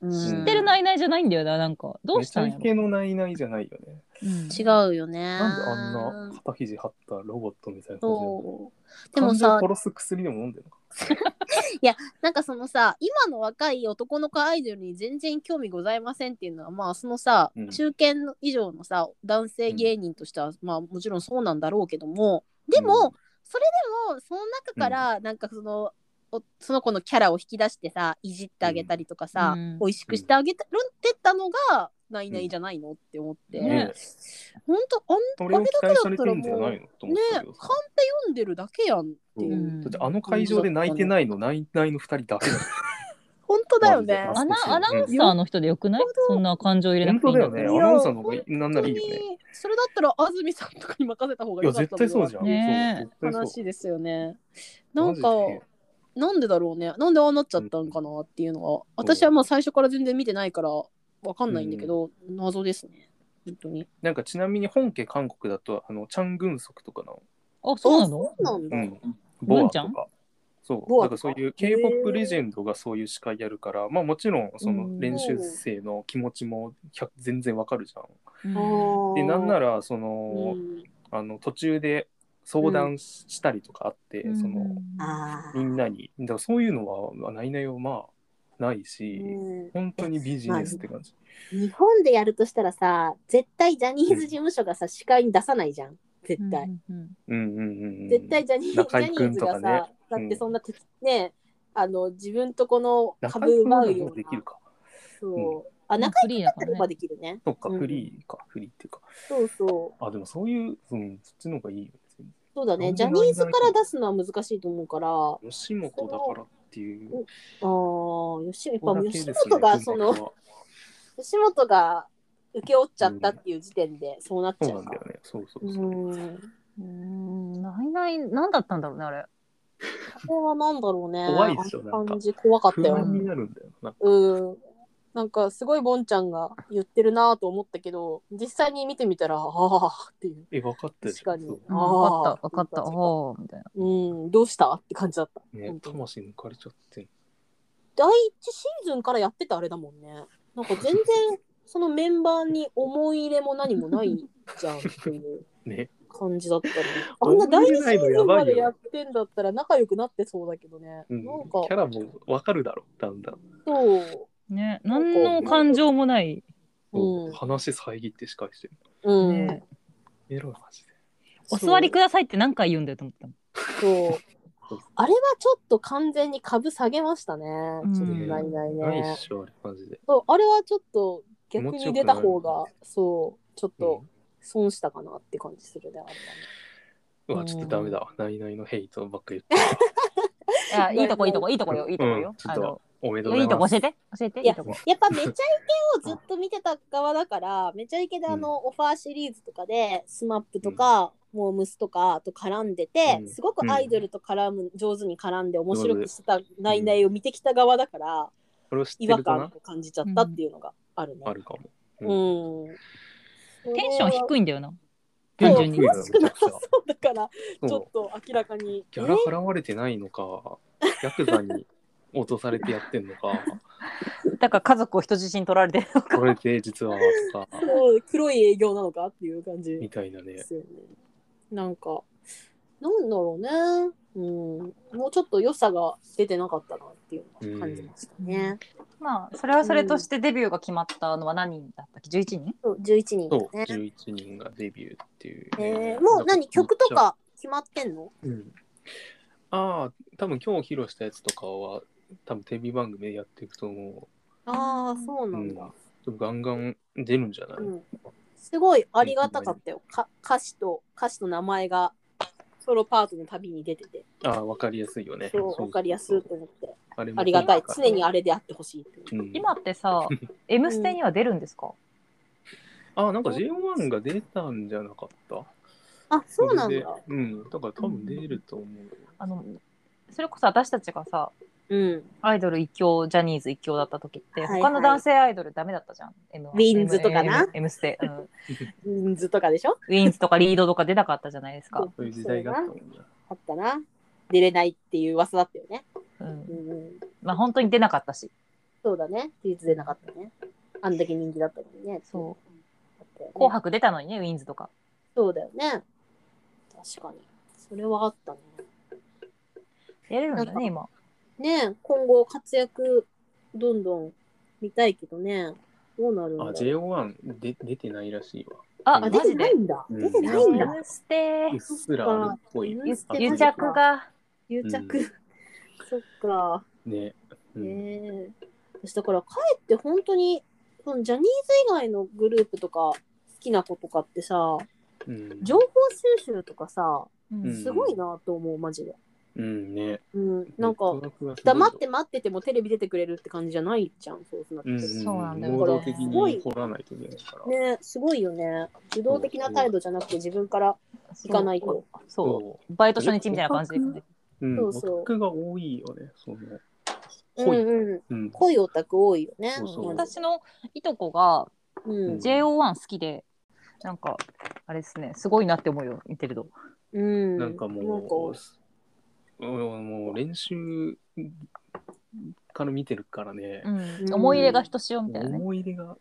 S1: うん
S3: 知ってるないないじゃないんだよな、なんか。どう
S2: め
S3: し
S2: ちゃ
S3: た
S2: イ
S3: んやろ
S2: ケの内々じゃないよね。
S3: うん
S1: 違うよね
S2: なんであんな肩肘張ったロボットみたいな感じなの
S1: そうでもさ
S2: 感情を殺す薬でも飲んでるのか。
S1: なんかそのさ今の若い男の子アイドルに全然興味ございませんっていうのはまあそのさ、
S2: うん
S1: 中堅以上のさ男性芸人としては、まあもちろんそうなんだろうけどもでも、
S2: うん
S1: それでもその中からなんかその、おその子のキャラを引き出してさいじってあげたりとかさ、
S3: うん
S1: 美味しくしてあげてるってったのが、ないないじゃないのって思って、
S3: ね
S2: ね
S1: ほんとあん
S2: それを期待されてるんじゃないのと思
S1: ね
S2: った
S1: カン
S2: け
S1: ペ
S2: どさ。
S1: 読んでるだけやんっていう、
S3: うん
S2: だってあの会場で泣いてないの、泣いないの二人だけだよ
S1: ほんとだよね
S2: マジで
S3: アナアナウンサーの人でよくないそんな感情入れな
S2: 本
S3: くてい
S2: 当
S3: いん
S2: だ
S3: だ
S2: よ
S3: か
S2: ね。
S3: ら
S1: いや
S2: アナウンサーの方がいなんならいいよね。
S1: 本当にそれだったら安住さんとかに任せた方が
S2: いや、
S1: 良かった
S2: 絶対そうじゃん。
S3: ね
S2: そう絶対そう
S1: 話ですよねなんか
S2: マジで
S1: なんでだろうねなんでああなっちゃったんかなっていうのは、私はまあ最初から全然見てないからわかんないんだけど、謎ですね本当に
S2: なんかちなみに本家韓国だと、あの、チャン・グンソクとかの、
S3: あ、そうなの
S1: そうなんだ、
S2: うん、
S3: グ
S2: ボ
S3: ン
S2: ア
S3: ちゃん
S2: とか。そう、
S1: ボ
S2: だ
S1: ア
S2: か
S1: と
S2: ら
S1: か
S2: そういう K-POP レジェンドがそういう司会やるから、まあもちろんその練習生の気持ちも100全然わかるじゃん。
S3: うん
S2: で、なんな
S1: ら、
S2: ら、そうの、
S1: ん、
S2: あの、途中で相談ししたりとかあって、その、
S1: あ
S2: みんなに。だからそういうのは、まあないないはまあ、ないし、
S1: ー
S2: 本当にビジネスって感じ。
S1: 日本でやるとしたらさ絶対ジャニーズ事務所がさ司会に出さないじゃん絶対、
S3: うんう
S2: う
S3: ん
S2: んうんうんうん。
S1: 絶対ジャニー,、
S2: 中居
S1: ジャニーズがさ、
S2: 君とかね
S1: だってそんなて、ねあの自分とこの
S2: 中
S1: 株奪う
S2: 居君
S1: よ
S2: も
S1: う
S2: でき
S1: な
S2: るか。
S1: そうあ
S3: うん。
S1: 中
S3: フリーだ
S1: 居
S3: から
S1: 君は
S3: ね。
S1: できるね
S2: そっか、
S1: うん
S2: フリーか、フリーっていうか。
S1: そうそう
S2: あ、でもそういう、うん、そっちの方がいいよね。
S1: そうだ
S2: な
S1: ね
S2: ん
S1: ジ
S2: で
S1: ャニーズから出すのは難しいと思うからあ
S2: 吉本だからっていう。
S1: ー吉やっ
S2: ここ
S1: ぱ
S2: だけです
S1: 吉
S2: ね
S1: 本がそ
S2: 文
S1: の
S2: 化は
S1: 吉本が請け負っちゃったっていう時点でそうなっ
S2: そ
S1: ち
S2: う
S1: ゃう
S2: な
S1: んか
S2: だよね。そうそううそう。
S1: ん
S3: うん、ないない、なんだったんだろうね、あれ。
S1: これはなんだろうね
S2: 怖いっしょ
S1: あの
S2: なんか
S1: 感じ怖かった
S2: 不
S1: よ
S2: 安
S1: ね
S2: になるんだよな。
S1: うんなんかすごいボンちゃんが言ってるなぁと思ったけど実際に見てみたらああっていう
S2: え、分かったでし
S1: 確か
S2: ょ
S1: に
S2: そう
S1: あー
S3: わかった、わかった、
S1: そうかそうか
S3: おーみたいな。
S1: うんどうしたって感じだった
S2: ね
S1: 本、当に
S2: 魂抜かれちゃってる。
S1: 第一シーズンからやってたあれだもんねなんか全然そのメンバーに思い入れも何もないじゃんっていう
S2: ね。
S1: 感じだったねあ
S2: 思
S1: ん
S2: い
S1: な第
S2: 入れ
S1: 二シ
S2: ない
S1: ー
S2: の
S1: ズ
S2: や
S1: ン
S2: ば
S1: ま
S2: いよね
S1: でやってんだったら仲良くなってそうだけどね、
S2: うん、キ
S1: なんか
S2: ャラも分かるだろう、だんだん。
S1: そう
S3: ね、
S1: なんか
S3: 何の感情もない。
S2: そう
S1: うん
S2: 話遮って司会してる。
S1: うん、
S3: ね
S2: エロいマジで。
S3: お座りくださいって何回言うんだよと思ったもん
S1: そう
S2: そう。
S1: あれはちょっと完全に株下げましたね。
S3: うん
S1: ちょっとないない
S2: ないっ
S1: ね。
S2: しょ、あれ、マジで。
S1: そうあれはちょっと逆
S2: 気持ちよ
S1: に
S2: くな
S1: 出
S2: る
S1: た方が、そう、ちょっと
S2: う
S1: 損したかなって感じするね。あれはね
S2: んう
S1: う
S2: わ、
S1: ん
S2: ちょっとダメだわ。ナイナイのヘイトばっか言 って。
S3: いやいいとこいいとこいいとこよいいとこ
S2: う
S3: よ
S2: ん、ちょっ
S3: あの
S2: とおめでと
S3: いやいいうと
S2: ご
S3: こ
S2: ざ
S3: 教
S2: い
S3: え
S2: ます。
S3: て教えてい
S1: いや
S3: いとこ
S1: やっぱめちゃイケをずっと見てた側だから、めちゃイケであの、オファーシリーズとかで、スマップとか、モームスとかと絡んでて、
S2: うん
S1: すごくアイドルと絡む、上手に絡んで面白くしてたナイナイを見てきた側だから、
S2: これを知って
S1: 違
S2: る
S1: 和
S2: と
S1: 感
S2: な、
S1: を感じちゃったっていうのがあるね。
S2: あるかも。
S1: うん。テ
S3: テンション低いんだよな
S1: そう
S3: 単純に
S2: 低いの
S1: 楽
S2: よ
S1: しく
S2: めち
S1: な
S2: ゃ
S1: さ
S2: くち ゃ
S1: そうだから、ちょ
S2: そ
S1: っと明らかに。
S2: う。ギャラ払われてない のか、ヤクザに落とされてやってんのか、
S3: だから家族を人質に取られてるのか
S2: これで実はとか
S1: え、そう黒い営業なのかっていう感じ
S2: みたいな
S1: で
S2: ね。
S1: すよね。なんか、なんだろうね。うん。もうちょっと良さが出てなかったなっていうのは感じましたね。
S4: ま
S3: それはそれとしてデビューが決まったのは何人だったっけ11人
S1: そう11人だ
S2: そう、
S1: ね。
S2: 11人がデビューっていうね、
S1: えー、もう何曲とか決まってんの
S2: うん、ああ、多分今日披露したやつとかは、多分テレビ番組でやっていくと思
S1: ああ、そうなんだ。
S2: う。ガンガン出るんじゃない、
S1: うんすごいありがたかったよ。か歌詞と歌詞と名前がソロパートの旅に出てて、
S2: ああ、わかりやすいよね。
S1: そうわかりやすいと思って、
S2: あれも
S1: ありがたい。
S2: そうか
S1: 常にあれであってほしいっていう。
S2: うん
S3: 今っ てさ「M ステ」には出るんですか、
S2: あ、なんか J1 が出たんじゃなかった
S1: あ、そうなん
S2: れで
S1: だ。
S2: うん。だから多分出ると思う。
S3: あのそれこそ私たちがさ
S1: うん。
S3: アイドル一強ジャニーズ一強だった時って
S1: はいはい
S3: 他の男性アイドルダメだったじゃん、M は
S1: ウィンズとかな
S3: M, M ステ、うん
S1: 人数とかでしょ
S3: ウィンズとかリードとか出なかったじゃないですか、
S2: そういう時代があったもんな。
S1: あったな。出れないっていう噂だったよね。う
S3: う、
S1: んんうん。
S3: まあ本当に出なかったし
S1: そうだね。事実出なかったね。あんだけ人気だったのにね。
S3: そう
S1: だったよね
S3: 「紅白」出たのにねウィンズとか
S1: そうだよね。確かに。それはあったね。
S3: 出れるんだ
S1: なんか
S3: ね今
S1: ねえ今後活躍どんどん見たいけどねどうなるんだ
S2: あ、
S1: ろう
S2: J1 で出てないらしいわ。
S3: あ
S1: あ
S3: マ
S1: 出て
S3: ジ
S1: な
S3: で
S1: いんだ
S2: うん
S1: 出てないんだ
S3: M ステ
S2: うっすらあるっぽい。
S1: そっか
S3: ゆ
S1: ステ
S3: 癒着が
S1: 癒着、
S2: う
S1: そっか
S2: ね。うん
S1: ねえ私だからかえって本当にそのジャニーズ以外のグループとか好きな子とかってさ
S2: うん
S1: 情報収集とかさ
S2: うん
S1: すごいなと思うマジで、
S2: うんね。
S1: うん、なん
S2: ネッ
S1: か
S2: トワークがすごいぞ
S1: 黙って待っててもテレビ出てくれるって感じじゃないじゃんそうなってく
S2: うん
S1: ると
S2: うん、
S3: そうなんだよね
S2: 能動的に掘らないといけないから。
S1: ねすごいよね受動的な態度じゃなくて自分から行かないと
S3: そう
S2: そ
S3: バイト初日みたいな感じですね
S2: う。う
S1: そう
S2: ん。オタ
S1: そう
S2: クが多いよね。その。
S1: う
S2: 濃い。
S1: んうん
S2: うん。
S1: 濃いオタク多いよね
S2: そうそう
S1: なんか
S3: 私のいとこが
S1: うん
S3: JO1 好きでなんかあれですねすごいなって思うよ見てると
S1: うん、
S2: なんかもう、うんもう練習から見てるからね。
S1: うん
S3: 思い入れがひとしおみたいなね。
S2: 思い入れが。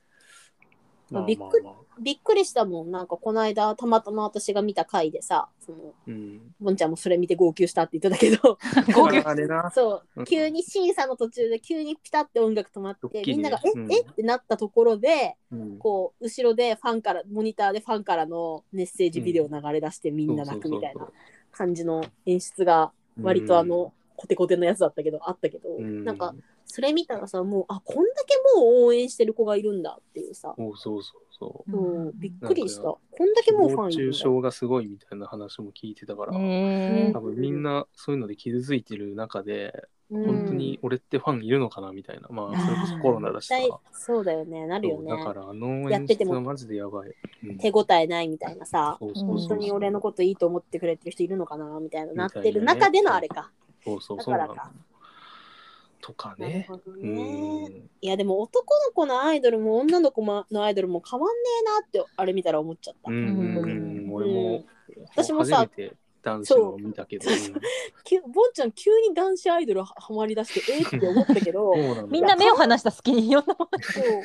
S1: まあびっくり
S2: まあ
S1: びっくりしたもんなんかこの間たまたま私が見た回でさその
S2: うん。
S1: ボンちゃんもそれ見て号泣したって言ってたけ ど
S3: 号泣
S2: あれな。
S1: そううん急に審査の途中で急にピタッて音楽止まっ
S2: ド
S1: て
S2: ッキ
S1: みん
S2: リ
S1: なが「え、
S2: うん
S1: えっ?」てなったところで
S2: うん
S1: こう後ろでファンからモニターでファンからのメッセージビデオ流れ出してみんな泣くみたいな感じの演出が割とあ、のコテコテのやつだったけどあったけど、
S2: う
S1: なんか、それ見たらさもうあこんだけもう応援してる子がいるんだっていうさ、
S2: そうそうそうそう。
S1: うん、びっくりした
S2: なん
S1: こんだけもうファンいる
S2: 誹謗中
S1: ん
S2: 傷
S1: だ
S2: がすごいみたいな話も聞いてたから、
S3: え
S2: 多分みんなそういうので傷ついてる中で、
S1: うん
S2: 本当に俺ってファンいるのかなみたいな、ま
S3: あ
S2: あ
S3: ー
S2: それこそコロナだし
S1: 絶
S2: さ、
S1: 対そうだよねなるよ
S2: そう
S1: ね
S2: だからあの
S1: やっ
S2: 演
S1: てて
S2: 出
S1: も
S2: はマジでやばい。うん
S1: 手応えないみたいなさ
S2: そうそう
S1: 本
S2: そ
S1: 当
S2: う
S1: に俺のこといいと思ってくれてる人いるのかなみたいななってる
S2: みたいな
S1: 中
S2: ね
S1: でのあれか、
S2: そうそう
S1: だ
S2: そう
S1: か
S2: な
S1: ら
S2: の
S1: か。
S2: とか
S1: なる
S2: ね。
S1: ほど
S2: う
S1: ね
S2: ん。
S1: いやでも男の子のアイドルも女の子ものアイドルも変わんねえなってあれ見たら思っちゃった、
S2: うんうんうん俺
S1: う
S2: も
S1: ん私もさ
S2: 初めて男子のを見たけど、
S1: そうきゅボンちゃん急に男子アイドルはハマりだしてえーって思ったけ ど
S2: うんそうなんだ
S3: みんな目を離した隙にいろ んなもの
S1: そう変わ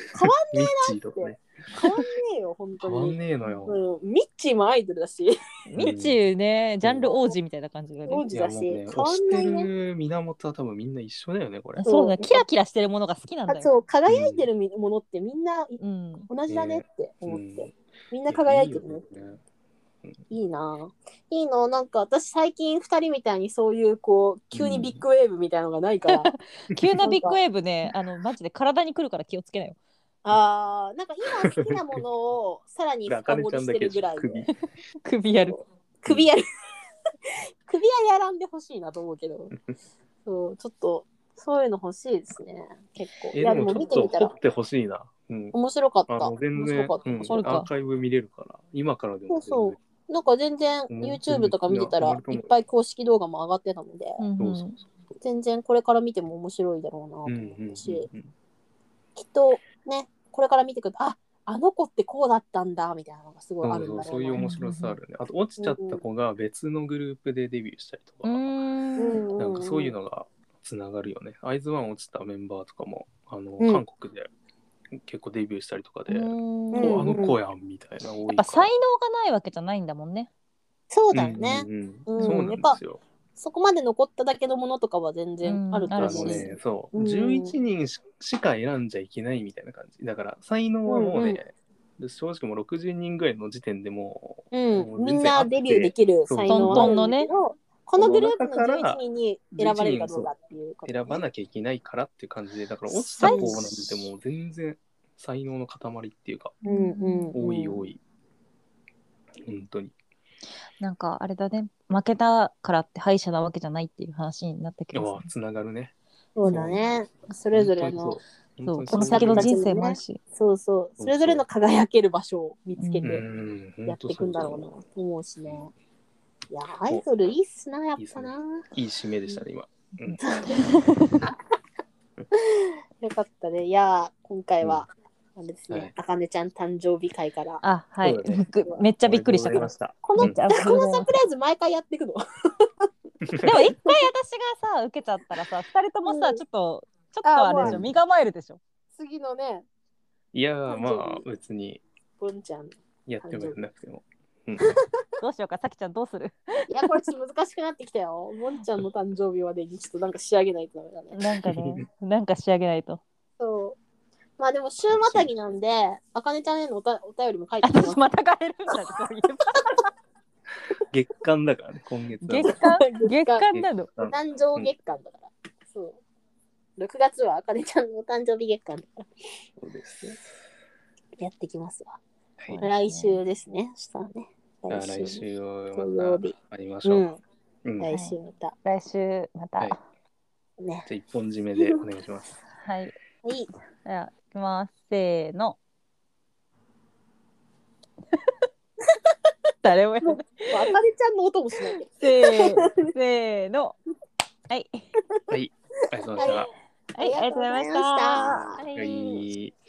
S2: ミッチーとかね。
S1: 変わんねえよ本当
S2: 変わん
S1: に、
S2: ねえのよ。
S1: うん、ミッチーもアイドルだし
S3: ミッチーねジャンル王子みたいな感じが
S1: 王
S3: ね
S1: 子
S2: い
S1: だ
S2: やも
S1: し、
S2: うね、
S1: 変わ
S2: 推
S1: ん
S2: し
S1: ない
S2: て
S1: ね
S2: る源は多分みんな一緒だよね、これ
S3: あ。そうだキラキラしてるものが好きなんだ
S1: あ
S3: よ
S1: そう輝いてるものってみんな
S3: うん
S1: 同じだねって
S2: う
S1: 思って、
S2: ん
S1: みんな輝いてるね
S2: いいよね
S1: いいなぁいいなぁなんか私最近2人みたいにそういうこう急にビッグウェーブみたいなのがない から、
S3: 急なビッグウェーブね、あの、マジで体に来るから気をつけなよ。
S1: あーなんか今好きなものをさらに
S2: で、あ
S1: 深
S2: かね
S1: 掘
S2: ちゃ
S1: り
S2: ん
S1: し
S2: だ
S1: て
S2: け
S1: るぐらい
S2: 首
S1: で。
S3: 首やる。
S1: 首やる 首はやらんでほしいなと思うけどそうちょっとそういうの欲しいですね結構い
S2: え、
S1: や
S2: で
S1: で
S2: も
S1: も
S2: ちょ
S1: 見み
S2: ってと
S1: たら
S2: 掘ってほしいな。うん。
S1: 面白かっ
S2: あ
S1: た
S2: の、全
S1: 面
S2: 然、
S1: 白かった、
S2: うん、ア
S3: それか
S2: ーカイブ見れるから、今からでも全然。
S1: そうなんか全然
S2: うん
S1: YouTube とか見てた
S2: いや
S1: ら
S2: 割と
S1: いっぱい公式動画も上がってたので
S3: うん
S2: そううそうんそう
S1: 全然これから見ても面白いだろうなと
S2: うん
S1: 思
S2: うん
S1: ったし、
S2: うんうん
S1: きっとねこれから見てくるとああの子ってこうだったんだみたいなのがすごいあ
S2: そう
S1: るん
S2: そう
S1: だ
S2: そ
S1: ろ
S2: う
S1: う
S2: い
S1: な
S2: う面白さあるよね。あと落ちちゃった子が別のグループでデビューしたりとか、
S3: うん。
S1: ん
S2: なんかそういうのがつながるよね。アイズワン落ちたメンバーとかもあの、
S1: うん
S2: 韓国で結構デビューしたりとかで、こ
S3: うん
S2: うあ
S3: や
S2: の子やんみたいな多
S3: っ
S2: い
S3: ぱ
S2: から
S3: 才能がないわけじゃないんだもんね。
S1: そうだよね、
S2: うん
S1: うん
S2: そうなんですよ。
S1: そこまで残っただけのものとかは全然あると
S2: あ
S1: 思
S3: や
S1: う
S3: っぱ
S2: の
S1: し、
S3: ある
S2: ね、そう、
S1: うん
S2: 11人ししか選んじゃいけないみたいな感じ。だから才能はもうね、正直もう60人ぐらいの時点でもう
S1: うん、
S2: 全
S1: み
S2: 然
S1: んなデビューできる才能はあるんだけどこのグループの11人に選ばれるかどうかっていうことね、
S2: 選ばなきゃいけないからっていう感じで、だから落ちた子なんてもう全然才能の塊っていうか、
S1: うんうんうん、
S2: 多い多い。本当に。
S3: なんかあれだね、負けたからって敗者なわけじゃないっていう話になってきます
S2: ああ、つながるね。
S1: そうだねそれぞれ
S2: 本
S1: の
S2: 当に
S3: そう、
S2: そう。本
S3: この
S2: 当に
S3: 先の
S2: そう
S3: 人生もあるし。
S1: そうそうそれぞれの輝ける場所を見つけ
S2: う
S1: てや
S2: ん、本
S1: っ
S2: 当
S1: ていくんだろうな
S2: そ
S1: と思うしねいやアイドルいいっすなやっぱない
S2: い締めでしたね、今。うん
S1: よかったねいや今回は、あれです
S2: は
S1: ね
S2: い
S1: あかねちゃん誕生日会から
S3: あ、はい
S2: そうだね。
S3: ぐ めっちゃびっくりしたから。
S2: た。
S1: この、
S2: うん
S1: このサプライズ毎回やっていくの
S3: でも一回私がさ、受けちゃったらさ、二人とも
S1: う
S3: さ、
S1: ん
S3: ちょっと、ちょっとあれでし
S2: あもう
S3: ょ、身構えるでしょ。
S1: 次のね
S2: いやー、まあ、別に
S1: ボンちゃん
S2: やってもやらなくても。うん
S3: どうしようか、さきちゃんどうする
S1: いや、これちょっと難しくなってきた よ。もんちゃんの誕生日までにちょっとなんか仕上げないとダメだね。
S3: なんかね、 なんか仕上げないと。
S1: そう。まあでも週またぎなんで、あかねちゃんへのおたお便りも書いてきます
S3: 私。また帰るんだねそういえば
S2: 月間だからね、今月は。
S3: 月間月間なの。
S1: 誕生月間だから。そう。6月はあかねちゃんのお誕生日月間だから
S2: そうです。
S1: やってきますわ。
S2: はい。
S1: 来週ですね。したらね。
S2: じゃあ
S1: 来週。
S2: 来週
S1: 土曜
S2: はま
S1: 日
S2: た会いまし
S1: う
S2: ょ
S1: ん。
S2: う。うん。
S1: 来週また。
S3: 来週また。
S2: は
S3: はい
S1: ね。
S2: じゃあ一本締めでお願いします。
S3: い。
S1: はい。
S3: じゃあ、いきます。せーの。 誰もやらない。
S1: まああかねちゃんの音もしないけど。
S3: せーせーの。はい。
S2: はい。ありがとうございました。
S3: はい、ありがとうございました。
S1: ありがとうございました
S3: は
S2: はい。